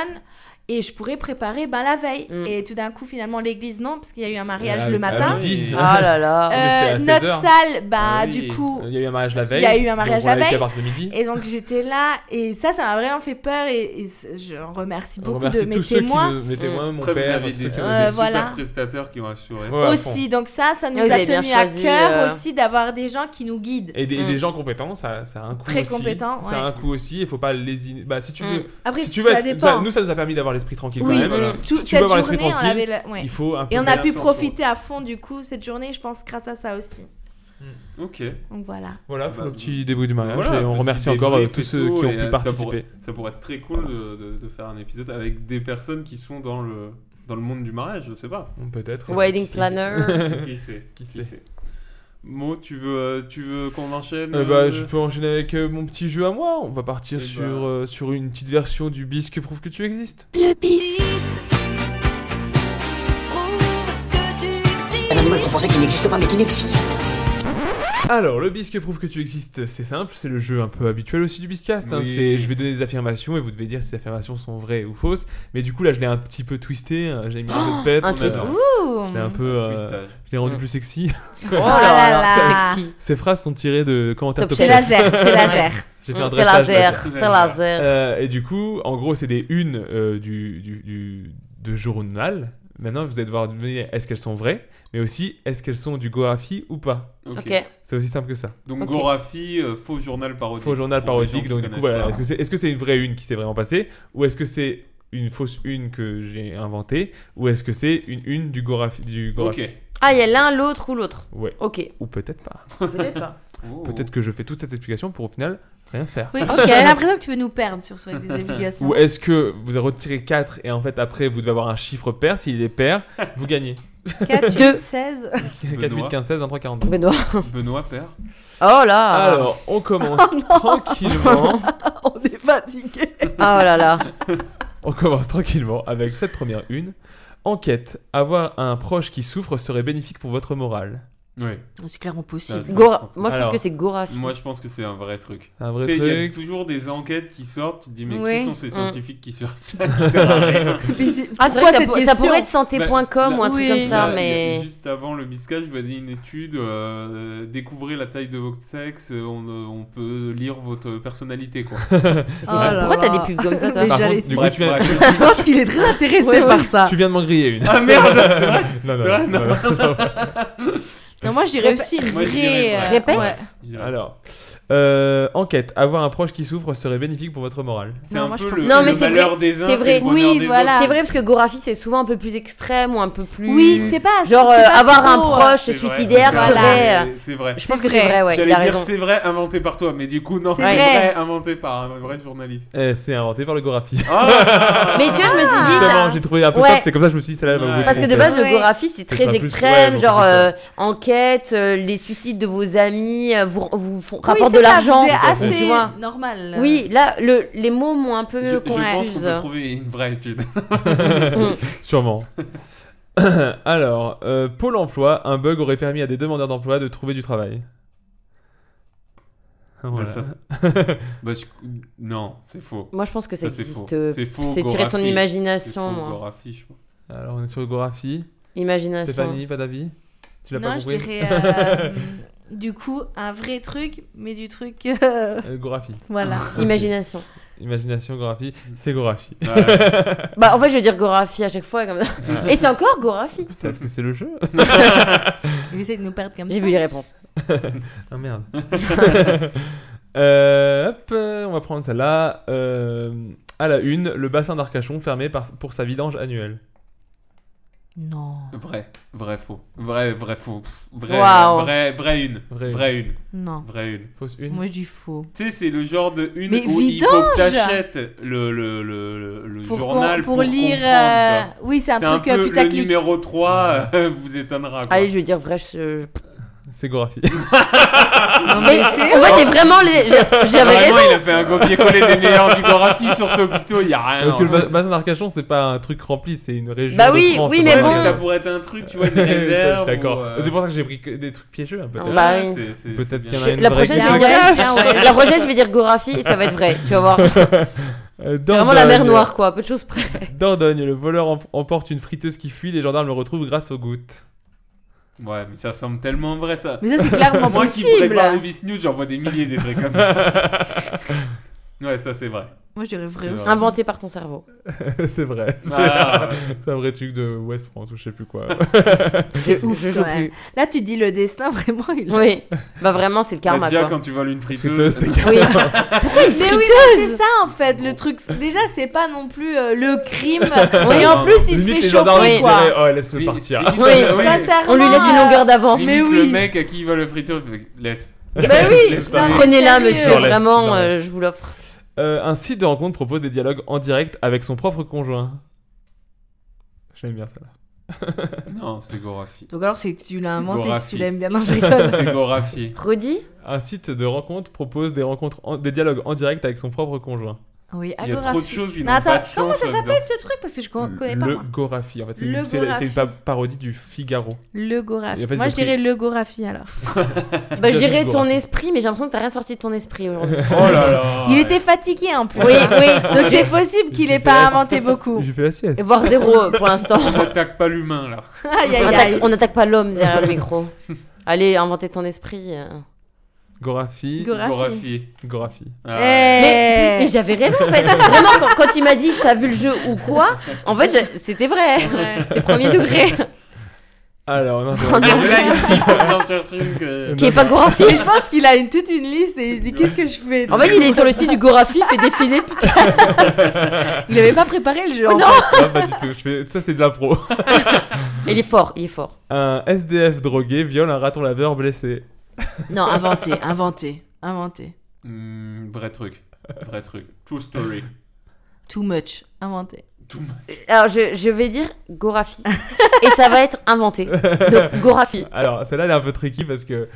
S10: et je pourrais préparer ben, la veille.
S9: Mm.
S10: Et tout d'un coup, finalement, l'église, non, parce qu'il y a eu un mariage
S8: Ah,
S10: le
S8: à
S10: matin.
S8: midi.
S9: Ah là là.
S8: oui, c'était à
S10: Euh,
S8: 16
S10: notre
S8: heures.
S10: salle, bah,
S5: Ah oui.
S10: du coup,
S8: Il y a eu un mariage la veille.
S10: Il y a eu un mariage
S8: donc on a
S10: la
S8: été
S10: veille.
S8: à partir de midi.
S10: Et donc j'étais là, et ça, ça m'a vraiment fait peur, et, et c'est- je remercie
S8: On
S10: beaucoup
S8: remercie
S10: de mes
S8: tous ceux qui
S10: témoins.
S8: nous- mes témoins, mon
S5: Après, vous
S8: père,
S5: avez
S8: tous
S5: des,
S8: ceux qui-
S5: des
S10: Euh,
S5: super
S10: voilà.
S5: prestataires qui ont assuré.
S8: Ouais, à fond.
S10: aussi, donc ça, ça nous
S9: Vous
S10: a
S9: avez bien
S10: tenu à
S9: choisi,
S10: cœur
S9: euh,
S10: aussi d'avoir des gens qui nous guident.
S8: Et des, et
S9: Mm.
S8: des gens compétents, ça, ça a un coût
S10: Très
S8: aussi.
S10: compétents,
S8: Ça a
S10: ouais.
S8: un coût aussi, il faut pas lésiner. Bah, si tu veux,
S9: Mm.
S10: Après,
S8: si tu veux
S10: ça
S8: être- bah,
S10: dépend.
S8: nous, ça nous a permis d'avoir l'esprit tranquille
S10: oui, euh,
S8: quand même.
S5: voilà.
S10: tout-
S8: Si tu veux
S10: cette
S8: avoir l'esprit
S10: journée, on
S8: tranquille,
S10: l'avait la- ouais.
S8: Il faut un peu.
S10: Et on a
S5: bien
S10: pu
S5: s'entourer.
S10: profiter à fond du coup cette journée, je pense, grâce à ça aussi.
S5: Ok.
S10: Donc voilà.
S8: Voilà pour
S5: Bah,
S8: le petit début du mariage.
S5: Voilà,
S8: et on
S5: petit
S8: remercie
S5: débrief
S8: encore euh,
S5: et
S8: tous ceux
S5: tout,
S8: qui ont
S5: et,
S8: pu
S5: euh, Ça
S8: participer.
S5: pourrait, ça pourrait être très cool de, de- de faire un épisode avec des personnes qui sont dans le, dans le monde du mariage, je sais pas.
S8: Bon, Peut-être.
S5: hein,
S9: Wedding
S8: Qui sait.
S9: planner.
S5: qui sait Qui
S8: sait
S5: sait Mo, tu veux, euh, tu veux qu'on enchaîne
S8: Euh, bah,
S5: euh,
S8: je peux enchaîner avec euh, mon petit jeu à moi. On va partir
S5: Eh
S8: sur,
S5: bah.
S8: euh, sur une petite version du bis que prouve que tu existes.
S7: Le bisque.
S3: Un animal qu'on pensait qu'il n'existe pas, mais qu'il existe.
S8: Alors, le bis que prouve que tu existes, c'est simple, c'est le jeu un peu habituel aussi du biscast. hein.
S5: Oui.
S8: C'est- Je vais donner des affirmations et vous devez dire si ces affirmations sont vraies ou fausses. Mais du coup, là, je l'ai un petit peu twisté. hein. J'ai mis un
S10: Oh,
S8: peu de peps.
S9: un
S5: On
S9: twist.
S5: adore.
S10: Ouh.
S8: Je l'ai un peu. euh,
S5: Twistage.
S8: je l'ai rendu
S9: Mm.
S8: plus sexy.
S9: Oh
S10: Oh là
S9: là
S10: là.
S9: là. Sexy.
S8: Ces phrases sont tirées de commentaires
S9: Top
S8: top
S10: C'est
S9: chef.
S8: chef.
S10: laser, c'est laser.
S8: J'ai fait un
S9: C'est
S8: dressage laser.
S9: laser. C'est laser.
S8: Euh, et du coup, en gros, c'est des unes euh, du, du, du- de journal. Maintenant, vous allez devoir deviner est-ce qu'elles sont vraies, mais aussi est-ce qu'elles sont du Gorafi ou pas.
S9: Ok.
S8: C'est aussi simple que ça.
S5: Donc
S9: Ok.
S5: Gorafi, euh, faux journal parodique.
S8: Faux journal
S5: Pour les gens
S8: parodique.
S5: qui
S8: Donc, du coup,
S5: connaissent
S8: voilà.
S5: pas.
S8: Est-ce que c'est est -ce c'est une vraie une qui s'est vraiment passée Ou est-ce que c'est une fausse une que j'ai inventée Ou est-ce que c'est une une du Gorafi, du Gorafi
S5: Ok.
S9: Ah, il y a l'un, l'autre ou l'autre.
S8: Ouais.
S9: Ok.
S8: Ou peut-être pas.
S9: Peut-être pas.
S5: Oh.
S8: Peut-être que je fais toute cette explication pour au final rien faire.
S9: Ah,
S10: Oui, parce que j'ai l'impression que tu veux nous perdre sur sur des obligations.
S8: Ou est-ce que vous avez retiré 4 et en fait après vous devez avoir un chiffre pair, s'il est pair, vous gagnez
S10: 4,
S9: Deux.
S10: 8, 16.
S8: 4, 8, 15, 16, 23, 42.
S9: Benoît.
S5: Benoît père.
S9: Oh là.
S8: Alors, on commence tranquillement.
S10: On est fatigué.
S9: Oh là là.
S8: On commence tranquillement avec cette première une. Enquête. Avoir un proche qui souffre serait bénéfique pour votre morale.
S5: Ouais.
S2: C'est clairement possible.
S5: Ça,
S9: Gora- Moi, je
S8: Alors,
S9: pense que c'est Gorafi.
S5: Moi, je pense que c'est un vrai truc.
S8: Un
S5: Tu
S8: vrai
S5: sais, Il y a
S8: truc.
S5: toujours des enquêtes qui sortent, tu te dis mais
S10: Oui.
S5: qui sont ces
S9: Mm.
S5: scientifiques qui sur ça qui servent à rien
S9: Ah, c'est vrai que ça, pour- ça
S2: question
S9: pourrait être santé.com
S5: Bah,
S9: ou un
S10: oui.
S9: truc comme ça,
S5: Là, il y a-
S9: mais.
S5: Juste avant le biscage, je voyais une étude euh, euh, découvrez la taille de votre sexe, euh, on, euh, on peut lire votre personnalité quoi.
S10: là là.
S9: Pourquoi t'as des pubs comme ça, toi
S2: Mais
S8: Par
S2: j'allais
S8: contre, du coup,
S5: Bref,
S8: tu viens,
S5: bref.
S2: Je pense qu'il est très intéressé
S10: Ouais,
S2: par ça.
S8: tu viens de m'en griller une.
S5: ah merde, c'est vrai.
S8: non, non,
S5: vrai, non.
S8: non, c'est pas vrai.
S10: Non, moi je dirais aussi une
S5: Moi, je dirais
S10: vraie.
S5: pas.
S10: euh,
S9: Répète.
S10: ouais.
S5: je dirais.
S8: Alors, euh, enquête. Avoir un proche qui souffre serait bénéfique pour votre morale.
S5: c'est
S10: Non,
S5: un
S10: moi, je
S5: peu
S10: pense
S5: le,
S10: que- Non,
S5: le
S9: mais c'est
S5: malheur
S9: vrai,
S5: des uns,
S9: c'est vrai.
S5: le bonheur
S10: Oui,
S5: des
S10: voilà.
S5: autres.
S9: C'est vrai parce que Gorafi c'est souvent un peu plus extrême ou un peu plus.
S10: Oui, c'est pas.
S9: Genre
S10: c'est
S9: euh,
S10: pas
S9: avoir un
S10: trop,
S9: proche
S5: C'est vrai,
S9: suicidaire
S5: c'est
S10: voilà.
S9: serait. euh,
S5: vrai, C'est vrai.
S9: Je pense
S10: C'est
S9: que c'est
S10: vrai.
S9: vrai, ouais, il
S5: J'allais
S9: a
S5: dire
S9: raison.
S5: c'est vrai inventé par toi, mais du coup non,
S10: C'est
S5: c'est
S10: vrai.
S5: vrai inventé par un vrai journaliste.
S8: Eh, c'est inventé par le Gorafi.
S5: Ah
S9: Mais tu vois, je me suis dit, ça-
S8: Justement, j'ai trouvé un peu
S9: Ouais.
S8: ça. C'est comme ça que je me suis dit, celle-là elle va
S5: Ouais.
S8: vous
S9: Parce que de
S8: tromper.
S9: base, le
S5: euh,
S10: Ouais.
S9: Gorafi, c'est
S8: Ça
S9: très
S8: sera plus,
S9: extrême,
S8: ouais,
S9: genre
S8: beaucoup plus
S9: euh, enquête, euh, les suicides de vos amis, euh, vous, vous font-
S10: Oui,
S9: rapportent
S10: c'est
S9: de
S10: ça,
S9: l'argent.
S10: C'est
S9: tu
S10: assez
S9: vois.
S10: normal. euh.
S9: Oui, là, le, les mots m'ont un peu
S5: Je, je pense qu'on
S9: confuse.
S5: peut trouver une vraie étude.
S8: Sûrement. Alors, euh, Pôle emploi, un bug aurait permis à des demandeurs d'emploi de trouver du travail. Ah, Voilà.
S5: Bah, ça- bah, je- Non, c'est faux.
S9: Moi, je pense que ça
S5: Ça, c'est faux.
S9: existe. euh,
S5: C'est faux,
S9: C'est tiré de ton
S5: Gorafi. C'est
S9: imagination,
S5: faux,
S9: moi.
S5: Gorafi, je crois.
S8: Alors, on est sur le Gorafi.
S9: Imagination.
S8: Stéphanie, pas d'avis Tu l'as
S10: Non,
S8: pas
S10: je
S8: compris
S10: dirais euh, du coup un vrai truc, mais du truc. euh,
S8: Euh, Gorafi.
S10: voilà.
S9: Imagination.
S8: Imagination, Gorafi. C'est Gorafi.
S5: Ouais.
S9: Bah, en fait, je vais dire Gorafi à chaque fois. Comme... ça.
S5: Ah.
S9: Et c'est encore Gorafi.
S8: Peut-être que c'est le jeu.
S10: Il essaie de nous perdre comme ça.
S9: J'ai vu les réponses.
S8: Ah merde. Euh, hop, euh, on va prendre celle-là. Euh, à la une, le bassin d'Arcachon fermé par- pour sa vidange annuelle.
S10: Non,
S5: vrai, vrai faux. Vrai, vrai faux. Pff, Vrai,
S9: Waouh.
S5: vrai, vrai une.
S8: Vrai.
S5: Vrai une.
S10: non.
S5: Vrai une.
S8: Fausse une.
S10: Moi, je dis faux.
S5: Tu sais, c'est le genre de une
S10: Mais
S5: où il faut
S10: vidange
S5: que t'achètes le, le, le, le
S10: Pour,
S5: journal
S10: qu'on- pour lire. euh,
S5: comprendre, quoi.
S10: Oui, c'est un
S5: C'est
S10: truc
S5: un
S10: euh,
S5: peu le
S10: putaclic. Ah,
S5: numéro 3 euh, vous étonnera. Quoi.
S9: Allez, je vais dire vrai. je- je-
S8: C'est Gorafi.
S10: Non, mais
S9: Mais
S10: c'est-
S9: en fait, j'ai vraiment. les- j'ai- J'avais
S5: Vraiment,
S9: raison.
S5: il a fait un copier-coller des meilleurs du Gorafi sur Topito, il y a rien.
S8: Parce que le
S5: hein.
S8: bas- bassin d'Arcachon, c'est pas un truc rempli, c'est une région.
S9: Bah
S8: de
S9: oui,
S8: France,
S9: oui,
S8: c'est
S9: mais
S5: Ouais,
S8: pas
S9: bon.
S8: vrai.
S5: ça pourrait être un truc, tu vois, une
S8: Ça, je suis
S5: réserve. ou,
S8: D'accord.
S5: euh,
S8: C'est pour ça que j'ai pris que des trucs piégeux, un peu.
S9: Ah,
S8: peut-être.
S9: Bah
S5: ouais,
S9: oui.
S5: c'est- c'est-
S8: Peut-être
S5: c'est
S8: qu'il y
S5: bien.
S8: en a une
S9: La
S8: vraie
S9: prochaine, je
S8: qui-
S9: vais dire... la prochaine, je vais dire Gorafi et ça va être vrai. Tu vas voir.
S8: Euh,
S9: C'est vraiment la
S8: Dordogne.
S9: mer Noire, quoi. Peu de choses près.
S8: Dordogne, le voleur em- emporte une friteuse qui fuit, les gendarmes le retrouvent grâce aux gouttes.
S5: Ouais, mais ça semble tellement vrai ça.
S10: Mais ça, c'est clairement
S5: Moi qui
S10: possible.
S5: prépare Obis News, j'en vois des milliers des trucs comme ça. ouais, ça c'est vrai.
S10: Moi, je dirais vrai
S5: C'est
S10: aussi.
S5: vrai.
S9: Inventé par ton cerveau.
S8: c'est vrai. C'est
S5: Ah, ouais.
S8: c'est un vrai truc de West France ou je sais plus quoi.
S9: C'est ouf, je joue
S10: quand même.
S9: plus.
S10: Là, tu dis le destin, vraiment. Il...
S9: Oui. Bah vraiment, c'est le
S5: Bah,
S9: karma,
S5: déjà,
S9: quoi.
S5: quand tu voles une friteuse, euh,
S8: Friteuse, c'est carrément-
S9: Oui.
S10: Mais oui, mais c'est ça en fait le truc. Déjà, c'est pas non plus euh, le crime. Et en
S5: non,
S10: plus, il se
S8: Limite,
S10: fait
S8: les gendarmes,
S10: choper
S8: ils
S10: quoi.
S8: diraient, Oh, laisse-le
S5: Oui,
S8: partir.
S5: limite,
S9: Oui,
S5: euh,
S10: Sincèrement.
S9: On lui laisse une
S10: euh,
S9: longueur d'avance.
S5: limite,
S10: Mais
S5: le
S10: oui.
S5: mec à qui il vole le friteuse, laisse.
S10: Bah oui,
S5: Laisse
S10: non,
S5: pas.
S10: mais
S9: Prenez-la,
S10: sérieux.
S9: monsieur.
S8: J'en laisse,
S9: Vraiment,
S8: j'en
S9: euh,
S8: laisse.
S9: je vous l'offre.
S8: Euh, un site de rencontre propose des dialogues en direct avec son propre conjoint. J'aime bien ça là.
S5: Non, c'est Gorafi.
S10: Donc alors, c'est que tu l'as
S5: C'est
S10: inventé si tu
S5: Gorafi.
S10: l'aimes bien. Non, je rigole.
S5: C'est Gorafi.
S9: Redis
S8: Un site de rencontre propose des, rencontres en- des dialogues en direct avec son propre conjoint.
S10: Oui,
S5: Il y a trop de
S10: agoraphie.
S5: choses qui
S10: Non,
S5: n'ont pas
S10: Ah, attends,
S5: de sens. hein.
S10: comment ça
S5: là-dedans.
S10: s'appelle ce truc Parce que je co- connais pas.
S8: le
S10: moi.
S8: Gorafi. En fait, c'est
S10: Le
S8: une, c'est- c'est une pa-
S10: Gorafi.
S8: parodie du Figaro.
S10: Le
S8: Et
S10: Gorafi.
S8: en fait,
S10: Moi,
S8: c'est
S10: je dirais
S8: pris-
S10: le Gorafi alors.
S9: Bah, je
S8: Dialogue
S9: dirais ton
S8: Gorafi.
S9: esprit, mais j'ai l'impression que t'as rien sorti de ton esprit aujourd'hui.
S5: Oh là là.
S10: Il était fatigué en plus.
S9: Oui,
S10: hein.
S9: oui.
S10: Donc c'est possible qu'il ait pas inventé beaucoup.
S8: J'ai fait la sieste.
S9: Voire zéro euh, pour l'instant.
S5: On n'attaque pas l'humain là.
S10: Aïe
S9: On
S10: aïe
S9: attaque-
S10: aïe.
S9: On n'attaque pas l'homme derrière le micro. Allez, inventez ton esprit. euh.
S8: Gorafi.
S10: Gorafi.
S5: Gorafi.
S8: Gorafi.
S5: Ah,
S9: Mais, mais
S10: Eh.
S9: j'avais raison en fait. Vraiment, quand, quand tu m'as dit t'as vu le jeu ou quoi, en fait je- c'était vrai.
S10: Ouais.
S9: C'était premier degré.
S8: Alors, non,
S9: Oh non.
S5: Mais là, il dit, faut que j'en cherche une que.
S9: Qui est pas Gorafi.
S10: Mais je pense qu'il a une, toute une liste et il se dit qu'est-ce que je fais
S9: En fait, il est sur le site du Gorafi, fait défiler. putain.
S10: Il avait pas préparé le jeu. en
S9: non.
S10: fait.
S8: non, pas du tout. Je fais... Ça, c'est de la pro.
S9: Il est fort, il est fort.
S8: Un SDF drogué viole un raton laveur blessé.
S10: Non, inventé, inventé, inventé.
S5: Hmm, vrai truc. Vrai truc. True story.
S10: Too much, inventé.
S5: Tout mal.
S9: Alors je, je vais dire Gorafi et ça va être inventé. Donc Gorafi.
S8: Alors, celle-là, elle est un peu tricky parce que.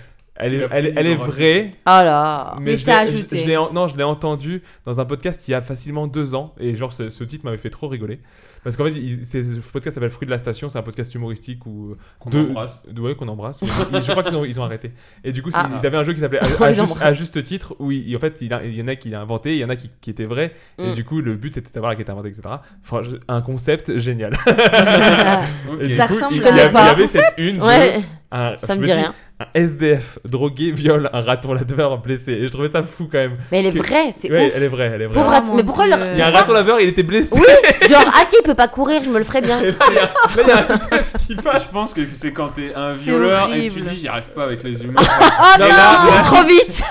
S8: Elle
S5: Tu
S8: est,
S5: l'as
S8: elle,
S5: pas dit,
S8: elle est
S5: Gorafi.
S8: vraie,
S9: Ah là.
S10: Mais
S8: je
S10: t'as
S8: l'ai- je-
S10: ajouté.
S8: je l'ai en- non, je l'ai entendu dans un podcast il y a facilement deux ans. Et genre, ce, ce titre m'avait fait trop rigoler. Parce qu'en fait, il- c'est- ce podcast s'appelle Fruit de la Station. C'est un podcast humoristique où.
S5: Qu'on
S8: deux-
S5: embrasse.
S8: de- ouais, qu'on embrasse. mais ils- je crois qu'ils ont, ils ont arrêté. Et du coup, c'est-
S9: Ah.
S8: ils avaient un jeu qui s'appelait à,
S9: On
S8: à
S9: les
S8: juste,
S9: embrasse.
S8: à juste titre. Où il, en fait, il, a- il y en a qui l'a inventé, il y en a qui, qui étaient vrais. Et
S9: Mm.
S8: du coup, le but c'était de savoir qui était inventé, etc. Enfin, je- un concept génial.
S10: Ça
S8: Et du coup, il,
S10: ressemble à-
S8: il y a-
S9: Je connais
S8: Il y
S9: pas.
S8: avait cette une. deux,
S9: Ouais,
S8: un-
S9: ça
S8: je
S9: me dit
S8: dis,
S9: rien.
S8: un SDF drogué viole un raton laveur blessé. Et je trouvais ça fou quand même.
S9: Mais elle est
S8: Que-
S9: vraie, c'est
S8: Ouais,
S9: ouf.
S8: elle est vraie, elle est vraie.
S9: Pauvre rat- Mais pourquoi leur...
S8: Il y a un raton laveur, il était blessé.
S9: Oui, genre, ah tiens, il peut pas courir, je me le ferais bien.
S8: Là, il y a- là, il y a un SDF qui passe.
S5: Je pense que c'est quand t'es un
S10: C'est
S5: violeur et que tu
S10: horrible.
S5: dis j'y arrive pas avec les humains.
S9: Oh
S5: Non,
S9: non,
S5: là, là.
S9: trop vite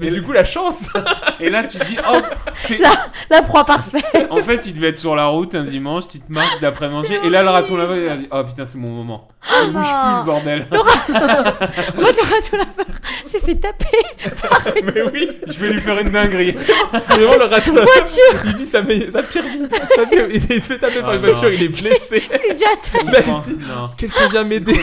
S8: Mais du coup, la chance
S5: et là tu dis oh t'es-
S9: La proie parfaite
S5: en fait il devait être sur la route un dimanche, petite marche d'après manger et là le raton laveur il a dit oh putain c'est mon moment.
S9: Ah
S5: Ne bouge plus le bordel.
S9: En fait, le raton laveur s'est fait taper
S8: Mais oui
S5: Je vais lui faire une dinguerie.
S9: Bah,
S8: Vraiment, le raton laveur,
S9: voiture.
S8: il vit sa, meille- sa pire vie. Sa pire- Il il se fait taper par
S5: Ah
S8: une voiture,
S5: non.
S8: il est blessé.
S9: plus jatte
S5: Je
S8: Bah, il
S5: pense-
S8: se dit,
S5: non.
S8: Quelqu'un vient m'aider.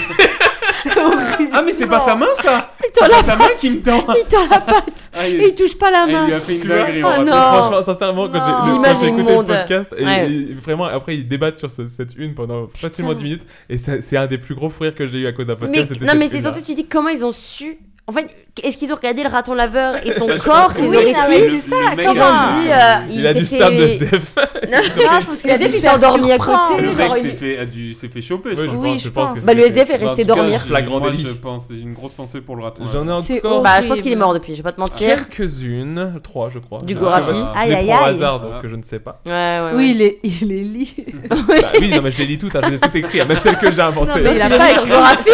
S5: Ah mais c'est pas sa main ça
S9: dans
S5: C'est
S9: la
S5: pas sa main qui me tend
S9: Il tend la patte
S5: Ah,
S9: et il touche pas la
S5: ah, il
S9: main.
S5: lui a fait une
S8: Tu vois
S5: dinguerie. on
S9: Ah,
S5: va
S9: non.
S5: pas-
S8: Franchement, sincèrement, quand j'ai-
S10: Non.
S8: le- quand
S9: L'image
S8: j'ai
S9: est
S8: écouté le
S9: immonde.
S8: podcast, et
S9: Ouais.
S8: il- vraiment, après, ils débattent sur ce- cette une pendant facilement 10 minutes, et ça- c'est un des plus gros fous rires que j'ai eu à cause d'un
S9: Mais,
S8: podcast. c'était
S9: non,
S8: cette
S9: mais c'est
S8: une-là.
S9: surtout, tu dis comment ils ont su. En fait, est-ce qu'ils ont regardé le raton laveur et son corps, ses
S10: Oui, non,
S5: ah
S10: mais
S9: orifices
S10: c'est ça,
S5: Le mec
S9: Ils ont dit.
S10: comment
S9: euh,
S8: Il a
S9: s'est
S8: du
S9: fait-
S8: spam de SDF.
S9: Non,
S10: Non, je pense qu'il
S9: Il a
S10: a
S9: dit qu'il
S10: dû se
S9: s'est
S10: faire
S9: endormi à
S10: surprendre.
S9: côté.
S5: Le
S9: Genre,
S5: mec s'est
S9: il-
S5: fait, a dû- s'est fait choper. je
S8: Oui,
S5: pense.
S10: Oui,
S8: je
S10: je
S8: pense
S10: pense.
S8: que
S9: Bah, le
S8: c'était-
S9: SDF est
S5: Bah, en
S9: resté
S5: tout cas,
S9: dormir.
S5: je-
S8: Flagrant
S5: moi,
S8: délit.
S5: Je pense, c'est une grosse pensée pour le raton.
S8: J'en ai
S10: C'est
S8: encore
S9: Bah, je pense qu'il est
S10: horrible.
S9: mort depuis, j'ai pas te mentir.
S8: quelques-unes, trois, je crois.
S9: Du
S8: Je-
S9: Gorafi.
S8: je-
S9: Aïe,
S8: des
S9: aïe,
S8: points au
S9: aïe.
S8: hasard,
S5: Ah.
S8: donc je ne sais pas.
S9: Ouais, ouais,
S2: Oui,
S9: ouais.
S2: il est, il est lit.
S8: Bah, oui, non, mais je les lis toutes, hein, je les ai toutes écrites, même celles que j'ai inventées.
S9: Mais il a pas sur Gorafi.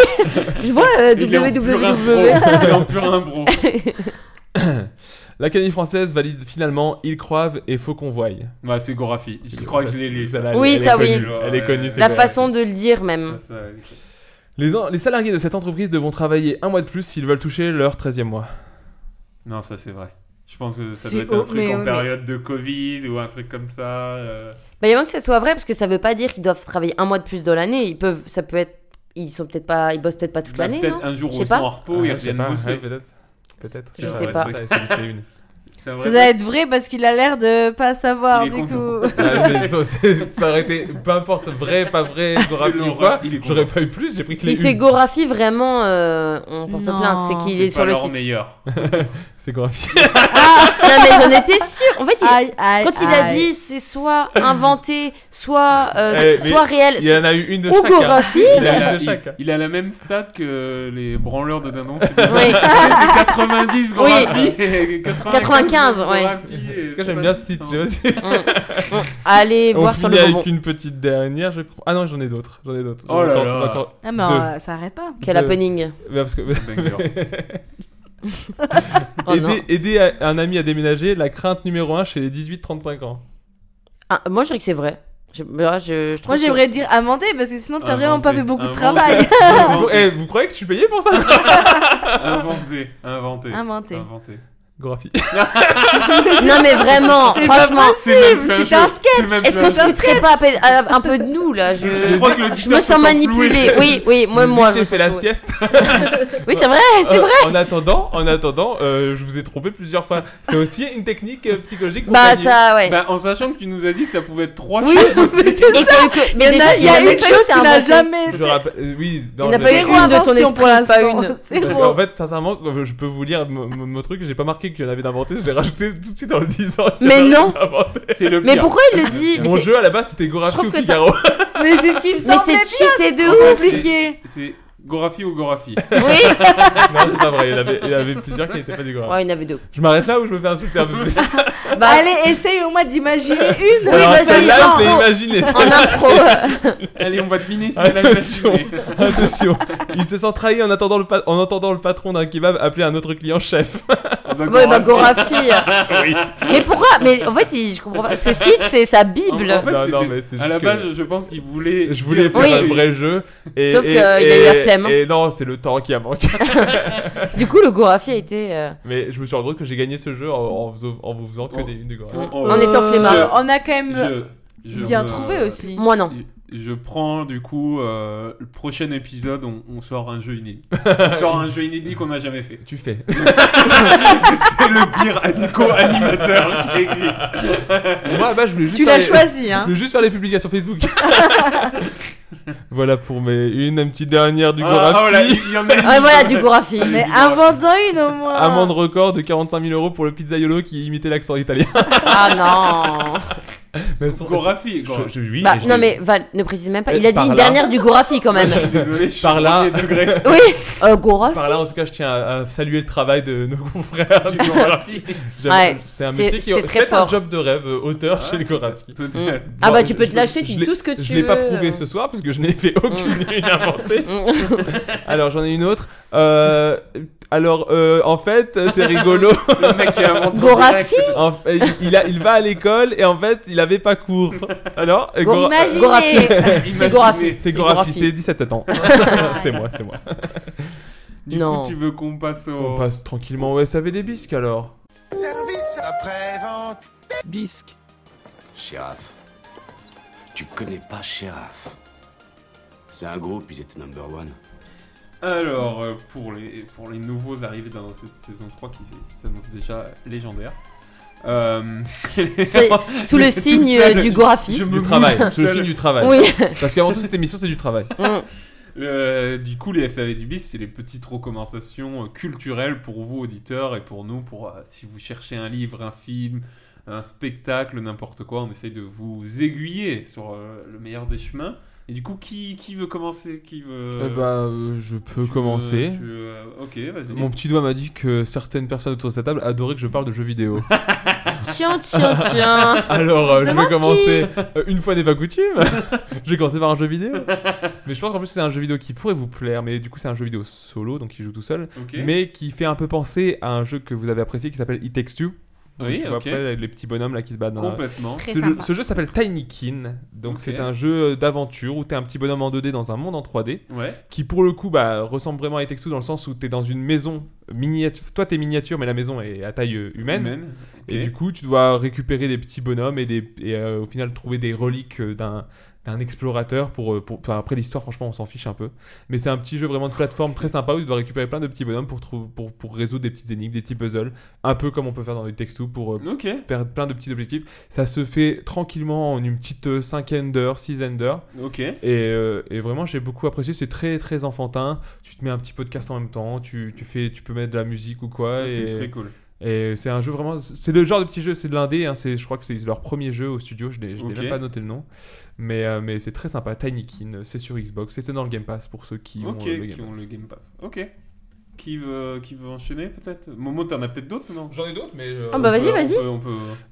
S9: Je vois euh, www.
S5: Il est en purin bro.
S8: L'Académie française valide finalement Il Croive et Faux Convoy.
S5: Ouais, c'est Gorafi. Je crois que je l'ai lu.
S8: Celle-là, elle-
S9: Oui,
S8: elle est
S9: ça,
S8: connue.
S9: oui.
S8: Elle est connue, c'est
S9: La
S8: Gorafi.
S9: façon de le dire, même.
S8: Les, en- les salariés de cette entreprise devront travailler un mois de plus s'ils veulent toucher leur 13e mois.
S5: Non, ça c'est vrai. Je pense que ça
S2: C'est
S5: doit être un
S2: haut,
S5: truc
S2: mais-
S5: en
S2: mais-
S5: période de Covid ou un truc comme ça. euh.
S9: Bah, il y a moins que ça soit vrai, parce que ça veut pas dire qu'ils doivent travailler un mois de plus dans l'année. Ils peuvent, ça peut être, ils sont peut-être pas, ils bossent peut-être pas toute
S5: Bah,
S9: l'année,
S5: Peut-être
S9: non
S5: un jour
S9: Je
S5: où
S9: sais
S5: ils sont
S9: pas.
S5: en repos, ils
S8: Ouais,
S5: reviennent
S8: Ah, je sais
S5: bosser.
S8: pas, ouais, Peut-être. Peut-être.
S9: Je
S8: Ouais,
S9: sais
S8: ouais,
S9: pas.
S8: peut-être, c'est- c'est une.
S5: C'est un
S10: Ça
S5: vrai
S10: doit
S5: truc.
S10: être vrai parce qu'il a l'air de pas savoir
S5: Il est
S10: du
S5: content.
S10: coup.
S8: Ah, mais ça, c'est- ça aurait été, peu importe, vrai, pas vrai, Gorafi
S5: C'est
S8: ou quoi,
S5: l'horreur, il est content.
S8: j'aurais pas eu plus, j'ai pris que
S9: Si
S8: les
S9: c'est
S8: une.
S9: Gorafi, vraiment, euh, on porte
S10: Non.
S9: plainte. C'est qu'il est,
S5: C'est
S9: sur
S5: pas
S9: le
S5: leur
S9: site.
S5: meilleur.
S8: C'est Gorafi.
S5: Ah,
S9: Non, mais j'en étais sûre. En fait, il-
S10: Aïe, aïe,
S9: quand il a
S10: aïe.
S9: dit c'est soit inventé, soit, euh,
S8: Eh, mais
S9: soit réel,
S8: Il y en a eu une de
S9: ou
S8: chaque. hein.
S9: Gorafi.
S8: Il
S5: Il
S8: a
S5: a,
S8: eu une de chaque. hein.
S5: il- il a la même stat que les branleurs de Danon.
S9: Oui.
S5: C'est 90 Gorafi et
S9: 95, ouais.
S5: Gorafi et
S8: En tout cas, j'aime bien ce site. j'ai aussi-
S9: Mm. Mm. Allez
S8: On
S9: voir sur
S8: finit
S9: le bonbon.
S8: avec une petite dernière, je crois. Ah non, j'en ai d'autres. J'en ai d'autres.
S5: Oh là
S8: Encore-
S5: là.
S8: encore-
S10: Ah, mais
S8: Deux.
S10: euh, ça arrête pas.
S9: Quel
S8: de-
S9: happening.
S8: Bah, parce que-
S5: Banger.
S9: Oh, non.
S8: aider, aider à- un ami à déménager, la crainte numéro 1 chez les 18-35 ans.
S9: Ah, moi, je dirais que c'est vrai. Je, là, je- je trouve
S10: Moi
S9: que-
S10: j'aimerais dire inventer parce que sinon t'as
S5: Inventé.
S10: vraiment pas fait beaucoup de
S5: Inventé.
S10: travail.
S9: Ah,
S8: Vous, eh,
S5: Inventé.
S8: vous croyez que je suis payé pour ça Eh.
S5: Inventé. Inventé.
S10: Inventé.
S5: Inventé.
S8: Graphie.
S9: Non, mais vraiment,
S10: C'est pas
S9: franchement.
S5: C'est même
S10: c'est
S5: plus
S10: un
S5: jeu. C'est même plus
S9: Est-ce
S5: un
S9: que je
S5: jeu.
S9: ne serais pas appel- à- un peu de nous là Je,
S5: Je crois que l'auditeur
S9: je
S5: se
S9: me sens
S5: sent
S9: manipulée.
S5: floué.
S9: Oui, oui, moi,
S8: Vous
S9: moi.
S8: dites,
S9: je
S8: J'ai
S9: me
S8: fait
S9: sens
S8: la
S9: flouée.
S8: sieste.
S9: Oui, c'est vrai, c'est
S8: Euh,
S9: vrai.
S8: En attendant, en attendant, euh, je vous ai trompé plusieurs fois. C'est aussi une technique euh, psychologique. pour
S9: Bah,
S8: gagner.
S9: ça, ouais.
S5: Bah, en sachant que tu nous as dit que ça pouvait être trois
S9: oui,
S5: choses.
S9: et qu'il y a eu que- mais
S10: Il y en a,
S9: déjà,
S10: il y
S9: la
S10: a une
S9: chose,
S10: chose
S9: c'est
S10: qui n'a
S9: inventé.
S10: jamais
S8: Je
S10: été.
S8: rappelle. euh, oui. non,
S9: Il n'a
S8: je-
S9: pas eu
S10: Zéro
S9: une de ton
S10: invention
S9: esprit,
S10: pour l'instant.
S9: pas une.
S8: Parce
S10: Zéro.
S8: qu'en fait, sincèrement, euh, je peux vous lire mon- mon mon truc, j'ai pas marqué qu'il y en avait d'inventé, je l'ai rajouté tout de suite en le disant. qu'il y
S9: Mais
S8: en avait
S9: non.
S8: d'inventé.
S5: C'est le pire.
S9: Mais pourquoi il le dit Mais
S8: Mon
S9: c'est-
S8: jeu à la base c'était
S9: Je
S8: Gorafi
S9: trouve
S8: ou
S9: que ça-
S8: Figaro.
S10: Mais c'est ce qui me
S9: mais
S10: semblait
S9: c'est cheaté de
S5: En
S9: ouf.
S5: fait,
S10: compliqué.
S5: C'est Gorafi ou Gorafi
S9: Oui.
S8: non, c'est pas vrai, il y en avait, il y en avait plusieurs qui n'étaient pas du Gorafi.
S9: Ouais, il y en avait deux.
S8: Je m'arrête là ou je me fais insulter un peu plus
S9: Bah,
S10: Allez, essaye au moins d'imaginer une.
S9: Oui, vas-y,
S8: celle-là,
S9: genre.
S8: je l'ai imaginée.
S9: en impro.
S5: Allez, on va deviner si
S8: Ah,
S5: c'est la
S8: attention.
S5: machine.
S8: Attention, il se sent trahi en attendant le, pa- en entendant le patron d'un kebab appeler un autre client chef.
S5: Ah,
S9: Ouais, bah, Gorafi. Mais pourquoi Mais en fait, il- je comprends pas. Ce site, c'est sa bible.
S5: En fait,
S8: Non, non,
S5: c'était-
S8: mais c'est
S5: à la
S8: juste
S5: base,
S8: que-
S5: je pense qu'il voulait.
S8: Je voulais faire
S9: Oui.
S8: un vrai jeu. Et,
S9: Sauf
S8: et-
S9: qu'il a eu
S8: et-
S9: la flemme. hein.
S8: Et non, c'est le temps qui a manqué.
S9: Du coup, le Gorafi a été. euh,
S8: Mais je me suis rendu compte que j'ai gagné ce jeu en, en faisant- en vous faisant que
S5: Oh.
S8: des une des gorges.
S5: Oh,
S9: En étant flemmard.
S10: Euh, On a quand même
S5: Je, je
S10: bien
S5: me-
S10: trouvé aussi.
S9: Moi, non.
S5: Je, je prends du coup euh, le prochain épisode, on, on sort un jeu inédit. On sort un jeu inédit qu'on n'a jamais fait.
S8: Tu fais.
S5: C'est le pire Nico animateur qui existe.
S8: Moi, bah, je voulais juste.
S10: Tu
S8: faire
S10: l'as
S8: les-
S10: choisi,
S8: Je
S10: hein.
S8: voulais juste faire les publications Facebook. voilà pour mes une, une petite dernière du
S5: Ah,
S8: Gorafi.
S5: oh là, il y en a une.
S9: Ouais, Ah, voilà, du Gorafi.
S10: Mais invente-en une au moins.
S8: Amende record de 45 000 euros pour le pizzaiolo qui imitait l'accent italien.
S9: Ah non.
S8: Mais elles sont-
S5: Gorafi,
S8: je-
S5: Gorafi.
S8: je- oui,
S9: Bah,
S8: et je-
S9: non, mais Val, ne précise même pas.
S8: Euh,
S9: Il a dit
S8: par
S9: une
S8: là.
S9: dernière du Gorafi quand même.
S5: Je suis désolé, je suis
S8: Par là.
S5: au premier degré.
S9: oui, euh, Gorafi.
S8: Par là, en tout cas, je tiens à, à saluer le travail de nos confrères du Gorafi. J'aime-
S9: Ouais,
S8: c'est un
S9: c'est-
S8: métier qui
S9: c'est
S8: est
S9: très
S8: un
S9: fort.
S8: job de rêve, euh, auteur
S5: Ouais.
S8: chez le Gorafi.
S5: Peut-être.
S9: Ah bah,
S8: Bon,
S9: tu peux
S8: je-
S9: te lâcher,
S8: je
S9: tu
S8: l'ai-
S9: dis tout ce que tu
S8: Je
S9: veux. euh,
S8: l'ai pas prouvé ce soir parce que je n'ai fait aucune une inventée.
S9: Mm.
S8: Alors, j'en ai une autre. Euh, alors, euh, en fait, c'est rigolo.
S5: Le mec qui invente.
S9: Mm. Gorafi
S8: En fait, il, il a- il va à l'école et en fait, il avait pas cours. Alors, euh, Gora-
S10: Imaginez
S9: Gorafi. C'est Gorafi.
S8: c'est Gorafi, c'est 17 ans. c'est moi, c'est moi.
S5: Du
S9: Non.
S5: coup, tu veux qu'on passe au.
S8: On passe tranquillement au SAV des bisques alors.
S1: Service après-vente.
S7: bisque,
S11: Shérif. Tu connais pas Shérif. C'est un groupe, ils étaient number one.
S5: Alors, euh, pour les, pour les nouveaux arrivés dans cette saison 3 qui s- s'annonce déjà légendaire. Euh,
S9: C'est- Sous le
S5: Mais tout
S9: signe
S5: seul,
S9: euh, du
S5: je-
S9: Gorafi.
S5: je me
S8: Du
S5: mouille
S8: travail,
S5: tout
S8: c'est le
S5: seul.
S8: signe du travail.
S9: Oui.
S8: Parce qu'avant tout, cette émission, c'est du travail.
S9: Mm.
S5: Euh, du coup, les SAV du bis, c'est les petites recommandations euh, culturelles pour vous, auditeurs, et pour nous, pour euh, si vous cherchez un livre, un film, un spectacle, n'importe quoi, on essaye de vous aiguiller sur euh, le meilleur des chemins. Et du coup, qui, qui veut commencer Qui veut
S8: Eh ben, euh, je
S5: tu
S8: peux
S5: veux-
S8: commencer.
S5: tu veux- euh, Ok, vas-y.
S8: Mon petit doigt m'a dit que certaines personnes autour de cette table adoraient que je parle de jeux vidéo.
S9: Tiens, tiens, tiens.
S8: Alors, euh, je
S9: demande
S8: vais commencer. euh, une fois n'est pas coutume. je vais commencer par un jeu vidéo. Mais je pense qu'en plus, c'est un jeu vidéo qui pourrait vous plaire. Mais du coup, c'est un jeu vidéo solo, donc il joue tout seul.
S5: Ok.
S8: Mais qui fait un peu penser à un jeu que vous avez apprécié qui s'appelle It Takes Two. Donc,
S5: Oui,
S8: tu vois,
S5: ok.
S8: après, les petits bonhommes là qui se battent dans la-
S5: Complètement.
S10: Très
S8: Ce jeu,
S10: sympa.
S8: ce jeu s'appelle Tiny Kin, donc
S5: Ok.
S8: c'est un jeu euh, d'aventure où t'es un petit bonhomme en 2D dans un monde en 3D,
S5: Ouais.
S8: qui pour le coup bah, ressemble vraiment à It Takes Two dans le sens où t'es dans une maison miniature, toi t'es miniature mais la maison est à taille euh, humaine,
S5: Ok.
S8: et du coup tu dois récupérer des petits bonhommes et, des, et, euh, au final trouver des reliques euh, d'un d'un explorateur pour, euh, pour- enfin, après l'histoire franchement on s'en fiche un peu mais c'est un petit jeu vraiment de plateforme très sympa où tu dois récupérer plein de petits bonhommes pour, trouver- pour, pour résoudre des petites énigmes des petits puzzles un peu comme on peut faire dans It Takes Two pour, euh,
S5: Ok.
S8: faire plein de petits objectifs. Ça se fait tranquillement en une petite euh, cinquaine d'heures, sizaine d'heures.
S5: Ok.
S8: Et, euh, et vraiment, j'ai beaucoup apprécié. C'est très, très enfantin. Tu te mets un petit podcast en même temps. Tu, tu, fais, tu peux mettre de la musique ou quoi.
S5: Ça, C'est
S8: et
S5: très cool.
S8: et c'est un jeu vraiment. C'est le genre de petit jeu. C'est de l'indé. hein, c'est- je crois que c'est leur premier jeu au studio. Je n'ai je n'ai
S5: Ok.
S8: même pas noté le nom. Mais, euh, mais c'est très sympa. Tinykin. C'est sur Xbox. C'était dans le Game Pass pour ceux qui
S5: Ok,
S8: ont euh, le
S5: qui
S8: Game
S5: ont
S8: Pass.
S5: le Game Pass. Ok. Qui veut, qui veut enchaîner peut-être Momo, t'en as peut-être d'autres, euh, non
S8: J'en ai d'autres, mais.
S9: Ah bah vas-y,
S5: On peut-
S9: vas-y.
S5: On peut, on peut-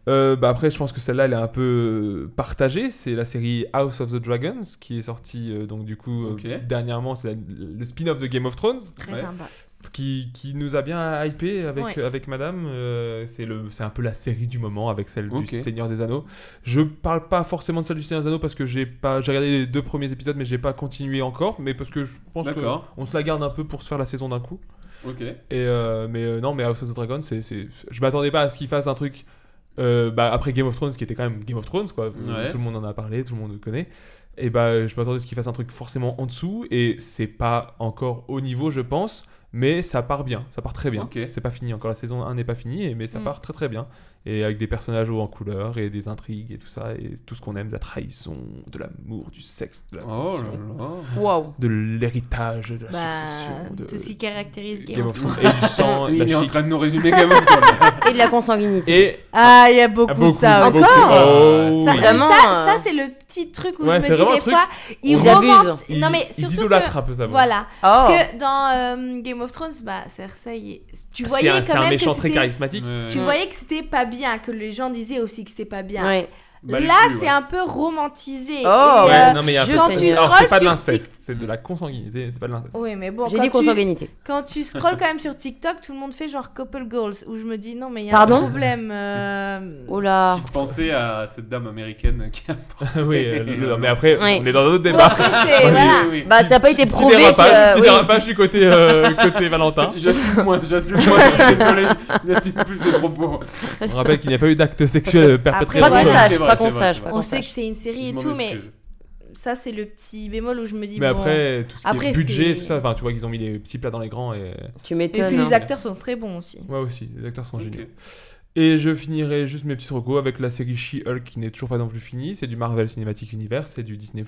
S8: Euh, bah après, je pense que celle-là, elle est un peu euh, partagée. C'est la série House of the Dragons qui est sortie euh, donc du coup euh,
S5: Ok.
S8: dernièrement. C'est la- le spin-off de Game of Thrones
S10: Très
S5: Ouais.
S10: sympa.
S8: qui, qui nous a bien hypé avec
S10: Ouais.
S8: euh, avec Madame. Euh, c'est le c'est un peu la série du moment avec celle
S5: Ok.
S8: du Seigneur des Anneaux. Je parle pas forcément de celle du Seigneur des Anneaux parce que j'ai pas j'ai regardé les deux premiers épisodes mais j'ai pas continué encore. Mais parce que je pense que
S5: D'accord.
S8: on se la garde un peu pour se faire la saison d'un coup.
S5: Ok.
S8: Et euh, mais euh, non, mais House of the Dragon, c'est, c'est- je m'attendais pas à ce qu'il fasse un truc. euh, bah, après Game of Thrones, qui était quand même Game of Thrones, quoi. Euh,
S5: Ouais.
S8: Tout le monde en a parlé, tout le monde le connaît. Et bah, je m'attendais à ce qu'il fasse un truc forcément en dessous. Et c'est pas encore au niveau, je pense. Mais ça part bien, ça part très bien.
S5: Ok. Hmm.
S8: C'est pas fini encore, la saison 1 n'est pas finie, et- mais ça
S10: Mm.
S8: part très très bien. Et avec des personnages hauts en couleur, et des intrigues, et tout ça, et tout ce qu'on aime, de la trahison, de l'amour, du sexe, de la
S5: Oh
S8: passion,
S5: là là.
S9: Waouh.
S8: de l'héritage, de la
S10: Bah,
S8: succession, de...
S10: tout ce qui caractérise Game,
S8: Game
S10: of
S8: of
S10: Thrones.
S8: Thrones. Et du sang, de
S5: Il
S8: la
S5: est en
S8: Bah, chic.
S5: train de nous résumer Game of Thrones.
S9: Et de la consanguinité.
S8: Et
S2: Ah, il y a beaucoup,
S8: Ah, beaucoup,
S2: de ça
S8: beaucoup.
S2: aussi.
S8: Oh,
S10: Ça,
S8: oui.
S9: oui. Vraiment,
S10: ça, ça,
S9: euh,
S10: c'est le petit truc où
S8: Ouais,
S10: je
S8: c'est
S10: me dis
S8: vraiment
S10: des
S8: un truc
S10: fois, ils
S9: ils abusent.
S10: remontent.
S8: Ils-
S10: non mais
S8: ils
S10: surtout
S8: idolâtrent
S10: que,
S8: un peu ça.
S10: voilà,
S9: Oh.
S10: parce que dans euh, Game of Thrones, bah Cersei, tu
S8: C'est
S10: voyais
S8: un- c'est
S10: quand
S8: un
S10: même que
S8: méchant très
S10: c'était,
S8: charismatique.
S5: Ouais.
S10: tu
S9: Mm.
S10: voyais que c'était pas bien, que les gens disaient aussi que c'était pas bien.
S9: Ouais.
S5: Bah, les
S10: Là,
S5: plus,
S10: c'est
S5: ouais.
S10: un peu romantisé.
S9: Oh,
S10: Et,
S8: Ah Ouais,
S10: euh,
S8: non, mais il y a un
S9: je
S8: peu-
S9: quand
S10: tu
S8: Alors, c'est
S10: scrolles
S8: pas de
S10: sur Oh.
S8: l'inceste, c'est de la consanguinité, c'est pas de l'inceste.
S10: Oui, mais bon,
S9: J'ai
S10: quand
S9: dit
S10: tu,
S9: consanguinité.
S10: quand tu scrolles quand même sur TikTok, tout le monde fait genre couple goals, où je me dis non, mais il y a un
S9: Pardon
S10: problème. euh,
S9: Oh là.
S5: Petite pensée à cette dame américaine qui a
S8: oui, euh, le- mais après,
S9: Ouais.
S8: on est dans un autre
S10: bon,
S8: débat.
S10: après, c'est.
S8: Oui.
S10: voilà.
S5: Oui, oui.
S9: Bah, ça n'a pas été
S8: Petit
S9: prouvé que.
S8: dérapage, petit
S9: oui.
S8: dérapage du côté, euh, côté Valentin.
S5: J'assume moi, j'assume moi, je suis désolé, j'assume plus ces propos.
S8: On rappelle qu'il n'y a pas eu d'acte sexuel perpétré.
S9: Pas
S10: Après,
S9: qu'on
S10: voilà.
S9: sache,
S5: C'est vrai,
S9: pas
S5: c'est
S9: qu'on
S5: vrai, c'est
S9: sache.
S5: vrai.
S9: pas
S10: On
S9: qu'on
S10: sait que
S9: sache.
S10: c'est une série et
S5: Je m'en
S10: tout, mais
S5: excuse.
S10: ça, c'est le petit bémol où je me dis
S8: Mais
S10: bon.
S8: après, tout ce qui
S10: Après,
S8: est budget,
S10: c'est-
S8: tout ça, enfin, tu vois qu'ils ont mis les petits plats dans les grands et.
S9: Tu
S10: Et puis
S9: m'étonnes.
S10: les
S9: hein.
S10: acteurs sont très bons aussi.
S8: Ouais, aussi, les acteurs sont
S5: Ok.
S8: géniaux. Et je finirai juste mes petits recos avec la série She-Hulk qui n'est toujours pas non plus finie. C'est du Marvel Cinematic Universe, c'est du Disney+.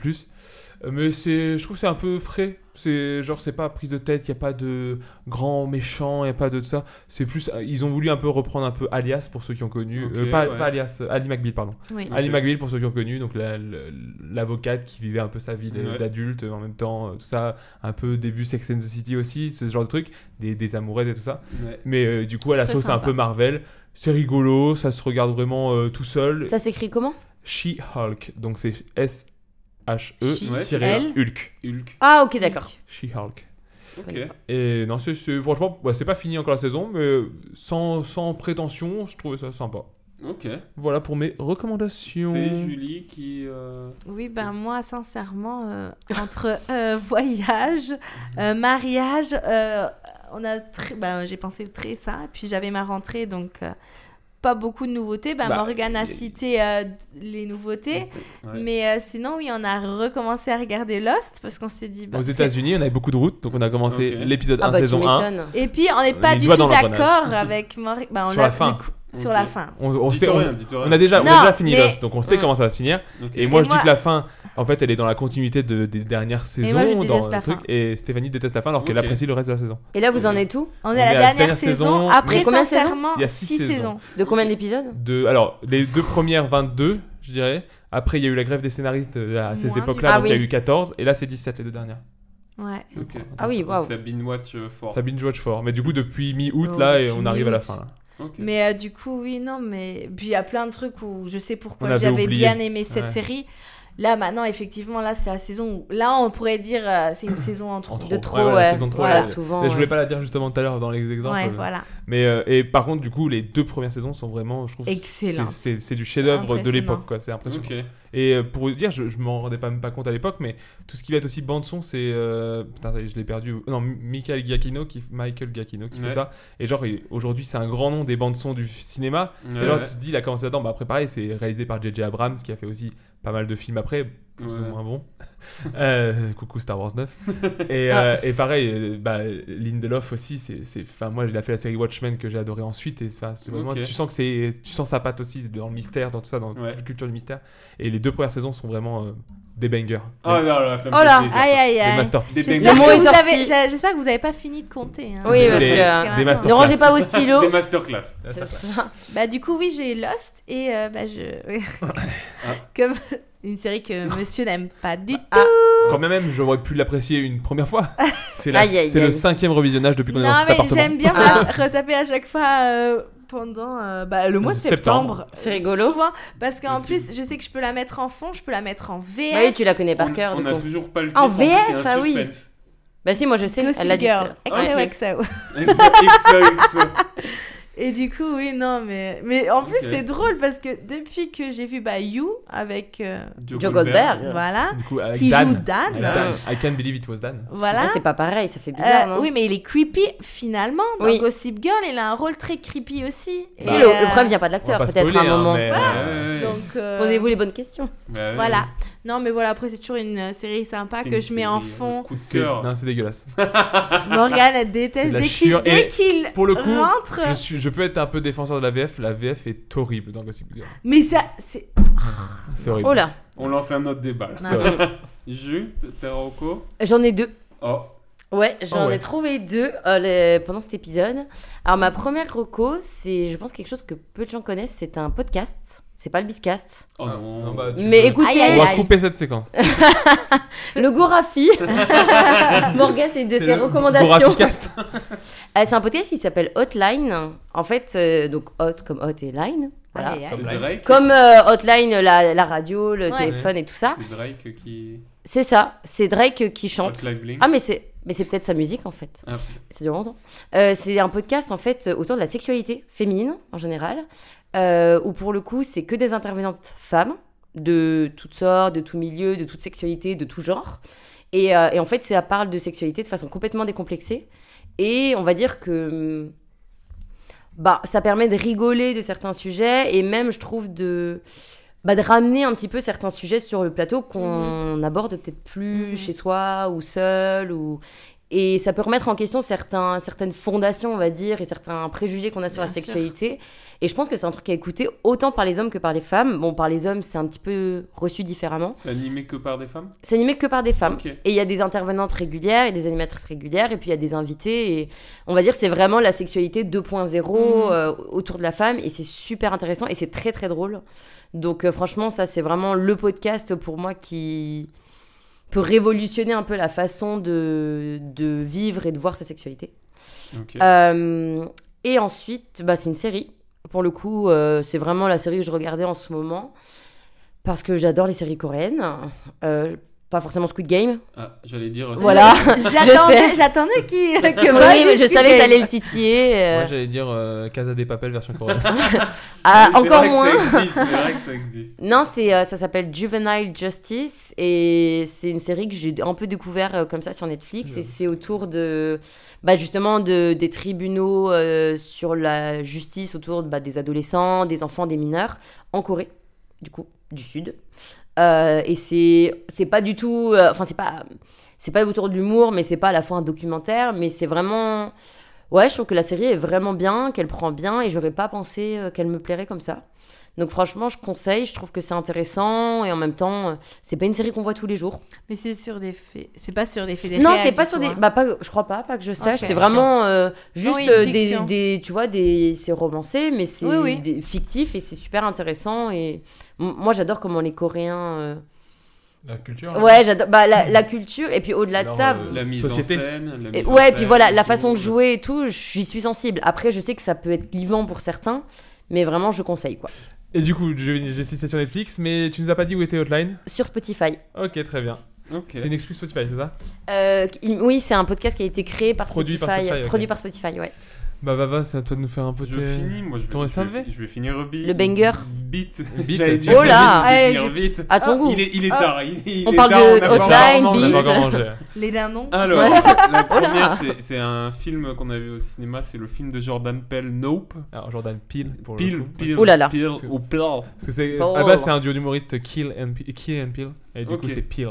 S8: Euh, Mais c'est, je trouve que c'est un peu frais. C'est genre c'est pas prise de tête, il y a pas de grand méchant, il y a pas de tout ça. C'est plus euh, ils ont voulu un peu reprendre un peu Alias pour ceux qui ont connu,
S5: Ok,
S8: Euh, pas,
S5: ouais.
S8: pas Alias, euh, Ali McBeal pardon.
S5: Oui.
S8: Ali
S5: Ok.
S8: McBeal pour ceux qui ont connu, donc la- le- l'avocate qui vivait un peu sa vie d-
S5: Ouais.
S8: d'adulte en même temps, euh, tout ça, un peu début Sex and the City aussi, ce genre de truc, des, des amourettes et tout ça.
S5: Ouais.
S8: Mais euh, du coup à la
S9: Très
S8: sauce un
S9: sympa.
S8: peu Marvel, c'est rigolo, ça se regarde vraiment euh, tout seul.
S9: Ça s'écrit comment
S8: She-Hulk, donc c'est S H
S9: She-
S8: E
S9: elle
S8: Hulk.
S9: Ah, ok, d'accord.
S8: She-Hulk.
S5: Ok.
S8: Et non, c'est, c'est- franchement, ouais, c'est pas fini encore la saison, mais euh, sans, sans prétention, je trouvais ça sympa.
S5: Ok.
S8: Voilà pour mes recommandations.
S5: C'était Julie qui. euh,
S10: Oui, ben moi, sincèrement, euh, entre euh, voyage, euh, mariage, euh, on a très- ben, j'ai pensé très ça. Puis j'avais ma rentrée, donc euh, pas beaucoup de nouveautés. Ben,
S12: Bah,
S10: Morgane a
S12: y-
S10: cité euh, les nouveautés.
S8: ouais.
S10: Mais euh, sinon, oui, on a recommencé à regarder Lost parce qu'on s'est dit. bah, Ah
S8: Aux
S10: parce que-
S8: États-Unis, on avait beaucoup de routes, donc on a commencé
S5: Ok.
S8: l'épisode
S9: Ah bah,
S8: 1, saison 1.
S10: Et puis, on n'est
S8: On
S10: pas
S8: est
S10: du
S8: doigt
S10: tout
S8: dans l'engrenage.
S10: d'accord avec Morgane. Ben, on
S8: Sur
S10: l'a-
S8: la fin.
S10: du coup- Sur la fin.
S8: On, on
S5: Dites
S8: sait, on,
S5: rien, dites rien.
S8: on a déjà, on a
S10: Non,
S8: déjà fini
S10: mais-
S8: Lost, donc on sait
S10: Mm.
S8: comment ça va se finir.
S5: Ok.
S8: Et moi,
S10: Et
S8: je
S10: moi-
S8: dis que la fin, en fait, elle est dans la continuité de- des dernières saisons,
S10: moi, je déteste
S8: dans
S10: la
S8: le truc,
S10: fin.
S8: et Stéphanie déteste la fin alors qu'elle
S5: Ok.
S8: apprécie le reste de la saison.
S9: Et là, vous en êtes où
S10: On est à la dernière, saison. Après,
S9: Mais combien de saisons
S10: sincèrement,
S8: Il y a six
S10: six
S8: saisons.
S9: De combien d'épisodes
S8: de alors les deux premières 22 je dirais après il y a eu la grève des scénaristes euh, à ces
S10: Moins du-
S8: époques là
S9: Ah
S8: donc il y a
S9: oui.
S8: eu 14 et là c'est 17 les deux dernières
S10: Ouais.
S5: Ok.
S9: Ah oui,
S5: Donc
S9: waouh.
S5: Ça binge watch euh, fort.
S8: ça binge watch fort mais du coup depuis mi-août
S10: Oh,
S8: là et
S10: depuis
S8: on arrive à la
S10: mi-août.
S8: fin là.
S5: Ok.
S10: Mais euh, du coup, oui, non, mais. Puis il y a plein de trucs où je sais
S8: On
S10: pourquoi
S8: avait
S10: j'avais
S8: oublié.
S10: bien aimé cette
S8: Ouais.
S10: série. Là, maintenant, effectivement, là, c'est la saison où. Là, on pourrait dire euh, c'est une saison en trop.
S9: De trop,
S8: Ouais, ouais, la
S9: ouais.
S8: saison trois,
S9: Voilà,
S8: là,
S9: souvent.
S8: là, je voulais
S9: ouais.
S8: pas la dire justement tout à l'heure dans les exemples
S10: Oh, Ouais,
S8: euh,
S10: voilà.
S8: mais euh, et par contre du coup les deux premières saisons sont vraiment je trouve
S10: Excellentes.
S8: c'est- c'est c'est du chef d'œuvre de
S10: impressionnant.
S8: l'époque quoi c'est impressionnant
S5: Ok.
S8: et euh, pour vous dire je, je m'en rendais pas même pas compte à l'époque mais tout ce qui va être aussi bande son c'est euh, putain ça y est, je l'ai perdu non M- Michael Giacchino qui Michael Giacchino qui
S5: Ouais.
S8: fait ça et genre il- aujourd'hui c'est un grand nom des bandes son du cinéma
S5: Ouais,
S8: et genre
S5: ouais.
S8: tu te dis il a commencé là-dedans bah après pareil c'est réalisé par JJ Abrams qui a fait aussi pas mal de films après plus
S5: Ouais.
S8: ou moins bons Euh, coucou Star Wars 9 et,
S10: Ah.
S8: euh, et pareil euh, bah, Lindelof aussi c'est c'est- enfin moi il a fait la série Watchmen que j'ai adoré ensuite et ça c'est vraiment
S5: Ok.
S8: tu sens que c'est tu sens sa patte aussi dans le mystère dans tout ça dans
S5: Ouais.
S8: toute la culture du mystère et les deux premières saisons sont vraiment euh, des bangers
S5: Oh là là, ça me
S10: Oh là,
S5: fait plaisir.
S10: aïe aïe
S8: Des
S10: aïe.
S8: masterpieces.
S5: Des
S10: J'espère que,
S9: bangers. Le mot
S10: vous
S9: est
S10: avez-
S9: sorti.
S10: j'a- j'espère que vous n'avez pas fini de compter. hein.
S9: Oui,
S8: Des-
S9: parce
S8: des-
S9: que.
S8: des
S9: ne
S8: masterclass.
S9: rangez pas vos stylos.
S5: Des masterclass.
S9: C'est ça.
S10: Bah, du coup, oui, j'ai Lost et euh, bah, je. Comme une série que monsieur n'aime pas du tout.
S8: Ah. quand même même j'aurais pu l'apprécier une première fois c'est la-
S9: Aïe, aïe,
S8: c'est le
S9: aïe.
S8: cinquième revisionnage depuis qu'on est
S10: Non,
S8: dans cet
S10: mais
S8: appartement
S10: j'aime bien
S9: Ah.
S10: me retaper à chaque fois euh, pendant euh, bah, le mois de
S8: Septembre.
S10: septembre.
S9: C'est rigolo.
S10: Souvent, parce qu'en plus, je sais que je peux la mettre en fond, je peux la mettre en VF.
S9: Bah oui, tu la connais par
S5: On-
S9: cœur.
S5: On
S9: du
S5: a
S9: coup.
S5: toujours pas le titre.
S9: En
S5: plus, il y a
S9: VF,
S5: un
S9: ah oui.
S5: suspense.
S9: Bah si, moi je sais.
S10: Gossip
S9: Elle l'a dit.
S10: Girl.
S9: tout à l'heure. Ok.
S10: XOXO. Et du coup, oui, non, mais, mais en plus,
S5: Ok.
S10: c'est drôle parce que depuis que j'ai vu bah, You avec. euh,
S5: Joe
S9: Joe
S5: Goldberg.
S9: Goldberg.
S10: voilà.
S8: du coup avec
S10: Qui
S8: Dan,
S10: joue Dan.
S8: Avec I can't believe it was Dan
S10: Voilà.
S9: Ah, C'est pas pareil, ça fait bizarre,
S10: Euh,
S9: non
S10: oui, mais il est creepy finalement. Dans
S9: Oui.
S10: Gossip Girl, il a un rôle très creepy aussi.
S9: Oui,
S10: Et,
S9: le,
S10: euh,
S9: le problème vient pas de
S8: On va
S9: l'acteur,
S8: pas
S9: peut-être à
S8: spoiler,
S9: un
S8: hein,
S9: moment.
S8: mais, euh,
S5: Ouais, ouais, ouais.
S10: donc, euh,
S9: Posez-vous les bonnes questions.
S5: Bah ouais.
S10: Voilà. Non, mais voilà, après, c'est toujours une euh, série sympa
S5: C'est
S10: que
S5: une
S10: je mets en
S5: série, euh,
S10: fond.
S5: Coup de
S8: C'est-
S5: cœur.
S8: non c'est dégueulasse
S10: Morgane, elle
S8: C'est
S10: déteste.
S8: de la
S10: Dès qu'il
S8: chiure.
S10: dès
S8: Et
S10: qu'il
S8: pour le coup,
S10: rentre.
S8: je, suis, je peux être un peu défenseur de la VF la VF est horrible dans Gossip Girl
S10: Mais ça, c'est.
S8: c'est horrible
S9: Oh là,
S5: On lance un autre débat. là.
S8: C'est vrai.
S5: Jus, t'es Rocco
S9: j'en ai deux.
S5: Oh.
S9: Ouais, j'en
S8: Oh ouais.
S9: ai trouvé deux euh, le- pendant cet épisode. Alors ma première reco, c'est je pense quelque chose que peu de gens connaissent, c'est un podcast. C'est pas le Biscast.
S5: Oh non.
S8: Non, bah, tu-
S9: Mais écoutez,
S10: Aïe,
S8: on
S10: aïe,
S8: va
S10: aïe.
S8: couper cette séquence
S9: le Gorafi. Morgan, c'est une de
S8: C'est
S9: ses
S8: le
S9: recommandations.
S8: Goraficast.
S9: Euh, c'est un podcast qui s'appelle Hotline. En fait, euh, donc hot comme hot et line. Voilà.
S10: Aïe, aïe.
S5: C'est Drake.
S9: Comme euh, Hotline, la, la radio, le
S10: Ouais.
S9: téléphone et tout ça.
S5: C'est Drake qui.
S9: C'est ça, c'est Drake qui chante.
S5: Hotline Bling.
S9: Ah mais c'est mais c'est peut-être sa musique en fait.
S5: Ah.
S9: C'est de rendre. Euh, c'est un podcast en fait autour de la sexualité féminine en général, euh, où pour le coup c'est que des intervenantes femmes de toutes sortes, de tout milieu, de toute sexualité, de tout genre. Et, euh, et en fait ça parle de sexualité de façon complètement décomplexée. Et on va dire que mm, bah ça permet de rigoler de certains sujets et même je trouve de bah, de ramener un petit peu certains sujets sur le plateau qu'on aborde peut-être plus
S10: Mhm.
S9: chez soi ou seul ou et Et ça peut remettre en question certains, certaines fondations, on va dire, et certains préjugés qu'on a sur
S10: Bien
S9: la
S10: sûr.
S9: sexualité. Et je pense que c'est un truc à écouter autant par les hommes que par les femmes. Bon, par les hommes, c'est un petit peu reçu différemment.
S5: C'est animé que par des femmes
S9: C'est animé que par des femmes.
S5: Ok.
S9: Et il y a des intervenantes régulières et des animatrices régulières, et puis il y a des invités. Et on va dire, c'est vraiment la sexualité 2.0 euh, autour de la femme, et c'est super intéressant, et c'est très très drôle. Donc euh, franchement, ça, c'est vraiment le podcast pour moi qui peut révolutionner un peu la façon de, de vivre et de voir sa sexualité.
S5: Ok.
S9: Euh, et ensuite, bah, c'est une série. Pour le coup, euh, c'est vraiment la série que je regardais en ce moment parce que j'adore les séries coréennes. Euh, pas forcément Squid Game.
S5: Ah, j'allais dire. euh,
S9: Voilà.
S5: c'est-
S10: J'attendais-
S9: Je sais.
S10: j'attendais qu'il-
S9: Oui,
S10: que Bob
S9: oui, mais
S10: dise
S9: je
S10: Squid
S9: savais que ça
S10: Game.
S9: allait le titiller. euh.
S8: Moi, j'allais dire euh, Casa des Papel version coréenne.
S9: Ah,
S8: Oui, c'est
S9: encore
S8: vrai que
S9: moins.
S8: ça existe, c'est vrai que ça existe.
S9: Non, c'est euh, ça s'appelle Juvenile Justice et c'est une série que j'ai un peu découvert euh, comme ça sur Netflix et c'est autour de bah justement de des tribunaux euh, sur la justice autour de, bah, des adolescents, des enfants, des mineurs en Corée du coup du sud. Euh, et c'est c'est pas du tout euh, enfin c'est pas c'est pas autour de l'humour mais c'est pas à la fois un documentaire mais c'est vraiment ouais, je trouve que la série est vraiment bien, qu'elle prend bien et j'aurais pas pensé euh, qu'elle me plairait comme ça. Donc franchement, je conseille, je trouve que c'est intéressant et en même temps, euh, c'est pas une série qu'on voit tous les jours.
S10: Mais c'est sur des faits. C'est pas sur des faits des
S9: non,
S10: réels,
S9: c'est pas
S10: du
S9: sur
S10: tout,
S9: des
S10: hein.
S9: bah pas je crois pas, pas que je sache,
S10: Ok.
S9: c'est vraiment euh, juste
S10: Oui,
S9: euh, des,
S10: fiction.
S9: des- tu vois des c'est romancé mais c'est
S10: Oui, oui.
S9: des- fictif et c'est super intéressant et m- moi j'adore comment les Coréens euh,
S8: La culture.
S9: Ouais, j'adore bah, la, la culture et puis au-delà de
S5: Leur,
S9: ça,
S5: euh, la mise en scène. la
S9: et-
S5: mise en
S9: ouais, puis
S5: scène,
S9: voilà, la
S5: tout. euh.
S9: façon de jouer et tout, j'y suis sensible. Après, je sais que ça peut être clivant pour certains, mais vraiment, je conseille quoi.
S8: Et du coup, je- j'ai cité sur Netflix, mais tu nous as pas dit où était Hotline
S9: Sur Spotify.
S8: Ok, très bien. C'est une excuse Spotify, c'est ça
S9: Euh, il- oui, c'est un podcast qui a été créé par
S8: Produit
S9: Spotify.
S8: par Spotify, ok.
S9: Produit par Spotify, ouais.
S8: Bah, va, va, c'est à toi de nous faire un peu
S5: Je
S8: tes-
S5: finis, moi je vais,
S8: ton
S5: je vais-
S8: SAV.
S5: je vais finir Ruby.
S9: Le banger.
S5: Beat.
S8: Beat.
S5: J'allais dire
S8: Oh là.
S5: Beat, je vais
S8: Allez,
S5: finir
S8: j'ai-
S5: vite.
S8: à ton goût.
S5: Il est, il est
S8: Ah.
S5: tard. il- il
S8: On
S5: est
S8: parle
S5: tard,
S8: de
S5: on a pas
S8: Hotline,
S5: encore- on a pas
S8: Beat.
S5: encore mangé.
S9: bah,
S10: Les dindons.
S5: Alors,
S10: Ouais.
S5: la
S10: Oh là.
S5: première, c'est- c'est un film qu'on a vu au cinéma, c'est le film de Jordan Pell, Nope.
S8: Alors, Jordan Peele. Pour
S5: Peele,
S8: le coup.
S5: Peele, Ouh là là. Peele ou Peele.
S8: Parce que c'est.
S5: Oh.
S8: À base, c'est un duo d'humoristes Kill and, Pe- Kill and Peele. Et du coup,
S5: Ok.
S8: c'est Peele.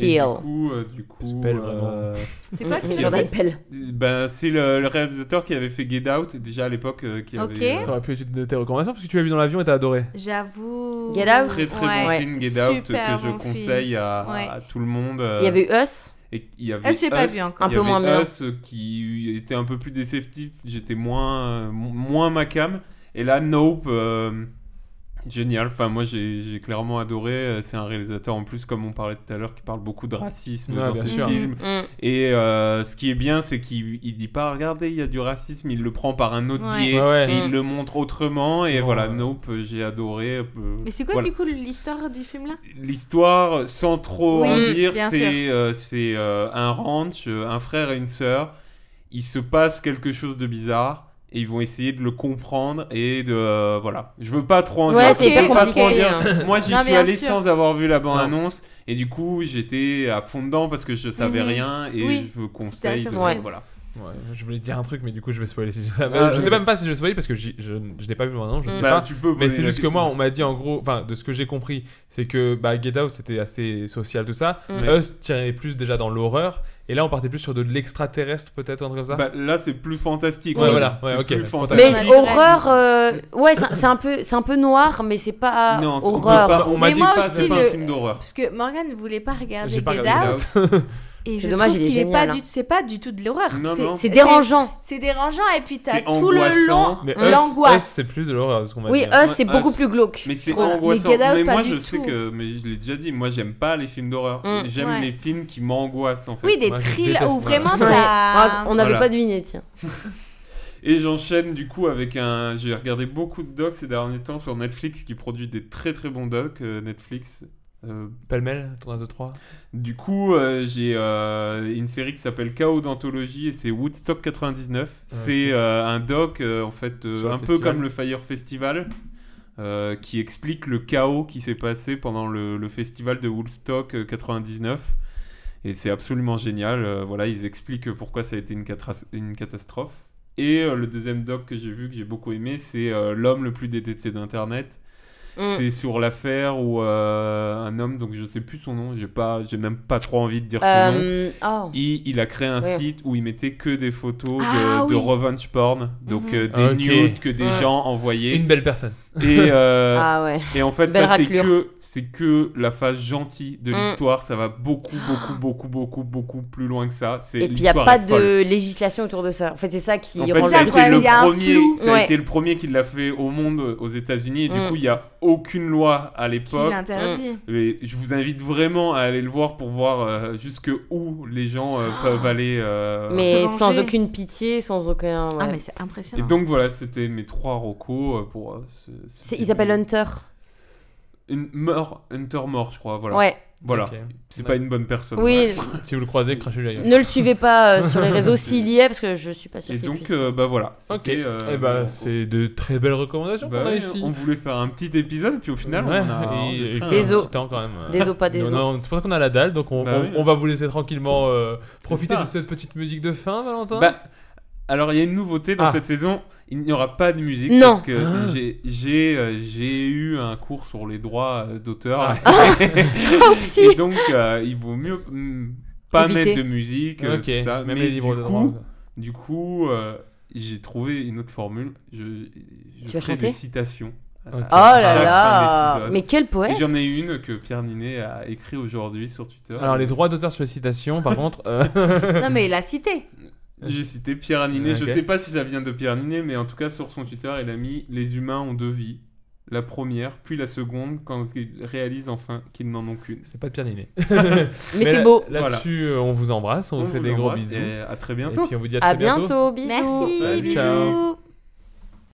S5: Et du coup, euh, du coup,
S8: Pell,
S5: euh,
S8: vraiment.
S10: C'est
S8: Mm,
S10: quoi
S5: Peele.
S10: le synopsis Jordan
S5: Ben, c'est le, le réalisateur qui avait fait Get Out déjà à l'époque, euh, qui
S10: Ok.
S5: avait.
S8: Ça aurait pu être une de tes recommandations parce que tu l'as vu dans l'avion et t'as adoré.
S10: J'avoue.
S9: Get Out.
S5: Très très bon
S9: Ouais.
S5: film Get Out que
S10: Super
S5: je
S10: bon film.
S5: conseille à,
S10: Ouais.
S5: à tout le monde. euh,
S9: Il y avait Us
S5: et il y avait
S10: Us, j'ai pas
S5: Us,
S10: vu encore.
S9: Un peu
S5: il y
S9: moins
S5: avait
S9: bien.
S5: Us qui était un peu plus déceptif, j'étais moins euh, mo- moins ma cam et là Nope euh, génial. Enfin moi j'ai j'ai clairement adoré, Euh, c'est un réalisateur en plus comme on parlait tout à l'heure qui parle beaucoup de racisme
S8: Ouais,
S5: dans
S8: bien
S5: ses
S8: sûr.
S5: films.
S8: Mhm.
S9: Mm.
S8: Mhm.
S5: Et euh, ce qui est bien c'est qu'il il dit pas regardez, il y a du racisme, il le prend par un autre
S10: Ouais.
S5: biais
S8: Ouais, ouais.
S5: et il
S10: Mhm.
S5: le montre autrement et
S8: Sinon,
S5: voilà
S8: euh,
S5: Nope, j'ai adoré. euh,
S10: Mais c'est quoi
S5: voilà
S10: du coup l'histoire du film là
S5: l'histoire, sans trop
S10: Oui,
S5: en dire,
S10: bien sûr.
S5: c'est euh, c'est, euh, un ranch, euh, un frère et une sœur. Il se passe quelque chose de bizarre et ils vont essayer de le comprendre et de euh, voilà. Je veux pas trop en
S9: Ouais,
S5: dire.
S9: c'est
S5: je veux
S9: hyper
S5: pas trop en
S9: compliqué,
S5: dire.
S9: hein.
S5: Moi, j'y
S9: Non,
S5: suis
S9: bien
S5: allé
S9: sûr.
S5: sans avoir vu la bande annonce et du coup, j'étais à fond dedans parce que je savais
S8: Mhm.
S5: rien et
S8: Oui,
S5: je vous
S8: c'était la
S5: conseille. de-
S8: surprise.
S5: Voilà.
S8: Ouais, je voulais dire un truc, mais du coup, je vais spoiler si je sais.
S5: Ah,
S8: je
S5: oui.
S8: sais même pas si je vais spoiler parce que j'y- je, je n'ai pas vu maintenant, je
S5: Mm.
S8: sais
S5: Bah,
S8: pas.
S5: tu peux
S8: mais
S5: poser
S8: c'est
S5: la
S8: juste que
S5: question.
S8: moi, on m'a dit en gros, enfin, de ce que j'ai compris, c'est que bah, Get Out c'était assez social, tout ça.
S5: Mm.
S8: Us tirait plus déjà dans l'horreur. Et là, on partait plus sur de l'extraterrestre, peut-être, un truc comme ça.
S5: Bah, là, c'est plus fantastique.
S8: Ouais,
S5: Oui.
S8: voilà, ouais,
S5: C'est
S8: ok.
S5: plus
S9: Mais
S5: fantastique.
S9: horreur, euh, ouais, c'est c'est un peu, c'est un peu noir, mais c'est pas
S5: Non, on peut
S9: horreur.
S5: pas- on m'a
S10: Mais
S5: dit
S10: moi
S5: que ça,
S10: aussi,
S5: c'est pas un
S10: le-
S5: film d'horreur.
S10: Parce que Morgan ne voulait pas regarder
S5: J'ai
S10: Get
S5: pas regardé
S10: Out.
S5: Get Out.
S10: Et
S9: C'est
S10: je
S9: dommage,
S10: trouve
S9: il est
S10: qu'il est
S9: génial,
S10: pas
S9: hein.
S10: du c'est pas du tout de l'horreur.
S9: Non, non. C'est dérangeant.
S10: C'est dérangeant et puis t'as
S5: C'est
S10: tout le long
S5: angoissant.
S8: Mais Us- Us,
S10: l'angoisse.
S8: c'est plus de l'horreur, parce qu'on m'a
S9: Oui,
S8: dit. hein.
S9: Us, c'est beaucoup plus glauque.
S5: Mais
S9: je
S5: c'est
S9: trouve.
S5: angoissant.
S9: Mais Get Out,
S5: Mais
S9: pas
S5: moi,
S9: du
S5: je
S9: tout.
S5: sais que, mais je l'ai déjà dit, moi, j'aime pas les films d'horreur.
S9: Mm.
S5: J'aime
S9: Ouais.
S5: les films qui m'angoissent, en fait.
S9: Oui, des
S5: Moi, je
S9: thrills
S5: déteste
S9: où
S5: ça.
S9: vraiment Ouais. t'as- Ah, on n'avait pas deviné, tiens.
S5: Et j'enchaîne, du coup, avec un. J'ai regardé beaucoup de docs ces derniers temps sur Netflix qui produit des très très bons docs. euh, Netflix. Euh,
S8: Pêle-mêle, tournage de 3.
S5: Du coup, euh, j'ai euh, une série qui s'appelle Chaos d'anthologie et c'est Woodstock 99. C'est euh, un doc, euh, en fait, euh,
S8: Ah, Sur le
S5: un peu
S8: festival.
S5: comme le Fire Festival, euh, qui explique le chaos qui s'est passé pendant le, le festival de Woodstock euh, 99. Et c'est absolument génial. Euh, voilà, ils expliquent pourquoi ça a été une, catras- une catastrophe. Et euh, le deuxième doc que j'ai vu, que j'ai beaucoup aimé, c'est euh, L'homme le plus détesté d'Internet
S9: Mm.
S5: C'est sur l'affaire où euh, un homme, donc je sais plus son nom, j'ai pas, j'ai même pas trop envie de dire son
S9: Euh,
S5: nom.
S9: oh.
S5: Il, il a créé un
S9: Ouais.
S5: site où il mettait que des photos de,
S9: Ah
S5: de
S9: oui.
S5: revenge porn, donc
S8: Mhm.
S5: euh, des
S8: Ok.
S5: nudes que des
S8: Ouais.
S5: gens envoyaient.
S8: Une belle personne.
S5: Et, euh,
S8: Ah ouais.
S5: et en fait,
S8: Belle
S5: ça c'est
S8: raclure.
S5: que c'est que la phase gentille de
S9: Mm.
S5: l'histoire. Ça va beaucoup, beaucoup, beaucoup, beaucoup, beaucoup plus loin que ça. C'est
S9: Et puis il n'y a
S5: l'histoire
S9: pas
S5: est folle.
S9: de législation autour de ça. En fait, c'est ça qui
S5: En fait,
S9: rend
S5: ça a
S9: le
S5: été le
S9: problème.
S5: premier, ça a
S9: Ouais.
S5: été le premier qui l'a fait au monde, euh, aux États-Unis. Et du
S9: Mm.
S5: coup, il n'y a aucune loi à l'époque.
S10: Qui l'interdit.
S5: Et je vous invite vraiment à aller le voir pour voir euh, jusque où les gens euh, peuvent aller. euh,
S9: Ah. Mais sans aucune pitié, sans aucun.
S10: Ah,
S9: ouais.
S10: mais c'est impressionnant.
S5: Et donc voilà, c'était mes trois recos euh, pour. euh, ce- ce
S9: C'est-
S5: début.
S9: Il s'appelle Hunter.
S5: Une mort, Hunter mort, je crois. Voilà.
S9: Ouais.
S5: Voilà.
S8: Ok.
S5: C'est pas une bonne personne.
S9: Oui.
S5: voilà.
S8: Si vous le croisez, crachez-lui la gueule.
S9: Ne le suivez pas euh, sur les réseaux s'il y est, parce que je suis pas sûre
S5: Et
S9: qu'il
S5: donc,
S9: puisse.
S5: euh, bah voilà.
S8: Ok.
S5: C'était, euh,
S8: Eh bah, c'est de très belles recommandations
S5: Bah
S8: qu'on a
S5: oui,
S8: ici.
S5: on voulait faire un petit épisode, puis au final,
S8: Ouais,
S5: on a.
S8: et- et
S5: enregistré
S8: il
S5: un
S8: fait un
S9: Des os.
S8: petit temps quand même.
S9: Des os, pas des
S8: Non,
S9: os.
S8: non, c'est pour ça qu'on a la dalle, donc on,
S5: Bah
S8: on-
S5: oui.
S8: on va vous laisser tranquillement euh, profiter
S5: ça.
S8: de cette petite musique de fin, Valentin.
S5: Bah, alors il y a une nouveauté dans
S8: Ah.
S5: cette saison, il n'y aura pas de musique
S8: Non.
S5: parce que
S8: Ah.
S5: j'ai j'ai euh, j'ai eu un cours sur les droits euh,
S8: Ah.
S5: d'auteur
S9: Ah, Oh,
S5: et donc euh, il vaut mieux mm, pas
S8: Éviter.
S5: mettre de musique, euh,
S8: Ok,
S5: tout ça.
S8: même
S5: mais
S8: les livres
S5: du
S8: de
S5: coup,
S8: droit.
S5: du coup euh, j'ai trouvé une autre formule. Je, je
S9: Tu vas
S5: ferai
S9: chanter
S5: des citations.
S9: Ok.
S5: à
S9: Oh là
S5: chaque fin
S9: là.
S5: d'épisode.
S9: Mais quel poète
S5: Et J'en ai une que Pierre Ninet a écrit aujourd'hui sur Twitter.
S8: Alors, les droits d'auteur sur les citations, par contre. euh,
S10: Non, mais il a cité.
S5: J'ai cité Pierre Ninet. Je
S8: Ok.
S5: sais pas si ça vient de Pierre Ninet, mais en tout cas, sur son Twitter, il a mis Les humains ont deux vies. La première, puis la seconde, quand ils réalisent enfin qu'ils n'en ont qu'une.
S8: C'est pas de Pierre Ninet.
S9: c'est
S8: là-
S9: beau.
S8: Là-dessus, euh, on vous embrasse, on,
S5: On
S8: vous fait
S5: vous
S8: des gros
S5: embrasse
S8: bisous.
S5: et à très bientôt.
S8: Et puis on vous dit à très
S9: À bientôt, bisous.
S10: Merci,
S8: Salut,
S10: bisous.
S8: ciao.